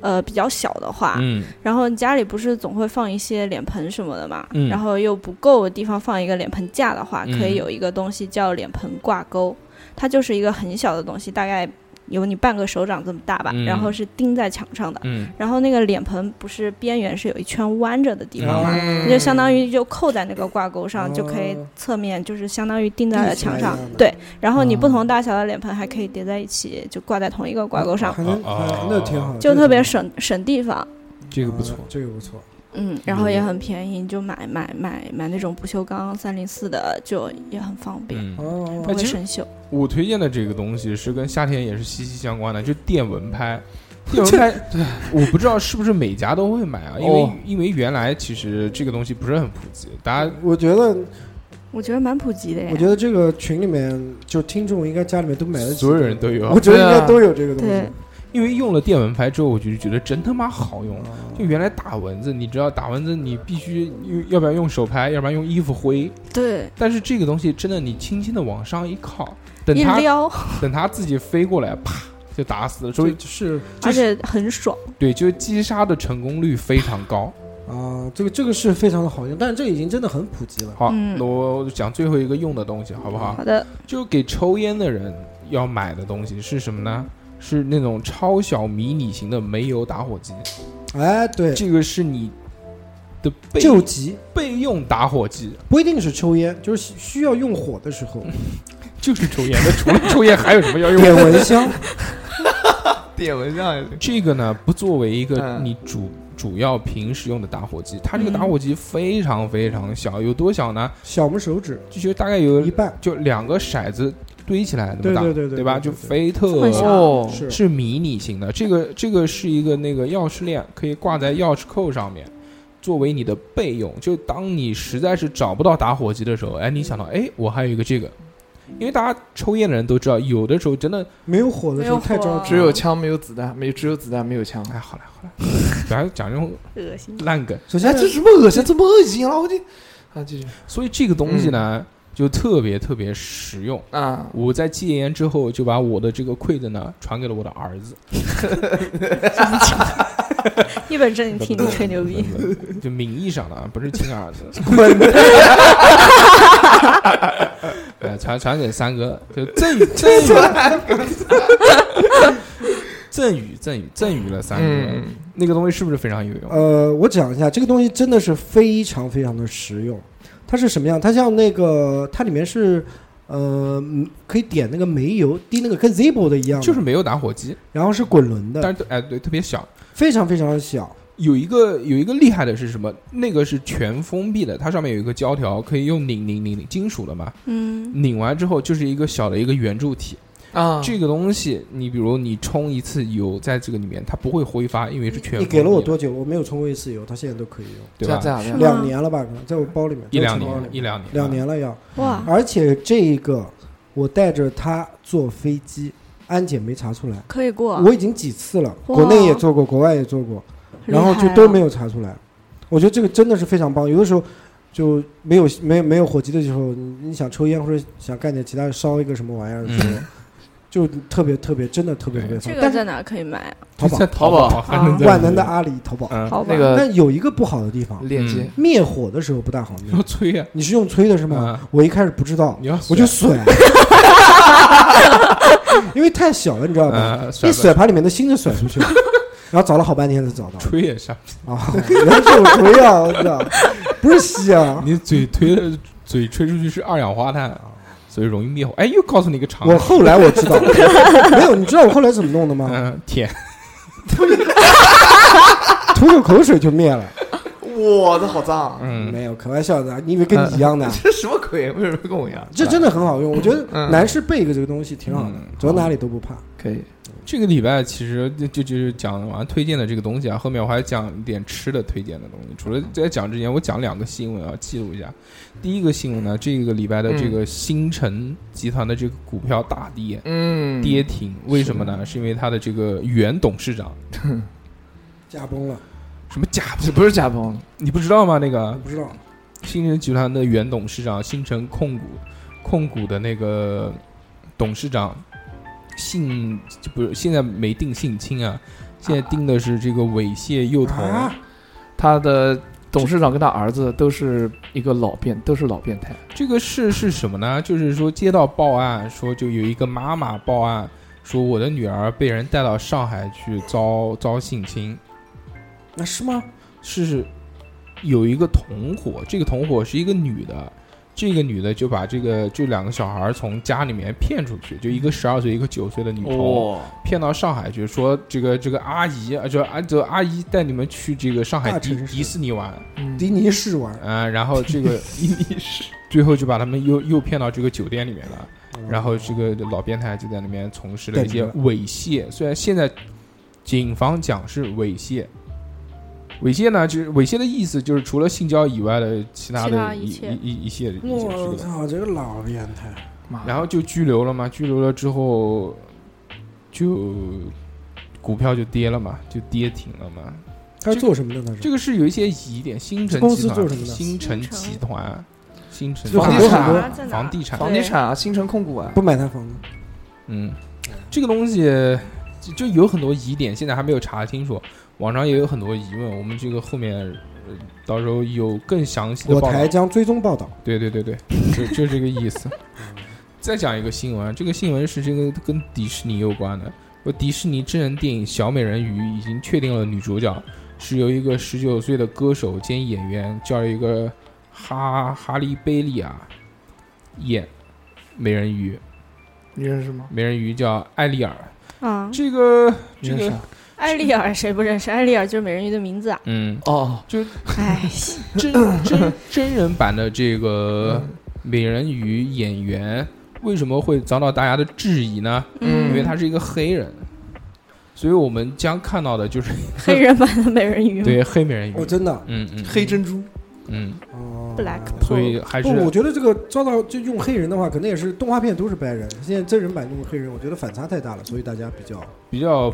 Speaker 5: 呃比较小的话，
Speaker 6: 嗯
Speaker 5: 然后你家里不是总会放一些脸盆什么的嘛，
Speaker 6: 嗯
Speaker 5: 然后又不够地方放一个脸盆架的话，
Speaker 6: 嗯
Speaker 5: 可以有一个东西叫脸盆挂钩，它就是一个很小的东西，大概有你半个手掌这么大吧，
Speaker 6: 嗯
Speaker 5: 然后是钉在墙上的。
Speaker 6: 嗯
Speaker 5: 然后那个脸盆不是边缘是有一圈弯着的地
Speaker 3: 啊
Speaker 5: 方嘛，
Speaker 7: 啊
Speaker 6: 嗯
Speaker 5: 你就相当于就扣在那个挂钩上，
Speaker 3: 哦
Speaker 5: 就可以侧面就是相当于钉在
Speaker 3: 立
Speaker 5: 了
Speaker 3: 起来
Speaker 5: 墙上
Speaker 3: 一样。的
Speaker 5: 对，然后你
Speaker 7: 哦
Speaker 5: 不同大小的脸盆还可以叠在一起，就挂在同一个挂钩上，
Speaker 3: 还能还
Speaker 6: 哦
Speaker 3: 那挺好的，
Speaker 5: 啊就特别
Speaker 3: 这
Speaker 5: 省省地方。
Speaker 6: 这
Speaker 3: 个
Speaker 6: 个
Speaker 3: 挺好
Speaker 6: 不错
Speaker 3: 啊。这个不错，
Speaker 5: 嗯，然后也很便宜，你就买买买买那种不锈钢三零四的，就也很方便，
Speaker 6: 嗯，
Speaker 3: 哦
Speaker 5: 不
Speaker 6: 哎
Speaker 5: 会
Speaker 6: 其实
Speaker 5: 生锈。
Speaker 6: 我推荐的这个东西是跟夏天也是息息相关的，就电蚊 拍。电蚊拍， 我不知道是不是每家都会买啊，因为
Speaker 7: 哦
Speaker 6: 因为原来其实这个东西不是很普及，大家
Speaker 3: 我觉得
Speaker 5: 我觉得蛮普及的
Speaker 3: 我
Speaker 5: 耶。
Speaker 3: 觉得这个群里面就听众应该家里面都买得起，
Speaker 6: 所有人都有啊
Speaker 3: 我。觉得应
Speaker 7: 对
Speaker 3: 该
Speaker 7: 啊
Speaker 3: 都有这个东
Speaker 5: 对
Speaker 3: 西，，
Speaker 6: 因为用了电蚊拍之后，我就觉得真他妈好用。就原来打蚊子，你知道打蚊子你必须用，要不然用手拍，要不然用衣服挥。
Speaker 5: 对，
Speaker 6: 但是这个东西真的，你轻轻的往上一靠，等
Speaker 5: 一
Speaker 6: 它
Speaker 5: 撩，
Speaker 6: 等它自己飞过来，啪就打死了。所以
Speaker 3: 是
Speaker 5: 而且很爽。
Speaker 6: 对，就是击杀的成功率非常高。
Speaker 3: 啊，这个这个是非常的好用，但是这个已经真的很普及了。
Speaker 6: 好，
Speaker 5: 嗯
Speaker 6: 那我讲最后一个用的东西，好不
Speaker 3: 啊
Speaker 6: 好
Speaker 5: 好？的，
Speaker 6: 就给抽烟的人要买的东西是什么呢？是那种超小迷你型的煤油打火机，
Speaker 3: 哎，对，
Speaker 6: 这个是你的备
Speaker 3: 救急
Speaker 6: 备用打火机，
Speaker 3: 不一定是抽烟，就是需需要用火的时候，
Speaker 6: 就是抽烟 的。除了抽烟还有什么要用？
Speaker 3: 点蚊香，
Speaker 7: 点蚊香也行。
Speaker 6: 这个呢，不作为一个
Speaker 7: 嗯
Speaker 6: 你主主要平时用的打火机，它这个
Speaker 5: 嗯
Speaker 6: 打火机非常非常小，有多小呢？
Speaker 3: 小拇手指
Speaker 6: 就就大概有
Speaker 3: 一半，
Speaker 6: 就两个骰子堆起来那么大，
Speaker 3: 对对对对
Speaker 6: 吧？
Speaker 3: 对对
Speaker 6: 就
Speaker 3: 对
Speaker 6: 非
Speaker 5: 这么小
Speaker 6: 特
Speaker 7: 哦，
Speaker 3: 是
Speaker 6: 是迷你型的，这个这个是一个那个钥匙链，可以挂在钥匙扣上面，作为你的备用。就当你实在是找不到打火机的时候，哎，你想到，哎，我还有一个这个。因为大家抽烟的人都知道，有的时候真的，
Speaker 3: 没有火的啊时候
Speaker 5: 没有火
Speaker 3: 太着急
Speaker 7: 只有枪没有子弹，没只有子弹没有枪。
Speaker 6: 哎，好了好 了，不要讲这种
Speaker 5: 恶 心。
Speaker 6: 烂梗。
Speaker 3: 啊首
Speaker 7: 哎，
Speaker 3: 先
Speaker 7: 这什么恶心，这么恶心了，我 就啊，继续
Speaker 6: 所以这个东西呢，就特别特别实用。
Speaker 7: 啊，
Speaker 6: 我在戒烟之后，就把我的这个馈赠呢传给了我的儿子。
Speaker 5: 一本正经听你吹牛逼。
Speaker 6: 就名义上的啊，不是亲儿子。呃，传传给三哥，就赠与赠与赠与赠与赠与了三哥
Speaker 7: 嗯，
Speaker 6: 那个东西是不是非常有用？
Speaker 3: 呃，我讲一下这个东西真的是非常非常的实用。它是什么样？它像那个，它里面是呃，嗯可以点那个煤油，滴那个跟 Zippo 的一样的，
Speaker 6: 就是没有打火机，
Speaker 3: 然后是滚轮的，
Speaker 6: 但是哎对，特别小。
Speaker 3: 非常非常小。
Speaker 6: 有一个有一个厉害的是什么？那个是全封闭的，它上面有一个胶条，可以用拧拧拧拧，金属的嘛，
Speaker 5: 嗯，
Speaker 6: 拧完之后就是一个小的一个圆柱体。
Speaker 4: 嗯
Speaker 7: 啊
Speaker 6: 这个东西，你比如你充一次油在这个里面，它不会挥发，因为是全
Speaker 3: 你给了我
Speaker 6: 封闭的
Speaker 3: 多久？我没有充过一次油，它现在都可以用，
Speaker 6: 对
Speaker 7: 在
Speaker 6: 吧？
Speaker 7: 在哪边？
Speaker 3: 两年了吧？可能在我包里面，
Speaker 6: 一两
Speaker 3: 在我包里
Speaker 6: 年，
Speaker 3: 面
Speaker 6: 一两年，
Speaker 3: 两。年了要。
Speaker 5: 哇，
Speaker 3: 而且这个我带着它坐飞机，安检没查出来，
Speaker 5: 可以过，
Speaker 3: 我已经几次了，
Speaker 5: 哇哦
Speaker 3: 国内也做过，国外也做过，然后就
Speaker 5: 啊
Speaker 3: 都没有查出来。我觉得这个真的是非常棒。有的时候就没有没有没有火机的时候，你你想抽烟或者想干点其他烧一个什么玩意儿的时
Speaker 6: 嗯
Speaker 3: 候，就特别特别真的特别特别方
Speaker 5: 这
Speaker 3: 便。
Speaker 5: 个
Speaker 3: 但是
Speaker 5: 在哪可以买啊？
Speaker 3: 淘宝
Speaker 6: 在淘宝
Speaker 7: 淘
Speaker 6: 还能在
Speaker 3: 万能的阿里、淘宝，
Speaker 6: 嗯，
Speaker 5: 淘宝
Speaker 7: 那个
Speaker 3: 但有一个不好的地方，
Speaker 7: 链接，
Speaker 3: 灭火的时候不大好灭
Speaker 6: 要。催呀，
Speaker 3: 你是用吹的是吗？我一开始不知道
Speaker 6: 嗯你，要
Speaker 3: 我 就甩，因为太小了，你知道吧？
Speaker 6: 呃，甩
Speaker 3: 一
Speaker 6: 不
Speaker 3: 甩把里面的芯子甩出去 了，然后找了好半天才找到。
Speaker 6: 吹也下，
Speaker 3: 啊，原来是有锤啊！我操， 不是吸啊！
Speaker 6: 你嘴推的嘴吹出去是二氧化碳，啊所以容易灭火。哎，又告诉你一个常
Speaker 3: 我
Speaker 6: 识，
Speaker 3: 后来我知 道，没有，你知道我后来怎么弄的吗？
Speaker 6: 嗯，舔，
Speaker 3: 吐口口水就灭了。
Speaker 7: 我的好脏，
Speaker 6: 嗯，
Speaker 3: 没有，开玩笑的，啊你以为跟你一样的？
Speaker 7: 这什么鬼？为什么跟我一样？
Speaker 3: 这真的很好用，我觉得
Speaker 7: 嗯
Speaker 3: 男士备一个这个东西挺好的
Speaker 6: 嗯，
Speaker 3: 走到哪里都不怕。
Speaker 4: 可以，
Speaker 6: 这个礼拜其实就就就是讲完推荐的这个东西啊，后面我还讲一点吃的推荐的东西。除了在讲之前，我讲两个新闻啊，记录一下。第一个新闻呢，这个礼拜的这个新城集团的这个股票大跌，
Speaker 7: 嗯，
Speaker 6: 跌停，为什么呢？是因为它的这个原董事长
Speaker 3: 驾崩了，
Speaker 6: 什么贾
Speaker 7: 这不是假崩，
Speaker 6: 你不知道吗？那
Speaker 3: 我
Speaker 6: 个
Speaker 3: 不知道。
Speaker 6: 新城集团的原董事长，新城控股控股的那个董事长姓就不是现在没定姓亲啊，现在定的是这个猥亵幼童，
Speaker 3: 啊，
Speaker 7: 他的董事长跟他儿子都是一个老变，都是老变态。
Speaker 6: 这个事是什么呢？就是说接到报案，说就有一个妈妈报案，说我的女儿被人带到上海去遭遭性侵，
Speaker 3: 那是吗？
Speaker 6: 是有一个同伙，这个同伙是一个女的，这个女的就把这个就两个小孩从家里面骗出去，就一
Speaker 3: 嗯
Speaker 6: 个十二岁，一个九岁的女
Speaker 3: 哦
Speaker 6: 童、
Speaker 7: 哦
Speaker 6: 骗到上海去，说这个这个阿姨，啊，就啊这阿姨带你们去这个上海
Speaker 3: 大
Speaker 6: 迪
Speaker 3: 城市
Speaker 6: 迪士尼玩，
Speaker 7: 嗯，
Speaker 3: 迪尼试玩，
Speaker 6: 嗯、然后这 个最后就把他们又又骗到这个酒店里面了，然后这个老变态就在里面从事了一些
Speaker 3: 带
Speaker 6: 猥亵，虽然现在警方讲是猥亵。猥亵呢，就是猥亵的意思，就是除了性交以外的其他
Speaker 5: 其他
Speaker 6: 的
Speaker 5: 一
Speaker 6: 一
Speaker 5: 切
Speaker 6: 一一一切的一切事
Speaker 3: 我
Speaker 6: 情。
Speaker 3: 操，哦这个老变态！
Speaker 6: 然后就拘留了嘛，拘留了之后，就股票就跌了嘛，就跌停了嘛。
Speaker 3: 他是做什么的？他
Speaker 6: 这
Speaker 3: 是
Speaker 6: 个是有一些疑点。新城
Speaker 3: 公司
Speaker 6: 集团
Speaker 3: 做什么的
Speaker 6: 新城
Speaker 5: 新城
Speaker 6: 集团，新城
Speaker 3: 就
Speaker 7: 房
Speaker 3: 很
Speaker 7: 地
Speaker 3: 多
Speaker 7: 产
Speaker 3: 很
Speaker 5: 啊
Speaker 3: 多，
Speaker 5: 在哪
Speaker 6: 房地产，
Speaker 7: 房地产啊，新城控股啊，
Speaker 3: 不买他房子，
Speaker 6: 嗯，这个东西就就有很多疑点，现在还没有查清楚，网上也有很多疑问。我们这个后面、呃到时候有更详细的
Speaker 3: 我
Speaker 6: 报道
Speaker 3: 台。将追踪报道。
Speaker 6: 对对对 对，就就这个意思。再讲一个新闻，这个新闻是这个跟迪士尼有关的。说迪士尼真人电影《小美人鱼》已经确定了女主角是由一个十九岁的歌手兼演员叫一个哈哈利贝利亚演美人鱼，
Speaker 7: 你认识吗？
Speaker 6: 美人鱼叫艾丽尔。
Speaker 5: 啊，
Speaker 6: 这个
Speaker 7: 你
Speaker 6: 这
Speaker 7: 认识
Speaker 6: 个
Speaker 7: 啊？
Speaker 5: 艾丽尔谁不认识？艾丽尔就是美人鱼的名字啊！
Speaker 6: 嗯，
Speaker 7: 哦，
Speaker 5: 哎，
Speaker 6: 真真真人版的这个美人鱼演员为什么会遭到大家的质疑呢？
Speaker 7: 嗯
Speaker 6: 因为他是一个黑人，所以我们将看到的就是
Speaker 5: 黑人版的美人鱼
Speaker 6: 对黑美人鱼，
Speaker 3: 我哦真的
Speaker 6: 嗯嗯，
Speaker 7: 黑珍珠，
Speaker 6: 嗯，
Speaker 3: 哦
Speaker 5: Black
Speaker 6: 所以还是
Speaker 3: 不，我觉得这个遭到就用黑人的话，可能也是动画片都是白人，现在真人版用黑人，我觉得反差太大了，所以大家比较
Speaker 6: 比较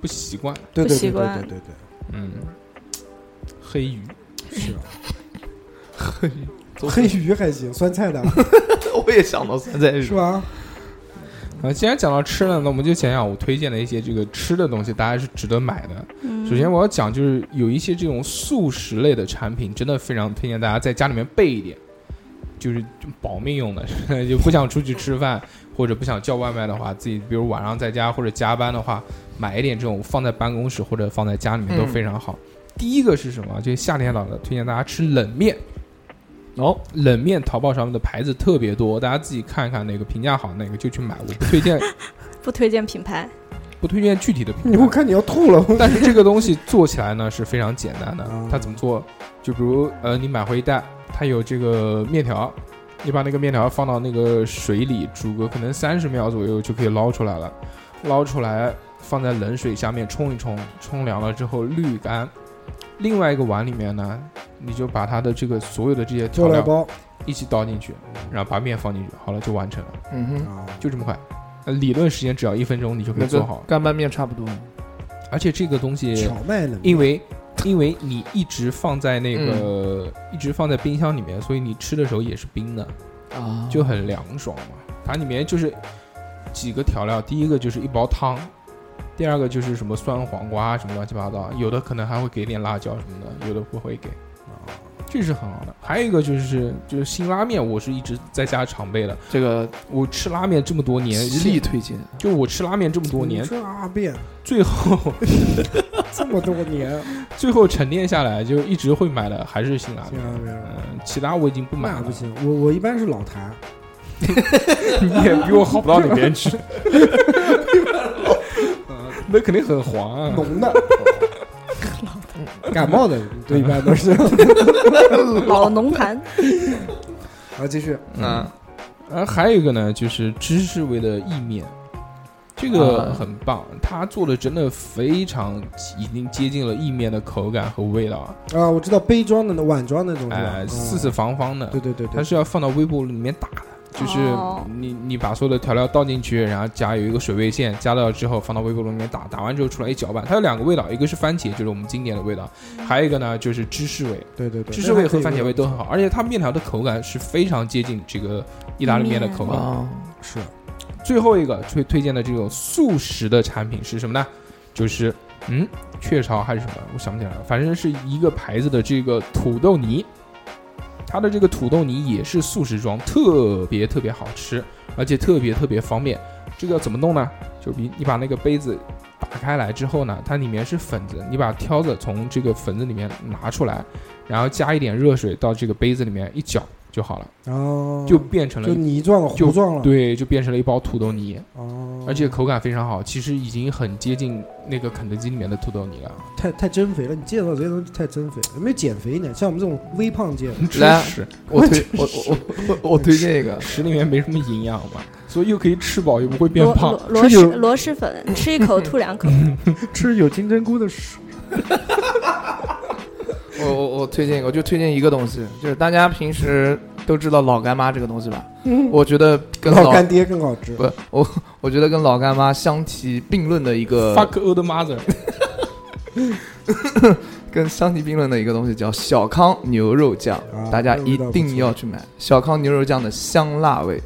Speaker 6: 不习惯，
Speaker 3: 对对对
Speaker 5: 习
Speaker 3: 对
Speaker 5: 惯
Speaker 3: 对对对
Speaker 6: 嗯，黑鱼，
Speaker 3: 是啊，
Speaker 7: 走
Speaker 3: 黑鱼还行，酸菜的
Speaker 7: 我也想到酸菜
Speaker 3: 是
Speaker 7: 鱼。
Speaker 3: 吧？
Speaker 6: 啊，既然讲到吃了，那我们就讲讲我推荐的一些这个吃的东西，大家是值得买的。
Speaker 5: 嗯
Speaker 6: 首先我要讲就是有一些这种素食类的产品，真的非常推荐大家在家里面备一点，就是保命用的， 就不想出去吃饭或者不想叫外卖的话，自己比如晚上在家或者加班的话，买一点这种放在办公室或者放在家里面都
Speaker 4: 嗯
Speaker 6: 非常好。第一个是什么？就是夏天到了，推荐大家吃冷面。哦，冷面淘宝上面的牌子特别多，大家自己看一看哪个评价好，哪个就去买。我不推荐，
Speaker 5: 不推荐品牌，
Speaker 6: 不推荐具体的品
Speaker 3: 你
Speaker 6: 牌
Speaker 3: 我。看你要吐了，
Speaker 6: 但是这个东西做起来呢是非常简单的，
Speaker 3: 嗯
Speaker 6: 它怎么做？就比如呃，你买回一袋，它有这个面条，你把那个面条放到那个水里煮个可能三十秒左右就可以捞出来了，捞出来放在冷水下面冲一冲，冲凉了之后滤干。另外一个碗里面呢，你就把它的这个所有的这些调
Speaker 3: 调料
Speaker 6: 料
Speaker 3: 包嗯
Speaker 6: 一起倒进去，然后把面放进去，好了就完成了，
Speaker 4: 嗯哼，
Speaker 3: 啊，
Speaker 6: 就这么快。呃理论时间只要一分钟，你就可以
Speaker 4: 那
Speaker 6: 做
Speaker 4: 跟
Speaker 6: 好。
Speaker 4: 干拌面差不多。
Speaker 6: 而且这个东西
Speaker 3: 荞麦冷面
Speaker 6: 因为因为你一直放在那个、一直放在冰箱里面，所以你吃的时候也是冰的啊，就很凉爽嘛。它里面就是几个调料，第一个就是一包汤，第二个就是什么酸黄瓜啊什么乱七八糟，有的可能还会给点辣椒什么的，有的不会给。啊这是很好的，还有一个就是就是辛拉面，我是一直在家常备的。
Speaker 9: 这个
Speaker 6: 我吃拉面这么多年，
Speaker 9: 极力推荐，
Speaker 6: 就我吃拉面这么多年
Speaker 3: 你，这阿变
Speaker 6: 最后
Speaker 3: 这么多年，
Speaker 6: 最后沉淀下来，就一直会买的还是辛拉
Speaker 3: 这
Speaker 6: 面。
Speaker 3: 阿变
Speaker 6: 嗯，其他我已经不买
Speaker 3: 那
Speaker 6: 了
Speaker 3: 不，行，我我一般是老坛，
Speaker 6: 你 也比我好不到哪边去。嗯 那肯定很黄啊！
Speaker 3: 浓的， 感冒的对一般都是。
Speaker 5: 老农盘，
Speaker 3: 好，继续，
Speaker 4: 嗯，
Speaker 6: 然后啊还有一个呢，就是芝士味的意面，这个
Speaker 4: 啊
Speaker 6: 很棒，它做的真的非常已经接近了意面的口感和味道啊，
Speaker 3: 啊，我知道杯装的那碗装的那种是吧
Speaker 6: 哎，？
Speaker 3: 嗯
Speaker 6: 四四，方方的，
Speaker 3: 对对对对
Speaker 6: 它，是要放到微波炉里面打的，就是
Speaker 5: 哦
Speaker 6: 你你把所有的调料倒进去，然后加有一个水位线，加到之后放到微波炉里面打，打完之后出来一搅拌，它有两个味道，一个是番茄，就是我们经典的味道，还有一个呢就是芝士味，
Speaker 3: 对对对，
Speaker 6: 芝士味和番茄味都很好，而且它面条的口感是非常接近这个意大利面的口感。
Speaker 4: 哦，
Speaker 3: 是
Speaker 6: 最后一个推推荐的这种素食的产品是什么呢？就是嗯，雀巢还是什么，我想不起来了，反正是一个牌子的这个土豆泥，它的这个土豆泥也是素食装，特别特别好吃，而且特别特别方便。这个怎么弄呢？就比你把那个杯子打开来之后呢，它里面是粉子，你把挑子从这个粉子里面拿出来，然后加一点热水到这个杯子里面一搅就好了，
Speaker 3: 哦，
Speaker 6: 就变成了
Speaker 3: 就
Speaker 6: 一。
Speaker 3: 泥状了，糊状了，，
Speaker 6: 对，就变成了一包土豆泥。
Speaker 3: 哦，
Speaker 6: 而且口感非常好，其实已经很接近那个肯德基里面的土豆泥了。
Speaker 3: 太太增肥了，你介绍这些东西太增肥了，有没有减肥呢？像我们这种微胖界，
Speaker 4: 来
Speaker 6: 吃
Speaker 4: 我推我我我我我推荐一个，
Speaker 6: 吃里面没什么营养嘛，所以又可以吃饱，又不会变
Speaker 5: 螺
Speaker 6: 胖
Speaker 5: 螺。螺
Speaker 3: 吃有
Speaker 5: 蛳螺蛳粉，吃一口吐两口，
Speaker 3: 吃有金针菇的屎，
Speaker 4: 我我我推荐一个，我就推荐一个东西，就是大家平时都知道老干妈这个东西吧？我觉得跟
Speaker 3: 老干爹更好吃。
Speaker 4: 不，我我觉得跟老干妈相提并论的一个
Speaker 6: Fuck old mother，
Speaker 4: 跟相提并论的一个东西叫小康牛肉酱，
Speaker 3: 啊
Speaker 4: 大家
Speaker 3: 这个味
Speaker 4: 一
Speaker 3: 道不
Speaker 4: 定
Speaker 3: 错
Speaker 4: 要去买小康牛肉酱的香辣味，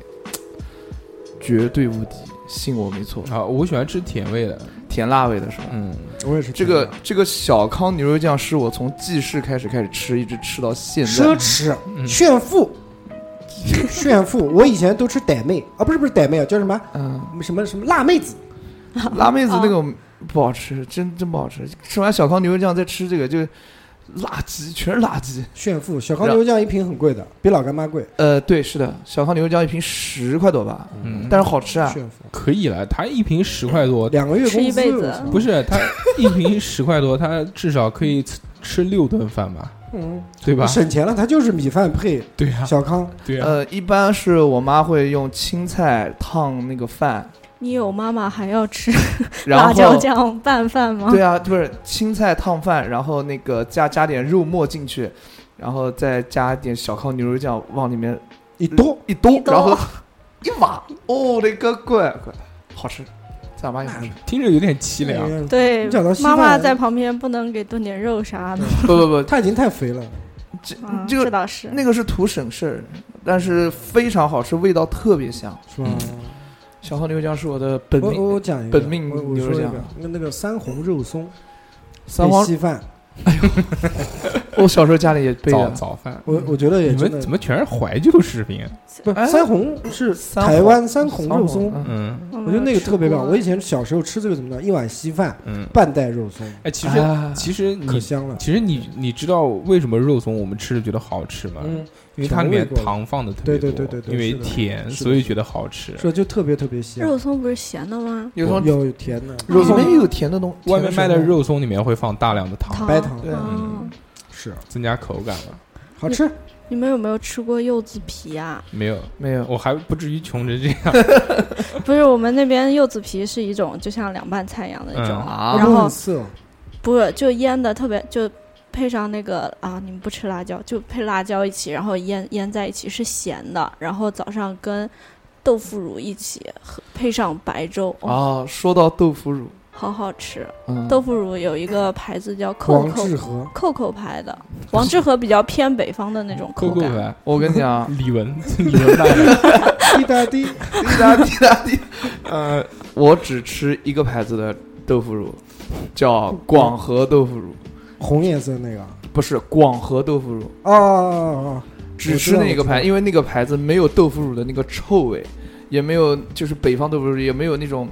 Speaker 4: 绝对无敌，信我没错，
Speaker 3: 嗯
Speaker 6: 啊，我喜欢吃甜味的。
Speaker 4: 甜辣味的是吧？
Speaker 6: 嗯，
Speaker 3: 我也是
Speaker 4: 这个这个小康牛肉酱是我从记事开始开始吃，一直吃到现
Speaker 3: 奢
Speaker 4: 在。
Speaker 3: 侈
Speaker 6: 嗯
Speaker 3: 炫富。炫富！我以前都吃傣妹啊，不是不是傣妹啊，叫什么
Speaker 4: 嗯，
Speaker 3: 什么什么辣妹子，
Speaker 4: 辣妹子那个
Speaker 3: 哦
Speaker 4: 不好吃，真真不好吃。吃完小康牛肉酱再吃这个，就垃圾，全是垃圾。
Speaker 3: 炫富！小康牛肉酱一瓶很贵的，比老干妈贵。
Speaker 4: 呃，对，是的，小康牛肉酱一瓶十块多吧，
Speaker 6: 嗯
Speaker 4: 但是好吃啊。
Speaker 3: 炫富！
Speaker 6: 可以了，它一瓶十块多，
Speaker 3: 两个月
Speaker 5: 吃
Speaker 3: 工
Speaker 5: 一
Speaker 3: 资
Speaker 5: 辈
Speaker 3: 我
Speaker 5: 子
Speaker 3: 操，
Speaker 6: 不是它一瓶十块多，它至少可以吃吃六顿饭吧，
Speaker 3: 嗯，
Speaker 6: 对吧？嗯
Speaker 3: 省钱了，它就是米饭配
Speaker 6: 对呀，
Speaker 3: 小康，
Speaker 6: 对啊
Speaker 5: 啊
Speaker 6: 呀。
Speaker 4: 呃，一般是我妈会用青菜烫那个 饭，
Speaker 5: 你有妈妈还要吃
Speaker 4: 然后
Speaker 5: 辣椒酱拌饭吗？
Speaker 4: 对啊，不是青菜烫饭，然后那个加加点肉末进去，然后再加点小烤牛肉酱往里面
Speaker 3: 一多
Speaker 4: 一兜
Speaker 5: 一，兜
Speaker 4: 然后 一挖，我的个乖乖，好吃，正儿八经好吃。
Speaker 6: 听着有点凄凉。
Speaker 3: 哎呀
Speaker 5: 对
Speaker 3: 你讲到稀
Speaker 5: 妈妈
Speaker 3: 饭
Speaker 5: 在旁边不能给炖点肉啥的。
Speaker 4: 不不 不，
Speaker 3: 他已经太肥了，
Speaker 4: 这
Speaker 5: 嗯，
Speaker 4: 这个
Speaker 5: 倒是。
Speaker 4: 那个是图省事儿，但是非常好吃，味道特别香。
Speaker 3: 是吧？
Speaker 4: 小号牛肉酱是我的本
Speaker 3: 我
Speaker 4: 命，
Speaker 3: 我讲一个
Speaker 4: 本命
Speaker 3: 我我
Speaker 4: 牛
Speaker 3: 说
Speaker 4: 肉
Speaker 3: 一
Speaker 4: 酱
Speaker 3: 个那那个三红肉松
Speaker 4: 三黄
Speaker 3: 配。稀饭，
Speaker 4: 我小时候家里也备
Speaker 6: 早
Speaker 4: 的，
Speaker 6: 早饭。
Speaker 3: 我我觉得也
Speaker 6: 你
Speaker 3: 真
Speaker 6: 们
Speaker 3: 的
Speaker 6: 怎么全是怀旧食品？啊
Speaker 3: 不
Speaker 4: 哎
Speaker 3: 三红是
Speaker 4: 三
Speaker 3: 台
Speaker 4: 黄
Speaker 3: 湾三红肉松，
Speaker 4: 嗯
Speaker 6: 嗯
Speaker 5: 我
Speaker 3: 我觉得那个特别棒。我以
Speaker 5: 前
Speaker 3: 前小时候吃这个怎么着，一碗稀饭
Speaker 6: 嗯。
Speaker 3: 半袋肉松，
Speaker 6: 哎，其实
Speaker 4: 啊
Speaker 6: 其实
Speaker 3: 可
Speaker 6: 你
Speaker 3: 香了。
Speaker 6: 其实你你知道为什么肉松我们吃着觉得好吃吗？
Speaker 3: 嗯，
Speaker 6: 因为它里面糖放的特别多，
Speaker 3: 对对对对对
Speaker 6: 因为
Speaker 3: 是的
Speaker 6: 甜，
Speaker 3: 是的
Speaker 6: 所以觉得好吃。
Speaker 3: 说就特别特别香，
Speaker 5: 肉松不是咸的吗？
Speaker 4: 有什么
Speaker 3: 有有甜的
Speaker 4: 肉里面又有甜的东，
Speaker 6: 外面卖的
Speaker 4: 甜水
Speaker 6: 肉松里面会放大量的糖，
Speaker 5: 糖
Speaker 3: 白糖
Speaker 4: 对
Speaker 5: 哦，
Speaker 3: 是
Speaker 6: 增加口感嘛。
Speaker 3: 好吃。
Speaker 5: 你们有没有吃过柚子皮啊？
Speaker 6: 没有，
Speaker 4: 分没有，
Speaker 6: 我还不至于穷成这 样。
Speaker 5: 不是，我们那边柚子皮是一种就像凉拌菜一样的一种，
Speaker 6: 嗯
Speaker 10: 啊
Speaker 5: 然
Speaker 3: 不
Speaker 5: 后
Speaker 3: 很涩，
Speaker 5: 不是就腌的特别就。配上那个啊，你们不吃辣椒，就配辣椒一起，然后腌腌在一起是咸的，然后早上跟豆腐乳一起喝，配上白粥，哦，
Speaker 4: 啊，说到豆腐乳，
Speaker 5: 好好吃。
Speaker 4: 嗯，
Speaker 5: 豆腐乳有一个牌子叫扣
Speaker 3: 王
Speaker 6: 嗯
Speaker 5: 扣
Speaker 3: 致和
Speaker 5: 扣扣牌的，王致和比较偏北方的那种口
Speaker 6: 扣扣
Speaker 5: 感。
Speaker 6: 呗，，
Speaker 4: 我跟你讲啊
Speaker 6: 李玟，李玟卖的。
Speaker 3: 滴答滴，
Speaker 4: 滴答滴答滴， 呃，我只吃一个牌子的豆腐乳，叫广和豆腐乳，
Speaker 3: 红颜色那个
Speaker 4: 不是广和豆腐乳，
Speaker 3: 哦哦哦，
Speaker 4: 只吃那个牌，因为那个牌子没有豆腐乳的那个臭味，也没有就是北方豆腐乳也没有那种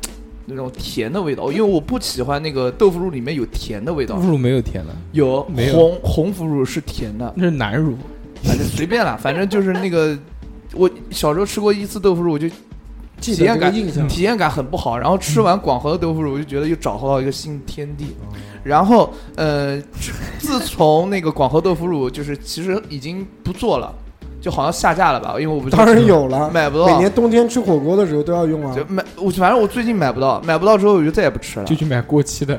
Speaker 4: 那种甜的味道，因为我不喜欢那个豆腐乳里面有甜的味道
Speaker 6: 豆，腐乳没有甜的，
Speaker 4: 有
Speaker 6: 嗯没有
Speaker 4: 红红腐乳是甜的，
Speaker 6: 那是南乳。
Speaker 4: 反正随便啦，反正就是那个我小时候吃过一次豆腐乳，我就
Speaker 3: 记
Speaker 4: 体
Speaker 3: 得
Speaker 4: 验
Speaker 3: 这个
Speaker 4: 感
Speaker 3: 印象。
Speaker 4: 体验感很不好。然后吃完广和的豆腐乳，我就觉得又找到一个新天地。
Speaker 3: 哦
Speaker 4: 然后呃，自自从那个广和豆腐乳就是其实已经不做了，就好像下架了吧？因为我不知道
Speaker 3: 当然有了，
Speaker 4: 买不
Speaker 3: 每
Speaker 4: 到，
Speaker 3: 年冬天吃火锅的时候都要用啊
Speaker 4: 就。买我反正我最近买不到，买不到之后我就再也不吃了
Speaker 6: 就。去买过期的，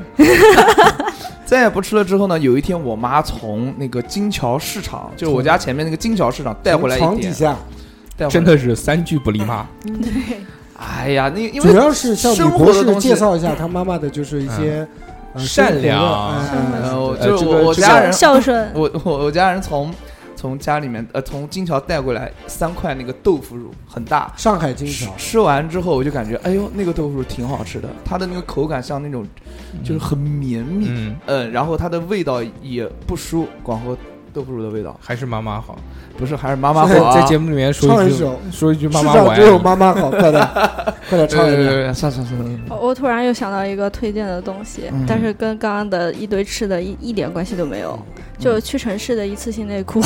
Speaker 4: 再也不吃了之后呢，有一天我妈从那个金桥市场，就是我家前面那个金桥市场带回来
Speaker 3: 床
Speaker 4: 一
Speaker 3: 底
Speaker 4: 点，
Speaker 3: 下，
Speaker 4: 带回来
Speaker 6: 真的是三句不离妈。
Speaker 4: 哎呀，那因为
Speaker 3: 主要是像
Speaker 4: 生
Speaker 3: 李
Speaker 4: 活
Speaker 3: 博
Speaker 4: 的东
Speaker 3: 士
Speaker 4: 西
Speaker 3: 介绍一下他妈妈的，就是一些
Speaker 4: 嗯
Speaker 3: 呃
Speaker 6: 善
Speaker 3: 生活的
Speaker 6: 良
Speaker 3: 哎哎哎
Speaker 4: 呃，我
Speaker 6: 呃
Speaker 4: 就是
Speaker 6: 这
Speaker 4: 我
Speaker 6: 个
Speaker 4: 我
Speaker 6: 这个
Speaker 4: 家人，
Speaker 5: 孝顺，
Speaker 4: 我我我家人从从家里面呃从金桥带过来三块那个豆腐乳，很大。
Speaker 3: 上海金
Speaker 4: 吃
Speaker 3: 桥，
Speaker 4: 吃完之后，我就感觉，哎呦，那个豆腐乳挺好吃的，它的那个口感像那种，就是很绵密，嗯
Speaker 6: 嗯，
Speaker 4: 然后它的味道也不输广和豆腐乳的味道，
Speaker 6: 还是妈妈好。
Speaker 4: 不是还是妈妈好、
Speaker 6: 在
Speaker 4: 啊。
Speaker 6: 在节目里面说
Speaker 3: 唱
Speaker 6: 一
Speaker 3: 一
Speaker 6: 句
Speaker 3: 首，
Speaker 6: 说一句妈
Speaker 3: 世
Speaker 6: 妈我
Speaker 3: 上
Speaker 6: 爱
Speaker 3: 只有
Speaker 6: 你。
Speaker 3: 妈妈好，快点，快
Speaker 4: 对
Speaker 3: 点唱
Speaker 4: 对
Speaker 3: 一
Speaker 4: 对
Speaker 3: 遍。
Speaker 4: 对，算算算算，
Speaker 5: 我我突然又想到一个推荐的东西，
Speaker 4: 嗯
Speaker 5: 但是跟刚刚的一堆吃的一一点关系都没有，
Speaker 6: 嗯
Speaker 5: 就屈臣氏的一次性内裤，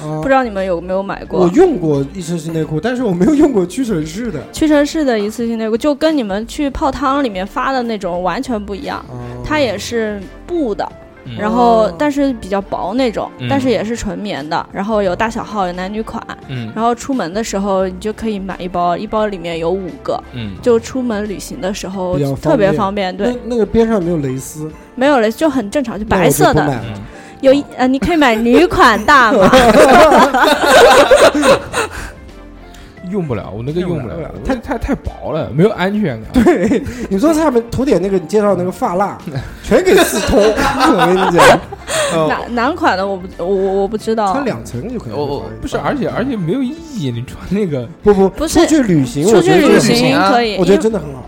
Speaker 3: 啊
Speaker 5: 不知道你们有没有买过
Speaker 3: 我？用过一身性内裤，但是我没有用过屈臣氏的。
Speaker 5: 屈臣氏的一次性内裤就跟你们去泡汤里面发的那种完全不一样，它也是布的，
Speaker 6: 嗯
Speaker 5: 然后
Speaker 3: 哦
Speaker 5: 但是比较薄那种，
Speaker 6: 嗯
Speaker 5: 但是也是纯棉的，然后有大小号，有男女款，
Speaker 6: 嗯
Speaker 5: 然后出门的时候你就可以买一包，一包里面有五个，
Speaker 6: 嗯，
Speaker 5: 就出门旅行的时候
Speaker 3: 比较方便
Speaker 5: 特别方便，对
Speaker 3: 那，那个边上没有蕾丝，
Speaker 5: 没有了就很正常，就
Speaker 3: 那我
Speaker 5: 白
Speaker 3: 就
Speaker 5: 色
Speaker 3: 不
Speaker 5: 的，
Speaker 3: 买
Speaker 6: 嗯
Speaker 3: 哦了。
Speaker 5: 有一呃，你可以买女款 大码，
Speaker 6: 用不了，我那个用不了，
Speaker 3: 用不了
Speaker 6: 太太太薄了，没有安全感。
Speaker 3: 对， 你说下面涂点那个你介绍的那个发蜡，全给刺 通。我跟你讲，
Speaker 5: 男男款的我不我我我不知道
Speaker 3: 穿，两层就可以。
Speaker 4: 我我
Speaker 6: 哦不
Speaker 3: 啊
Speaker 6: 是，而且而且没有意义，你穿那个
Speaker 3: 不不
Speaker 5: 不
Speaker 3: 出
Speaker 5: 是
Speaker 3: 去旅行，
Speaker 5: 出
Speaker 3: 我觉得
Speaker 5: 去旅
Speaker 3: 这个
Speaker 4: 行
Speaker 5: 行
Speaker 4: 啊
Speaker 5: 可以，
Speaker 3: 我觉得
Speaker 5: 因为
Speaker 3: 真的很好。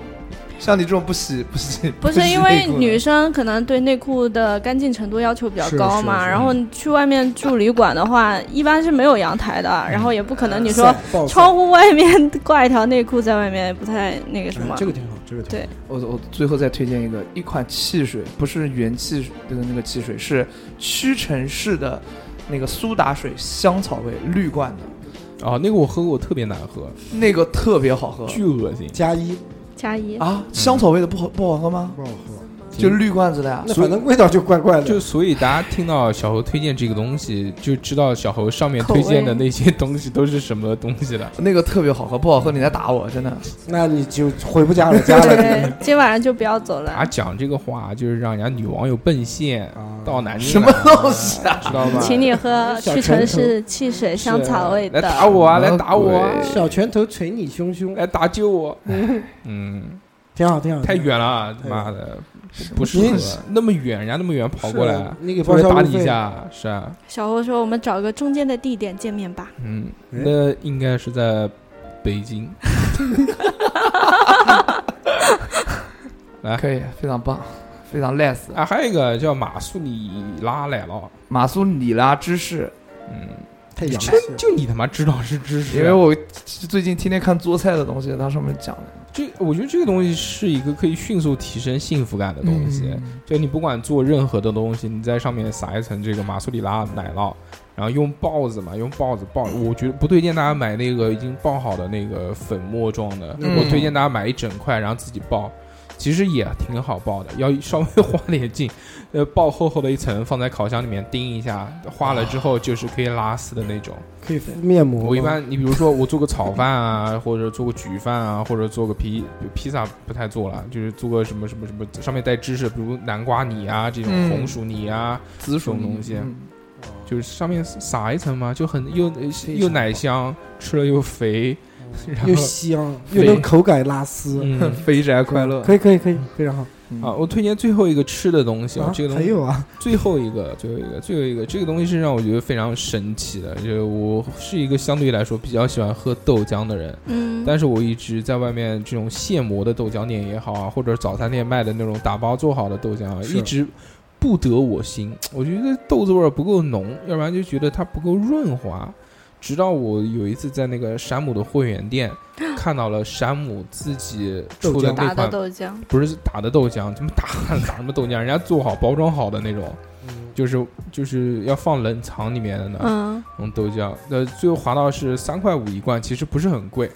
Speaker 4: 像你这种不洗不洗，
Speaker 5: 不是
Speaker 4: 洗
Speaker 5: 因
Speaker 4: 内
Speaker 5: 为
Speaker 4: 裤的
Speaker 5: 女生可能对内裤的干净程度要求比较
Speaker 3: 是
Speaker 5: 高
Speaker 3: 是
Speaker 5: 嘛，
Speaker 3: 是
Speaker 5: 然后你去外面住旅馆的话，一般是没有阳台的，然后也不可能你说
Speaker 3: 晒暴晒
Speaker 5: 窗户外面挂一条内裤在外面不太那个什
Speaker 3: 哎
Speaker 5: 么
Speaker 3: 这，个挺好，这个挺好。
Speaker 4: 我我最后再推荐一个一款汽水，不是元气的那个汽水，是屈臣氏的那个苏打水，香草味绿罐的，
Speaker 6: 哦，那个我喝过，特别难喝，
Speaker 4: 那个特别好喝
Speaker 6: 巨恶心。
Speaker 3: 加一
Speaker 5: 加一
Speaker 4: 啊！香草味的不好不好喝吗？
Speaker 3: 不好喝，
Speaker 4: 就绿罐子的呀
Speaker 3: 那。反正味道就怪怪
Speaker 6: 就
Speaker 3: 的。
Speaker 6: 所以大家听到小侯推荐这个东西，就知道小侯上面
Speaker 5: 口味
Speaker 6: 推荐的那些东西都是什么东西了。
Speaker 4: 那个特别好喝，不好喝你来打我，真的。
Speaker 3: 那你就回 不家了，家了。
Speaker 5: 对，今晚上就不要走
Speaker 6: 他
Speaker 5: 了。
Speaker 6: 讲这个话就是让人家女网友奔现
Speaker 3: 啊
Speaker 6: 到南京
Speaker 4: 什么
Speaker 6: 来
Speaker 4: 东西啊？
Speaker 6: 知道吗？
Speaker 5: 请你喝
Speaker 3: 小
Speaker 5: 屈
Speaker 3: 拳
Speaker 5: 臣
Speaker 3: 头
Speaker 5: 氏汽水香草味
Speaker 6: 来
Speaker 5: 的，
Speaker 6: 打我啊！来打我啊！
Speaker 3: 小拳头捶你胸胸，哎
Speaker 6: 来打救我！嗯，
Speaker 3: 挺好，挺好。
Speaker 6: 太
Speaker 3: 挺好
Speaker 6: 远了，啊
Speaker 3: 太远
Speaker 6: 妈的，不适
Speaker 3: 你
Speaker 6: 合那么远，人家那么远跑过
Speaker 3: 是
Speaker 6: 来
Speaker 3: 啊，你给
Speaker 6: 过
Speaker 3: 报
Speaker 6: 来
Speaker 3: 销
Speaker 6: 打
Speaker 3: 路
Speaker 6: 你一
Speaker 3: 费。
Speaker 6: 下，是啊，
Speaker 5: 小侯说：“我们找个中间的地点见面吧。
Speaker 6: 嗯，
Speaker 3: 哎
Speaker 6: 那应该是在北京，
Speaker 7: 可以，非常棒，非常 nice。
Speaker 6: 啊，还有一个叫马苏里拉奶酪，
Speaker 7: 马苏里拉芝士，
Speaker 6: 嗯，
Speaker 3: 太洋气
Speaker 6: 这
Speaker 3: 了。
Speaker 6: 就你他妈知道是知识啊，
Speaker 7: 因为我最近天天看做菜的东西，它上面讲的
Speaker 6: 这我觉得这个东西是一个可以迅速提升幸福感的东西。
Speaker 7: 嗯
Speaker 6: 就你不管做任何的东西，你在上面撒一层这个马苏里拉奶酪，然后用刨子嘛，用刨子刨。我觉得不推荐大家买那个已经刨好的那个粉末状的，
Speaker 7: 嗯
Speaker 6: 我推荐大家买一整块，然后自己刨。其实也挺好刨的，要 稍微花点劲，呃，刨厚厚的一层，放在烤箱里面叮一下，化了之后就是可以拉丝的那种。
Speaker 3: 可以敷面膜啊吗，
Speaker 6: 我一般，你比如说我做个炒饭啊，或者做个焗饭啊，或者做个披披萨不太做了，就是做个什么什么什么，上面带芝士，比如南瓜泥啊这种
Speaker 7: 嗯
Speaker 6: 红薯泥啊，
Speaker 7: 紫薯
Speaker 6: 这种
Speaker 7: 泥
Speaker 6: 东西
Speaker 7: 嗯
Speaker 6: 就是上面撒一层嘛，就很又呃又奶香，吃了又肥，然
Speaker 3: 嗯又
Speaker 6: 后
Speaker 3: 香又能口感拉丝，
Speaker 6: 嗯
Speaker 7: 肥宅快乐。
Speaker 3: 可以可以可以，非常好。
Speaker 6: 啊，我推荐最后一个吃的东西，
Speaker 3: 啊
Speaker 6: 这个东
Speaker 3: 还
Speaker 6: 西
Speaker 3: 有啊，
Speaker 6: 最后一个，最后一个，最后一个，这个东西是让我觉得非常神奇的，就是我是一个相对来说比较喜欢喝豆浆的人。
Speaker 5: 嗯，
Speaker 6: 但是我一直在外面这种现磨的豆浆店也好啊，或者早餐店卖的那种打包做好的豆浆啊，
Speaker 3: 是
Speaker 6: 一直不得我心。我觉得豆子味儿不够浓，要不然就觉得它不够润滑。直到我有一次在那个山姆的会员店看到了山姆自己出的
Speaker 3: 豆浆
Speaker 6: 那
Speaker 5: 打的
Speaker 6: 款，
Speaker 5: 豆浆，
Speaker 6: 不是打的豆浆，怎么打打什么豆浆？人家做好包装好的那种，就是就是要放冷藏里面的呢。
Speaker 5: 嗯，
Speaker 6: 用豆浆，呃，最后划到是三块五一罐，其实不是很贵。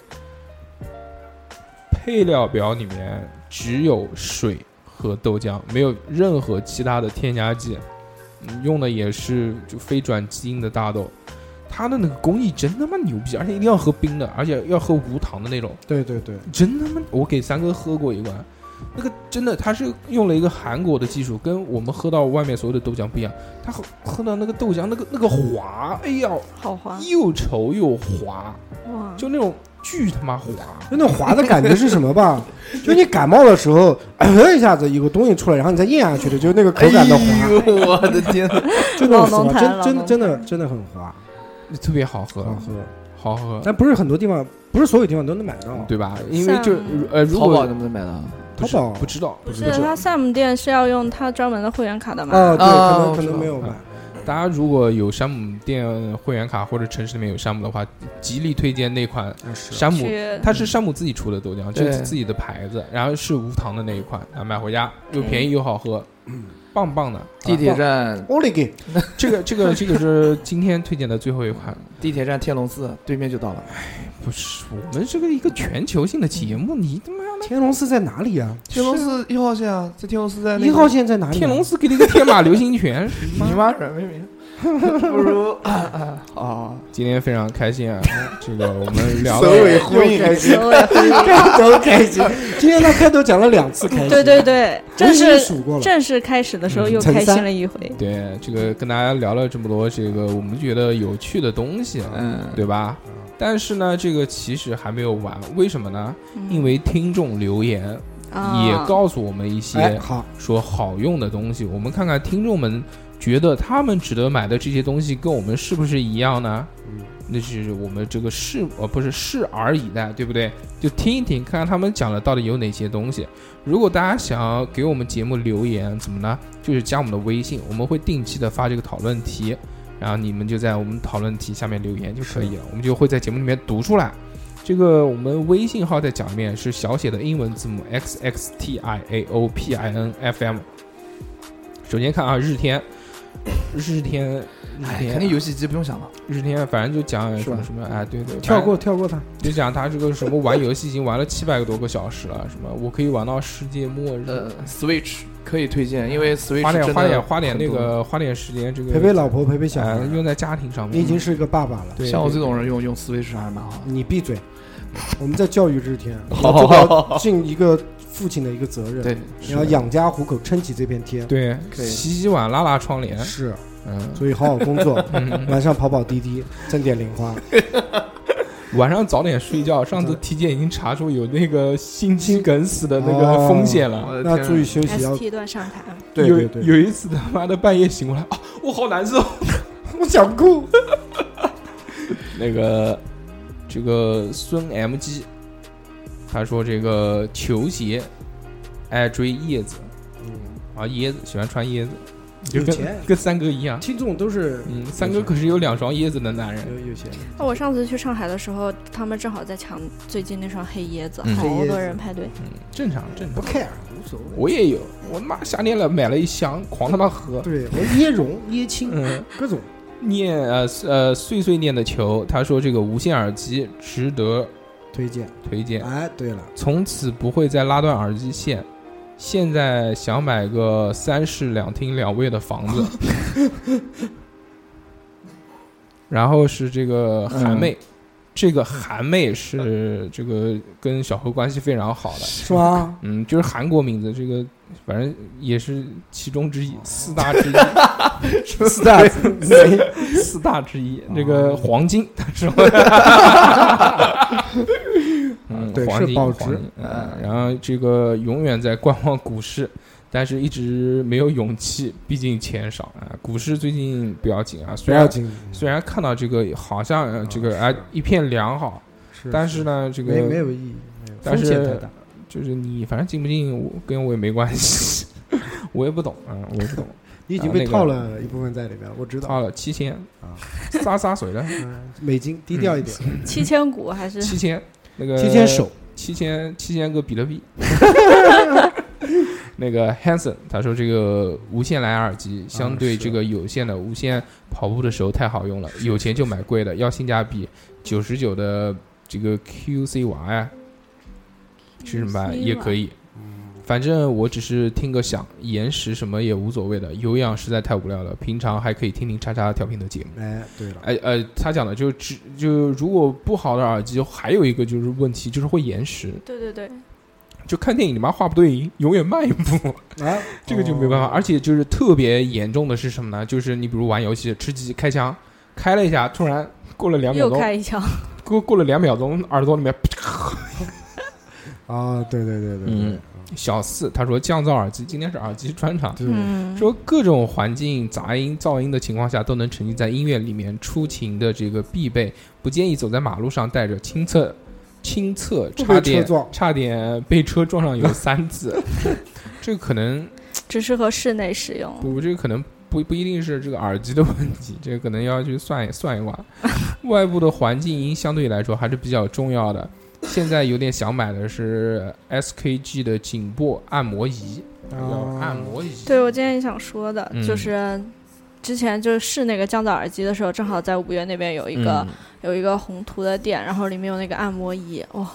Speaker 6: 配料表里面只有水和豆浆，没有任何其他的添加剂，嗯用的也是就非转基因的大豆。它的那个工艺真他妈牛逼，而且一定要喝冰的，而且要喝无糖的那种。
Speaker 3: 对对对，
Speaker 6: 真他妈！我给三哥喝过一罐，那个真的，他是用了一个韩国的技术，跟我们喝到外面所有的豆浆不一样。他喝喝到那个豆浆，那个那个滑，哎呀，
Speaker 5: 好滑
Speaker 6: 又稠又滑，
Speaker 5: 哇，
Speaker 6: 就那种巨他妈滑。
Speaker 3: 就那滑的感觉是什么吧？就你感冒的时候，呃一下子有个东西出来，然后你再咽下去的，就是那个口感的滑，
Speaker 7: 哎呦，我的 天！
Speaker 3: 就那种
Speaker 5: 老农
Speaker 3: 滑，真
Speaker 5: 坛老
Speaker 3: 真
Speaker 5: 农
Speaker 3: 真的真的很滑，
Speaker 6: 特别好喝，
Speaker 3: 好喝。
Speaker 6: 好喝，嗯
Speaker 3: 但不是很多地方，不是所有地方都能买到。
Speaker 6: 对吧？因为就
Speaker 5: 像
Speaker 6: 呃，如
Speaker 4: 淘宝
Speaker 6: 果
Speaker 4: 能不能买到？
Speaker 6: 不是
Speaker 3: 淘宝
Speaker 6: 不知道，
Speaker 5: 不是他 Sam 店是要用他专门的会员卡的嘛？
Speaker 3: 啊，
Speaker 7: 啊
Speaker 3: 对，可能
Speaker 5: 哦
Speaker 7: 我
Speaker 3: 可
Speaker 7: 知道
Speaker 3: 能没有买。
Speaker 6: 大家如果有山姆店会员卡或者城市里面有山姆的话，极力推荐那款
Speaker 3: 啊是
Speaker 6: 山姆
Speaker 5: 去
Speaker 6: 它是山姆自己出的豆浆，就
Speaker 7: 对
Speaker 6: 是自己的牌子，然后是无糖的那一款，然后买回家又便宜又好喝，棒棒的。
Speaker 7: 地铁站，
Speaker 3: 我勒个，
Speaker 6: 啊嗯这个这个这个 是今天推荐的最后一款，
Speaker 7: 地铁站天龙寺对面就到了。
Speaker 6: 不是我们这个一个全球性的节目，你他妈
Speaker 3: 天龙寺在哪里啊？
Speaker 7: 天龙寺一号线啊，在天龙寺在那个
Speaker 3: 一号线在哪里啊？
Speaker 6: 天龙寺给你个天马流星拳，
Speaker 7: 你妈软妹妹，不如 啊啊啊！
Speaker 6: 今天非常开心啊！这个我们聊
Speaker 4: 首尾
Speaker 6: 了，
Speaker 4: 呼应，开 心。
Speaker 5: 所有
Speaker 3: 都开心。今天他开头讲了两次开心，
Speaker 5: 对对，对，
Speaker 3: 我
Speaker 5: 正
Speaker 3: 已经
Speaker 5: 式
Speaker 3: 数过了。
Speaker 5: 正式开始的时候
Speaker 6: 嗯
Speaker 5: 又
Speaker 3: 乘
Speaker 5: 开
Speaker 3: 三
Speaker 5: 心了一回，
Speaker 6: 对这个跟大家聊了这么多这个我们觉得有趣的东西，
Speaker 7: 嗯，
Speaker 6: 对吧？但是呢，这个其实还没有完，为什么呢？
Speaker 5: 嗯
Speaker 6: 因为听众留言
Speaker 5: 啊
Speaker 6: 也告诉我们一些
Speaker 3: 哎，好，
Speaker 6: 说好用的东西，我们看看听众们觉得他们值得买的这些东西跟我们是不是一样呢？那是我们这个视呃不是视而以待，对不对？就听一听，看看他们讲的到底有哪些东西。如果大家想要给我们节目留言，怎么呢？就是加我们的微信，我们会定期的发这个讨论题，然后你们就在我们讨论题下面留言就可以了，我们就会在节目里面读出来。这个我们微信号再讲一遍，是小写的英文字母 x x t i a o p i n f m。首先看啊，日天，日天，日
Speaker 7: 哎，
Speaker 6: 天，
Speaker 7: 肯定游戏机不用想了。
Speaker 6: 日天，反正就讲
Speaker 7: 是
Speaker 6: 什
Speaker 7: 吧
Speaker 6: 么什么，哎，对对，
Speaker 3: 跳过跳过他。
Speaker 6: 反正就讲他这个什么玩游戏已经玩了七百个多个小时了，什么我可以玩到世界末日，
Speaker 7: 呃，Switch 可以推荐，因为 Switch
Speaker 6: 花
Speaker 7: 真
Speaker 6: 点
Speaker 7: 的
Speaker 6: 花点花点那
Speaker 7: 很多，
Speaker 6: 个花点时间，这个
Speaker 3: 陪陪老婆，陪陪小孩
Speaker 6: 哎。用在家庭上面，
Speaker 3: 你已经是个爸爸了，
Speaker 6: 对
Speaker 7: 像我
Speaker 6: 对
Speaker 7: 这种人用用 Switch 还是蛮好的。
Speaker 3: 你闭嘴。我们在教育日天，
Speaker 7: 好
Speaker 3: 要做到尽一个父亲的一个责 任，
Speaker 7: 对，
Speaker 3: 你要养家糊口，撑起这片天。
Speaker 6: 对
Speaker 7: 可以
Speaker 6: 洗洗碗、拉拉窗帘，
Speaker 3: 是，
Speaker 6: 嗯，
Speaker 3: 所以好好工作，
Speaker 6: 嗯
Speaker 3: 晚上跑跑滴滴，挣点零花。
Speaker 6: 晚上早点睡觉。上次体检已经查出有那个心肌梗死的那个
Speaker 3: 哦
Speaker 6: 风险了。
Speaker 7: 我的
Speaker 3: 那
Speaker 7: 天啊
Speaker 3: 注意休息，要
Speaker 5: ST 段上台，
Speaker 3: 对对对。
Speaker 6: 有有一次他妈的半夜醒过来啊，我好难受，
Speaker 3: 我想哭。
Speaker 6: 那个这个孙 M G，他说这个球鞋爱追叶子，啊椰子喜欢穿椰子，就
Speaker 3: 有
Speaker 6: 跟
Speaker 3: 钱
Speaker 6: 跟三哥一样。
Speaker 3: 听众都是
Speaker 6: 嗯，三哥可是有两双椰子的男人。
Speaker 3: 有有钱人，
Speaker 5: 那我上次去上海的时候，他们正好在抢最近那双黑椰子，
Speaker 6: 嗯
Speaker 5: 好
Speaker 3: 黑椰
Speaker 5: 多
Speaker 3: 子
Speaker 5: 人排队。
Speaker 6: 嗯，正常正
Speaker 3: 不
Speaker 6: 常。
Speaker 3: care 无所谓。
Speaker 6: 我也有，我他妈夏天了买了一箱，狂他妈喝。
Speaker 3: 对我椰蓉、椰青
Speaker 6: 嗯，
Speaker 3: 各种，
Speaker 6: 念呃呃碎碎念的球，他说这个无线耳机值得
Speaker 3: 推荐。
Speaker 6: 推荐，
Speaker 3: 哎，对了，
Speaker 6: 从此不会再拉断耳机线。现在想买个三室两厅两卫的房子。然后是这个韩妹，这个韩妹是这个跟小何关系非常好的，
Speaker 3: 是吧？
Speaker 6: 嗯，就是韩国名字，这个反正也是其中之一，四大之一。
Speaker 3: 四
Speaker 6: 啊
Speaker 3: 大
Speaker 6: 四大之一，
Speaker 3: 哦
Speaker 6: 那个黄金，他说， 嗯，
Speaker 3: 对
Speaker 6: 黄
Speaker 3: 是哎
Speaker 6: 金，
Speaker 3: 保
Speaker 6: 黄
Speaker 3: 值
Speaker 6: 金，嗯，然后这个永远在观望股市，但是一直没有勇气，毕竟钱少啊。股市最近不要紧啊，
Speaker 3: 不
Speaker 6: 虽
Speaker 3: 要
Speaker 6: 然
Speaker 3: 紧，
Speaker 6: 虽然看到这个好像呃这个啊一片良好，但是呢，这
Speaker 3: 没没
Speaker 6: 个
Speaker 3: 有意义，没有
Speaker 6: 但
Speaker 3: 风
Speaker 6: 是啊
Speaker 3: 险太大。
Speaker 6: 就是你反正进不进我跟我也没关系， 我也不懂啊，我也不懂。
Speaker 3: 你已经
Speaker 6: 啊那
Speaker 3: 被
Speaker 6: 个
Speaker 3: 套了一部分在里边，我知道。
Speaker 6: 到了七千
Speaker 3: 啊，
Speaker 6: 洒洒水了，
Speaker 3: 嗯，美金低调一点，
Speaker 6: 嗯
Speaker 5: 七千股还是
Speaker 6: 七千那个
Speaker 3: 七千手，
Speaker 6: 七千七千个比特币。那个 Hanson 他说，这个无线蓝牙耳机相对这个有线的无线跑步的时候太好用了，有钱就买贵的，要性价比。九十九的这个 QCY 啊是什么啊也可
Speaker 5: 以。
Speaker 6: 以，反正我只是听个响，延时什么也无所谓的。有氧实在太无聊了，平常还可以听听叉叉调频的节目。
Speaker 3: 哎，对了，
Speaker 6: 哎呃，他讲的就只就如果不好的耳机，还有一个就是问题，就是会延时。
Speaker 5: 对对对，
Speaker 6: 就看电影你妈话不 对音，永远慢一步，
Speaker 3: 哎，
Speaker 6: 这个就没办法。而且就是特别严重的是什么呢？就是你比如玩游戏吃鸡开枪，开了一下，突然过了两秒
Speaker 5: 又
Speaker 6: 钟，
Speaker 5: 开一枪，
Speaker 6: 过过了两秒钟，耳朵里面啪
Speaker 3: 法啊，对对对对对
Speaker 6: 嗯，小四他说降噪耳机，今天是耳机专场。
Speaker 3: 对，
Speaker 5: 嗯，
Speaker 6: 说各种环境杂音、噪音的情况下，都能沉浸在音乐里面。出行的这个必备，不建议走在马路上带着，亲测亲测
Speaker 3: 会
Speaker 6: 差
Speaker 3: 被车
Speaker 6: 点
Speaker 3: 撞
Speaker 6: 差点被车撞上有三次， 这个可能
Speaker 5: 只适合室内使用。
Speaker 6: 不，这个可能不不一定是这个耳机的问题，这个可能要去算一算一卦。 外部的环境音相对来说还是比较重要的。现在有点想买的是 SKG 的颈部按摩仪，叫
Speaker 3: 啊
Speaker 6: 按摩仪。
Speaker 5: 对，我今天也想说的，
Speaker 6: 嗯
Speaker 5: 就是之前就是试那个降噪耳机的时候，正好在五院那边有一个、
Speaker 6: 嗯
Speaker 5: 有一个宏图的店，然后里面有那个按摩椅，哇、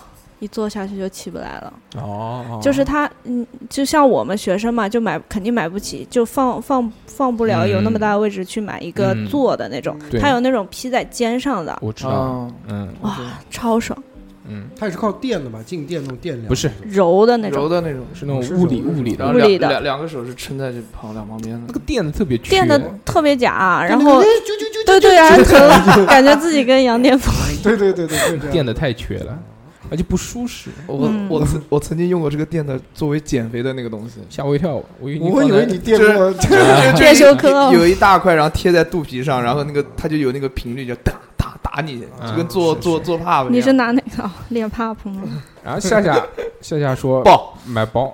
Speaker 5: 一坐下去就起不来了。
Speaker 6: 哦，
Speaker 5: 就是它，嗯，就像我们学生嘛，就买肯定买不起，就放放放不了有那么
Speaker 6: 嗯
Speaker 5: 大的位置去买一个
Speaker 6: 嗯
Speaker 5: 坐的那种，
Speaker 6: 对
Speaker 5: 它有那种披在肩上的，
Speaker 6: 我知
Speaker 4: 哦
Speaker 6: 道，
Speaker 7: 啊，
Speaker 6: 嗯
Speaker 5: 哇，超爽，
Speaker 6: 嗯，
Speaker 3: 它也是靠电的嘛，静电那种电量
Speaker 6: 不是
Speaker 5: 柔的那
Speaker 7: 柔
Speaker 5: 种，
Speaker 7: 的那种，
Speaker 6: 是那种物理物理
Speaker 7: 然
Speaker 6: 的
Speaker 7: 后
Speaker 5: 物
Speaker 7: 两
Speaker 5: 理的
Speaker 7: 两两个手是撑在这旁两旁边
Speaker 6: 那
Speaker 7: 的，
Speaker 6: 个垫子特别缺，
Speaker 5: 垫的特别假，啊然后对对啊， 疼，感觉自己跟羊癫疯一样。
Speaker 3: 对对对对，就是这样
Speaker 6: 垫的太缺了，而且不舒适，
Speaker 7: 我
Speaker 5: 嗯
Speaker 7: 我曾我曾经用过这个垫的作为减肥的那个东 西，啊
Speaker 6: 吓我一跳，我以为你
Speaker 3: 我以为你电过，
Speaker 5: 变休克哦
Speaker 7: 有一大块，然后贴在肚皮上，然后那个它就有那个频率，就打打打你，
Speaker 6: 嗯
Speaker 7: 就跟做
Speaker 6: 是
Speaker 7: 做
Speaker 6: 是
Speaker 7: 做 pub
Speaker 5: 你
Speaker 7: 一
Speaker 5: 是
Speaker 7: 样。
Speaker 5: 拿哪个哦 练 pop 吗？
Speaker 6: 然后啊夏夏夏夏说
Speaker 7: 爆
Speaker 6: 买包，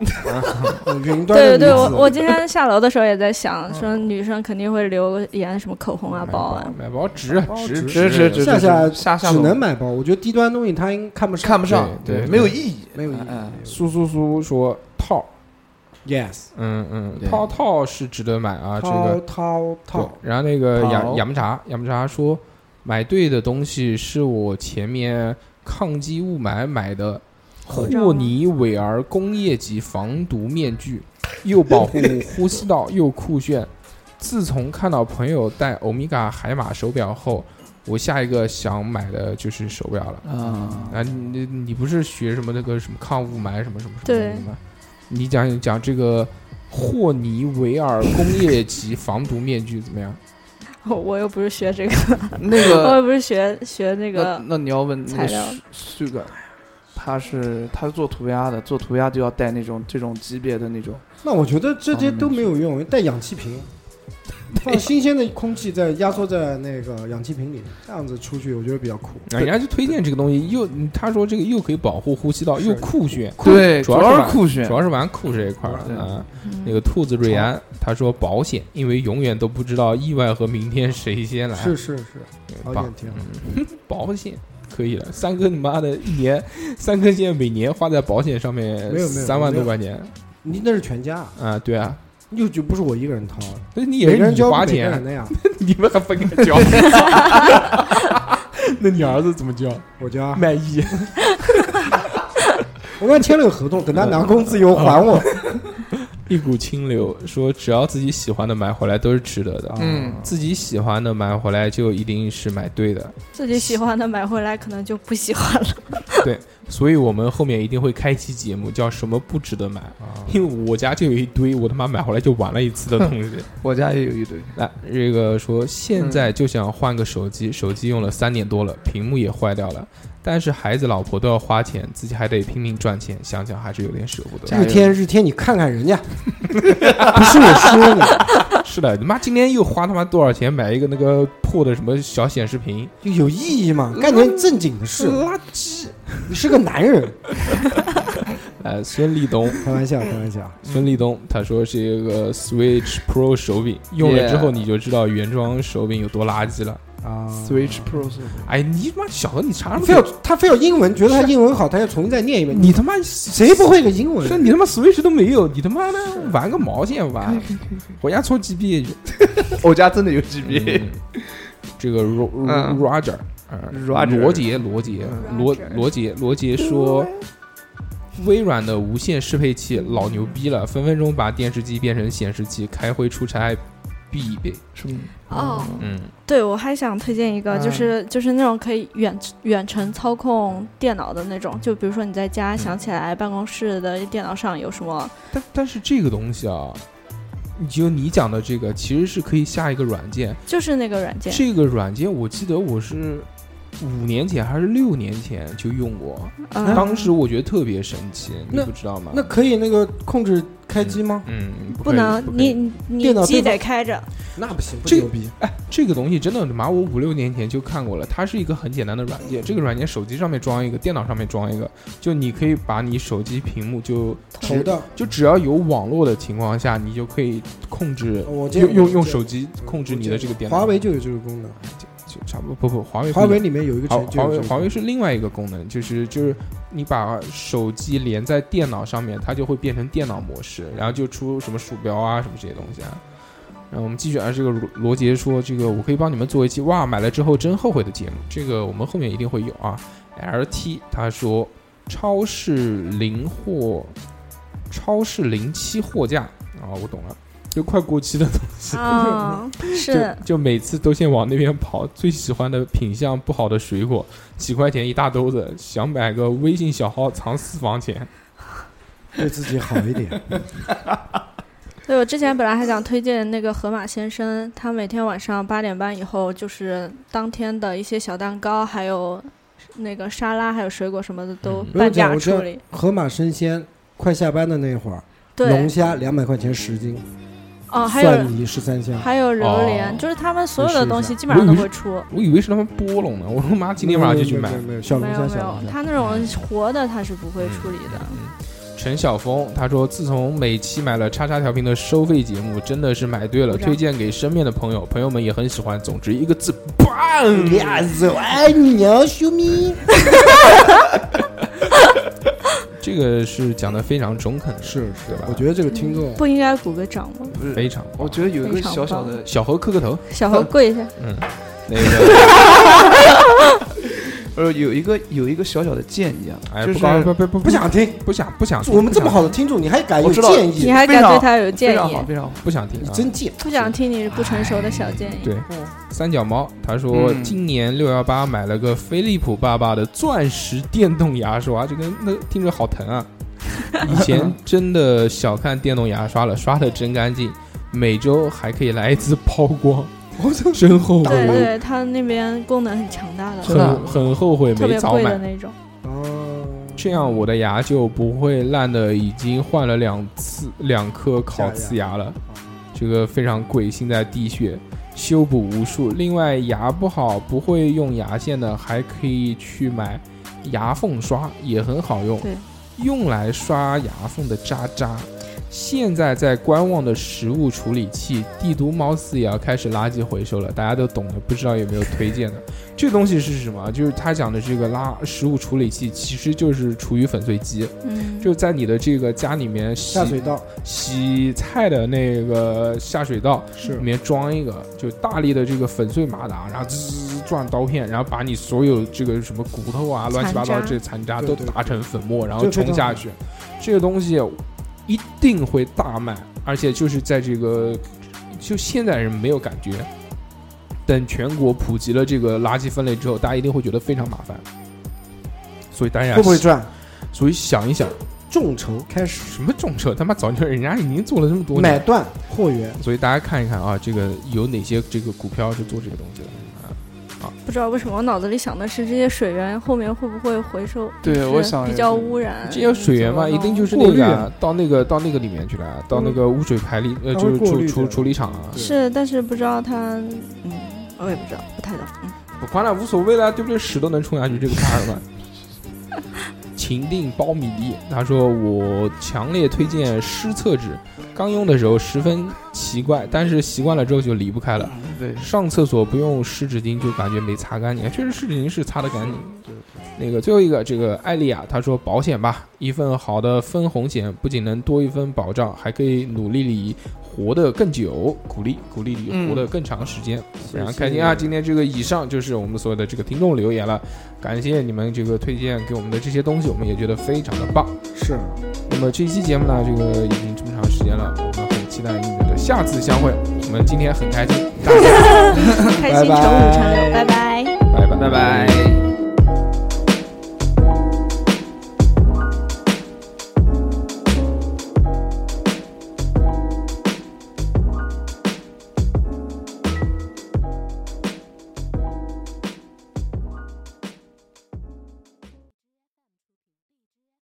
Speaker 3: 呃云端
Speaker 5: 对
Speaker 3: 的
Speaker 5: 对对，
Speaker 3: 女
Speaker 5: 我
Speaker 3: 子
Speaker 5: 我今天下楼的时候也在想，
Speaker 6: 嗯
Speaker 5: 说女生肯定会留言什么口红啊、
Speaker 6: 买
Speaker 5: 包啊
Speaker 6: 包，买包值值
Speaker 7: 值值值
Speaker 3: 下下
Speaker 7: 下下
Speaker 3: 只
Speaker 7: 楼
Speaker 3: 能买包，我觉得低端东西它应看不上，
Speaker 7: 看不上，
Speaker 6: 对对
Speaker 7: 没有意义。
Speaker 3: 没有意义
Speaker 7: 嗯
Speaker 6: 苏苏苏说套，
Speaker 3: ，yes，
Speaker 6: 嗯嗯，
Speaker 7: 对
Speaker 6: 套套是值得买啊，这
Speaker 3: 掏
Speaker 6: 个
Speaker 3: 掏
Speaker 6: 对
Speaker 3: 掏，。
Speaker 6: 然后那个雅
Speaker 7: 套
Speaker 6: 雅木茶雅木茶说买对的东西是我前面抗击雾霾买的。
Speaker 5: 口罩吗
Speaker 6: 霍尼韦尔工业级防毒面具，又保护 呼吸道，又酷炫。自从看到朋友戴欧米伽海马手表后，我下一个想买的就是手表了。
Speaker 7: 啊，
Speaker 6: 啊，你你你不是学什么那个什么抗雾霾什么什么什么
Speaker 5: 对
Speaker 6: 什么吗？你讲一讲这个霍尼韦尔工业级防毒面具怎 么样？
Speaker 5: 我我又不是学这个，
Speaker 7: 那
Speaker 5: 我
Speaker 6: 呃
Speaker 7: 个
Speaker 5: 又不是学学
Speaker 7: 那
Speaker 5: 那个
Speaker 7: 那你要问那
Speaker 5: 材
Speaker 7: 个
Speaker 5: 料
Speaker 7: s u g a 他是他是做涂鸦的，做涂鸦就要戴那种这种级别的那种。
Speaker 3: 那我觉得这些都没有用，带氧气瓶，放新鲜的空气在压缩在那个氧气瓶里，这样子出去我觉得比较酷。
Speaker 6: 啊人家就推荐这个东西，又嗯他说这个又可以保护呼吸道，又酷炫，
Speaker 4: 对，
Speaker 6: 主
Speaker 4: 主
Speaker 6: 要
Speaker 4: 要
Speaker 6: 是
Speaker 4: 是酷炫
Speaker 6: 主，要是玩酷这一块儿
Speaker 4: 对
Speaker 6: 啊。那个兔子瑞安他说保险，因为永远都不知道意外和明天谁先来。
Speaker 3: 是是是，
Speaker 6: 嗯
Speaker 3: 哎好
Speaker 6: 棒
Speaker 3: 点，挺好。
Speaker 6: 嗯保险可以了。三哥你妈的，一年三哥现在每年花在保险上面
Speaker 3: 没有没有
Speaker 6: 三万
Speaker 3: 没
Speaker 6: 多
Speaker 3: 有
Speaker 6: 块钱
Speaker 3: 你那是全家，
Speaker 6: 啊，对啊，
Speaker 3: 又就不是我一个人掏，
Speaker 6: 所以你也
Speaker 3: 每个
Speaker 6: 是
Speaker 3: 人
Speaker 6: 你
Speaker 3: 交
Speaker 6: 花
Speaker 3: 每个
Speaker 6: 钱啊
Speaker 3: 人，的呀，
Speaker 6: 你们还分开 交？那你儿子怎么交？
Speaker 3: 我家。
Speaker 6: 卖艺？
Speaker 3: 我跟他签了个合同，等他拿工资以后 还
Speaker 6: 哦
Speaker 3: 我。
Speaker 6: 一股清流，说只要自己喜欢的买回来都是值得
Speaker 3: 啊
Speaker 6: 的。
Speaker 7: 嗯，
Speaker 6: 自己喜欢的买回来就一定是买对的，
Speaker 5: 自己喜欢的买回来可能就不喜欢了。
Speaker 6: 所以我们后面一定会开一期节目，叫什么不值得买，
Speaker 3: 啊
Speaker 6: 因为我家就有一堆我他妈买回来就玩了一次的东西。
Speaker 7: 我家也有一堆。
Speaker 6: 来，这个说现在就想换个手机，手机用了三年多了，屏幕也坏掉了，但是孩子、老婆都要花钱，自己还得拼命赚钱，想想还是有点舍不得。
Speaker 3: 日天日天，你看 看人家，不是我说你，
Speaker 6: 是的，你妈今天又花他妈多少钱买一个那个破的什么小显示屏？
Speaker 3: 就有意义 嘛？干点正经的事。垃圾！你是个男人，
Speaker 6: 呃，孙立东，
Speaker 3: 开玩笑，开玩笑。
Speaker 6: 孙立东他说是一个 Switch Pro 手柄，用了之后你就知道原装手柄有多垃圾了。
Speaker 3: 啊
Speaker 6: 嗯
Speaker 7: Switch Pro 是
Speaker 6: 哎，你妈小何，你查什么
Speaker 3: 非要他非要英文，觉得他英文好，他要重新再念一遍。
Speaker 6: 你他妈
Speaker 3: 谁不会个英文
Speaker 6: 说？你他妈 Switch 都没有，你他妈的玩个毛线玩？回家搓 GB 去。
Speaker 7: 我家真的有 GB，
Speaker 6: 嗯这个 Ro-
Speaker 7: 嗯
Speaker 6: Roger，呃
Speaker 7: Roger 嗯
Speaker 6: 罗杰，罗杰，罗
Speaker 5: Roger
Speaker 6: 罗杰，罗杰说，微软的无线适配器老牛逼了，分分钟把电视机变成显示器，开会出差必备。
Speaker 7: 什么？
Speaker 5: 哦，
Speaker 6: 嗯，
Speaker 5: 对，我还想推荐一个，就
Speaker 7: 嗯
Speaker 5: 是就是那种可以远远程操控电脑的那种，就比如说你在家
Speaker 6: 嗯
Speaker 5: 想起来办公室的电脑上有什么，
Speaker 6: 但但是这个东西啊。就你讲的这个，其实是可以下一个软件。
Speaker 5: 就是那个软件。
Speaker 6: 这个软件我记得我
Speaker 7: 嗯
Speaker 6: 是五年前还是六年前就用过，
Speaker 5: 嗯
Speaker 6: 当时我觉得特别神奇，你
Speaker 3: 那
Speaker 6: 不知道吗？
Speaker 3: 那可以那个控制开机吗？
Speaker 6: 嗯，
Speaker 5: 不
Speaker 6: 可以
Speaker 5: 能
Speaker 6: 不，可以
Speaker 5: 你你
Speaker 3: 电脑
Speaker 5: 你
Speaker 3: 对
Speaker 5: 机
Speaker 3: 吧
Speaker 5: 得开 着。
Speaker 3: 那不行，不
Speaker 6: 这
Speaker 3: 牛逼。
Speaker 6: 哎这个东西真的他妈，我五六年前就看过了。它是一个很简单的软件，这个软件手机上面装一个，电脑上面装一个，就你可以把你手机屏幕就
Speaker 3: 头
Speaker 6: 只
Speaker 3: 的，
Speaker 6: 就只要有网络的情况下，你就可以控制
Speaker 3: 我见
Speaker 6: 用
Speaker 3: 过
Speaker 6: 用
Speaker 3: 我
Speaker 6: 用
Speaker 3: 见
Speaker 6: 手机控制你的这个电脑。
Speaker 3: 华为就有这个功能。
Speaker 6: 就差不多，不不，华为不
Speaker 3: 华为
Speaker 6: 一样
Speaker 3: 里面有一个
Speaker 6: 华
Speaker 3: 程序
Speaker 6: 华为
Speaker 3: 有这个
Speaker 6: 华为是另外一个功能，就是就是你把手机连在电脑上面，它就会变成电脑模式，然后就出什么鼠标啊什么这些东西啊。然后我们继续按这个罗罗杰说，这个我可以帮你们做一期哇，买了之后真后悔的节目，这个我们后面一定会有啊。LT 他说，超市零货，超市零期货架啊，我懂了，就快过期的东西。
Speaker 5: 啊，是
Speaker 6: 就就每次都先往那边跑，最喜欢的品相不好的水果，几块钱一大兜子，想买个微信小号藏私房钱。
Speaker 3: 对自己好一点。
Speaker 5: 对，我之前本来还想推荐那个河马先生，他每天晚上八点半以后，就是当天的一些小蛋糕，还有那个沙拉，还有水果什么的都
Speaker 6: 嗯
Speaker 5: 半价
Speaker 3: 我知道
Speaker 5: 处理。
Speaker 3: 河马生鲜快下班的那会儿，龙
Speaker 5: 对，
Speaker 3: 虾两百块钱十斤，
Speaker 5: 哦，还有
Speaker 3: 蒜泥十三香。
Speaker 5: 还有榴莲，
Speaker 6: 哦
Speaker 5: 就是他们所有的东西
Speaker 3: 你
Speaker 5: 基本上都
Speaker 6: 我以为
Speaker 5: 会出。
Speaker 6: 我以为是他们波拢呢，我说妈，今天晚上就去买
Speaker 3: 没。有没有没有小
Speaker 5: 没
Speaker 3: 龙
Speaker 5: 有
Speaker 3: 虾
Speaker 5: 没
Speaker 3: 小
Speaker 5: 有
Speaker 3: 龙，虾。
Speaker 5: 他那种活的他是不会处理的。
Speaker 6: 陈晓峰他说，自从每期买了叉叉调频的收费节目，真的是买对了，
Speaker 5: 鼓掌
Speaker 6: 推荐给身边的朋友，朋友们也很喜欢。总之一个字，棒！
Speaker 3: 俩手爱你
Speaker 6: 哦
Speaker 3: 娘修咪，
Speaker 6: 这个是讲的非常中肯的，
Speaker 3: 是
Speaker 6: 对吧？
Speaker 3: 我觉得这个听众
Speaker 5: 不应该鼓个掌吗？
Speaker 7: 不是，
Speaker 6: 非常。
Speaker 7: 嗯我觉得有一个小小的，
Speaker 6: 小何磕个头，
Speaker 5: 小猴跪一下，
Speaker 6: 那个，
Speaker 7: 呃，有一个有一个小小的建议啊，
Speaker 6: 哎，
Speaker 7: 就
Speaker 6: 不
Speaker 7: 是
Speaker 6: 高不不不
Speaker 3: 不想听。
Speaker 6: 不想不想听，啊
Speaker 3: 我们这
Speaker 6: 不
Speaker 3: 么
Speaker 6: 想
Speaker 3: 好的听众，你还敢有
Speaker 7: 我知道
Speaker 3: 建
Speaker 5: 你
Speaker 3: 议？
Speaker 5: 还敢
Speaker 7: 非常
Speaker 5: 对他有
Speaker 7: 非
Speaker 5: 建
Speaker 7: 常
Speaker 5: 议
Speaker 7: 好，？非常好。
Speaker 6: 不想听
Speaker 3: 你
Speaker 6: 啊，
Speaker 3: 真贱！
Speaker 5: 不想听你不成熟的小建议。
Speaker 6: 对，三脚猫他说，
Speaker 7: 嗯
Speaker 6: 今年六幺八买了个飞利浦爸爸的钻石电动牙刷，这个那听着好疼啊！以前真的小看电动牙刷了，刷的真干净，每周还可以来一次抛光，真后
Speaker 5: 对
Speaker 6: 悔，
Speaker 5: 对，他那边功能很强大的，嗯
Speaker 7: 真的啊
Speaker 6: 很很后悔
Speaker 5: 特
Speaker 6: 没
Speaker 5: 别
Speaker 6: 早
Speaker 5: 贵的
Speaker 6: 买。
Speaker 5: 那种。
Speaker 3: 哦，
Speaker 6: 这样我的牙就不会烂的，已经换了两次两颗烤瓷牙了。这个非常贵，现在滴血，修补无数。另外牙不好不会用牙线的，还可以去买牙缝刷，也很好用，
Speaker 5: 对
Speaker 6: 用来刷牙缝的渣渣。现在在观望的食物处理器，地毒猫饲也要开始垃圾回收了，大家都懂的，不知道有没有推荐的？ 这东西是什么？就是他讲的这个垃食物处理器，其实就是厨余粉碎机，
Speaker 5: 嗯，
Speaker 6: 就在你的这个家里面洗
Speaker 3: 下水道
Speaker 6: 洗菜的那个下水道
Speaker 3: 是
Speaker 6: 里面装一个，就大力的这个粉碎马达，然后滋转刀片，然后把你所有这个什么骨头啊、乱七八糟
Speaker 5: 残渣
Speaker 6: 这残渣
Speaker 3: 对
Speaker 6: 都
Speaker 3: 对
Speaker 6: 打成粉末，然后
Speaker 3: 这个非
Speaker 6: 冲
Speaker 3: 常
Speaker 6: 下
Speaker 3: 好
Speaker 6: 去。这个东西一定会大卖，而且就是在这个就现在人没有感觉，等全国普及了这个垃圾分类之后，大家一定会觉得非常麻烦。所以大家
Speaker 3: 会不会赚？
Speaker 6: 所以想一想，
Speaker 3: 众筹开始
Speaker 6: 什么众筹？他妈早就人家已经做了这么多
Speaker 3: 买
Speaker 6: 年，
Speaker 3: 断货源，
Speaker 6: 所以大家看一看啊，这个有哪些这个股票是做这个东西的啊？
Speaker 5: 不知道为什么我脑子里想的是这些水源后面会不会回收？
Speaker 4: 对
Speaker 5: 就是
Speaker 4: 我想
Speaker 5: 比
Speaker 4: 也
Speaker 5: 较
Speaker 4: 是
Speaker 5: 污染
Speaker 6: 这些水源嘛，
Speaker 5: 怎么
Speaker 6: 一定就是
Speaker 3: 过
Speaker 6: 那
Speaker 3: 滤
Speaker 6: 个
Speaker 3: 啊
Speaker 6: 啊到那个到那个里面去了啊，到那个污水排里呃，
Speaker 3: 它
Speaker 6: 就
Speaker 3: 会
Speaker 6: 是
Speaker 3: 过
Speaker 6: 处
Speaker 3: 滤
Speaker 6: 处
Speaker 3: 的
Speaker 6: 处理厂啊
Speaker 5: 弄。是，但是不知道它，嗯，我也不知道，不太懂。嗯
Speaker 6: 我管了，无所谓了，对不对？屎都能冲下去，这个怕什 么？秦定苞米粒，他说我强烈推荐湿厕纸，刚用的时候十分奇怪，但是习惯了之后就离不开了。
Speaker 4: 对，
Speaker 6: 上厕所不用湿纸巾就感觉没擦干净，确实湿纸巾是擦的干净。那个最后一个，这个艾丽亚她说保险吧，一份好的分红险不仅能多一份保障，还可以努力里活得更久，鼓励鼓励你
Speaker 7: 嗯
Speaker 6: 活得更长时间，非常开心啊！今天这个以上就是我们所有的这个听众留言了，感谢你们这个推荐给我们的这些东西，我们也觉得非常的棒。
Speaker 3: 是
Speaker 6: 那么这一期节目呢，这个已经这么长时间了，我们很期待你们的下次相会。我们今天很开心，大家
Speaker 5: 开心乘五乘六，拜拜。
Speaker 6: 拜拜拜
Speaker 4: 拜。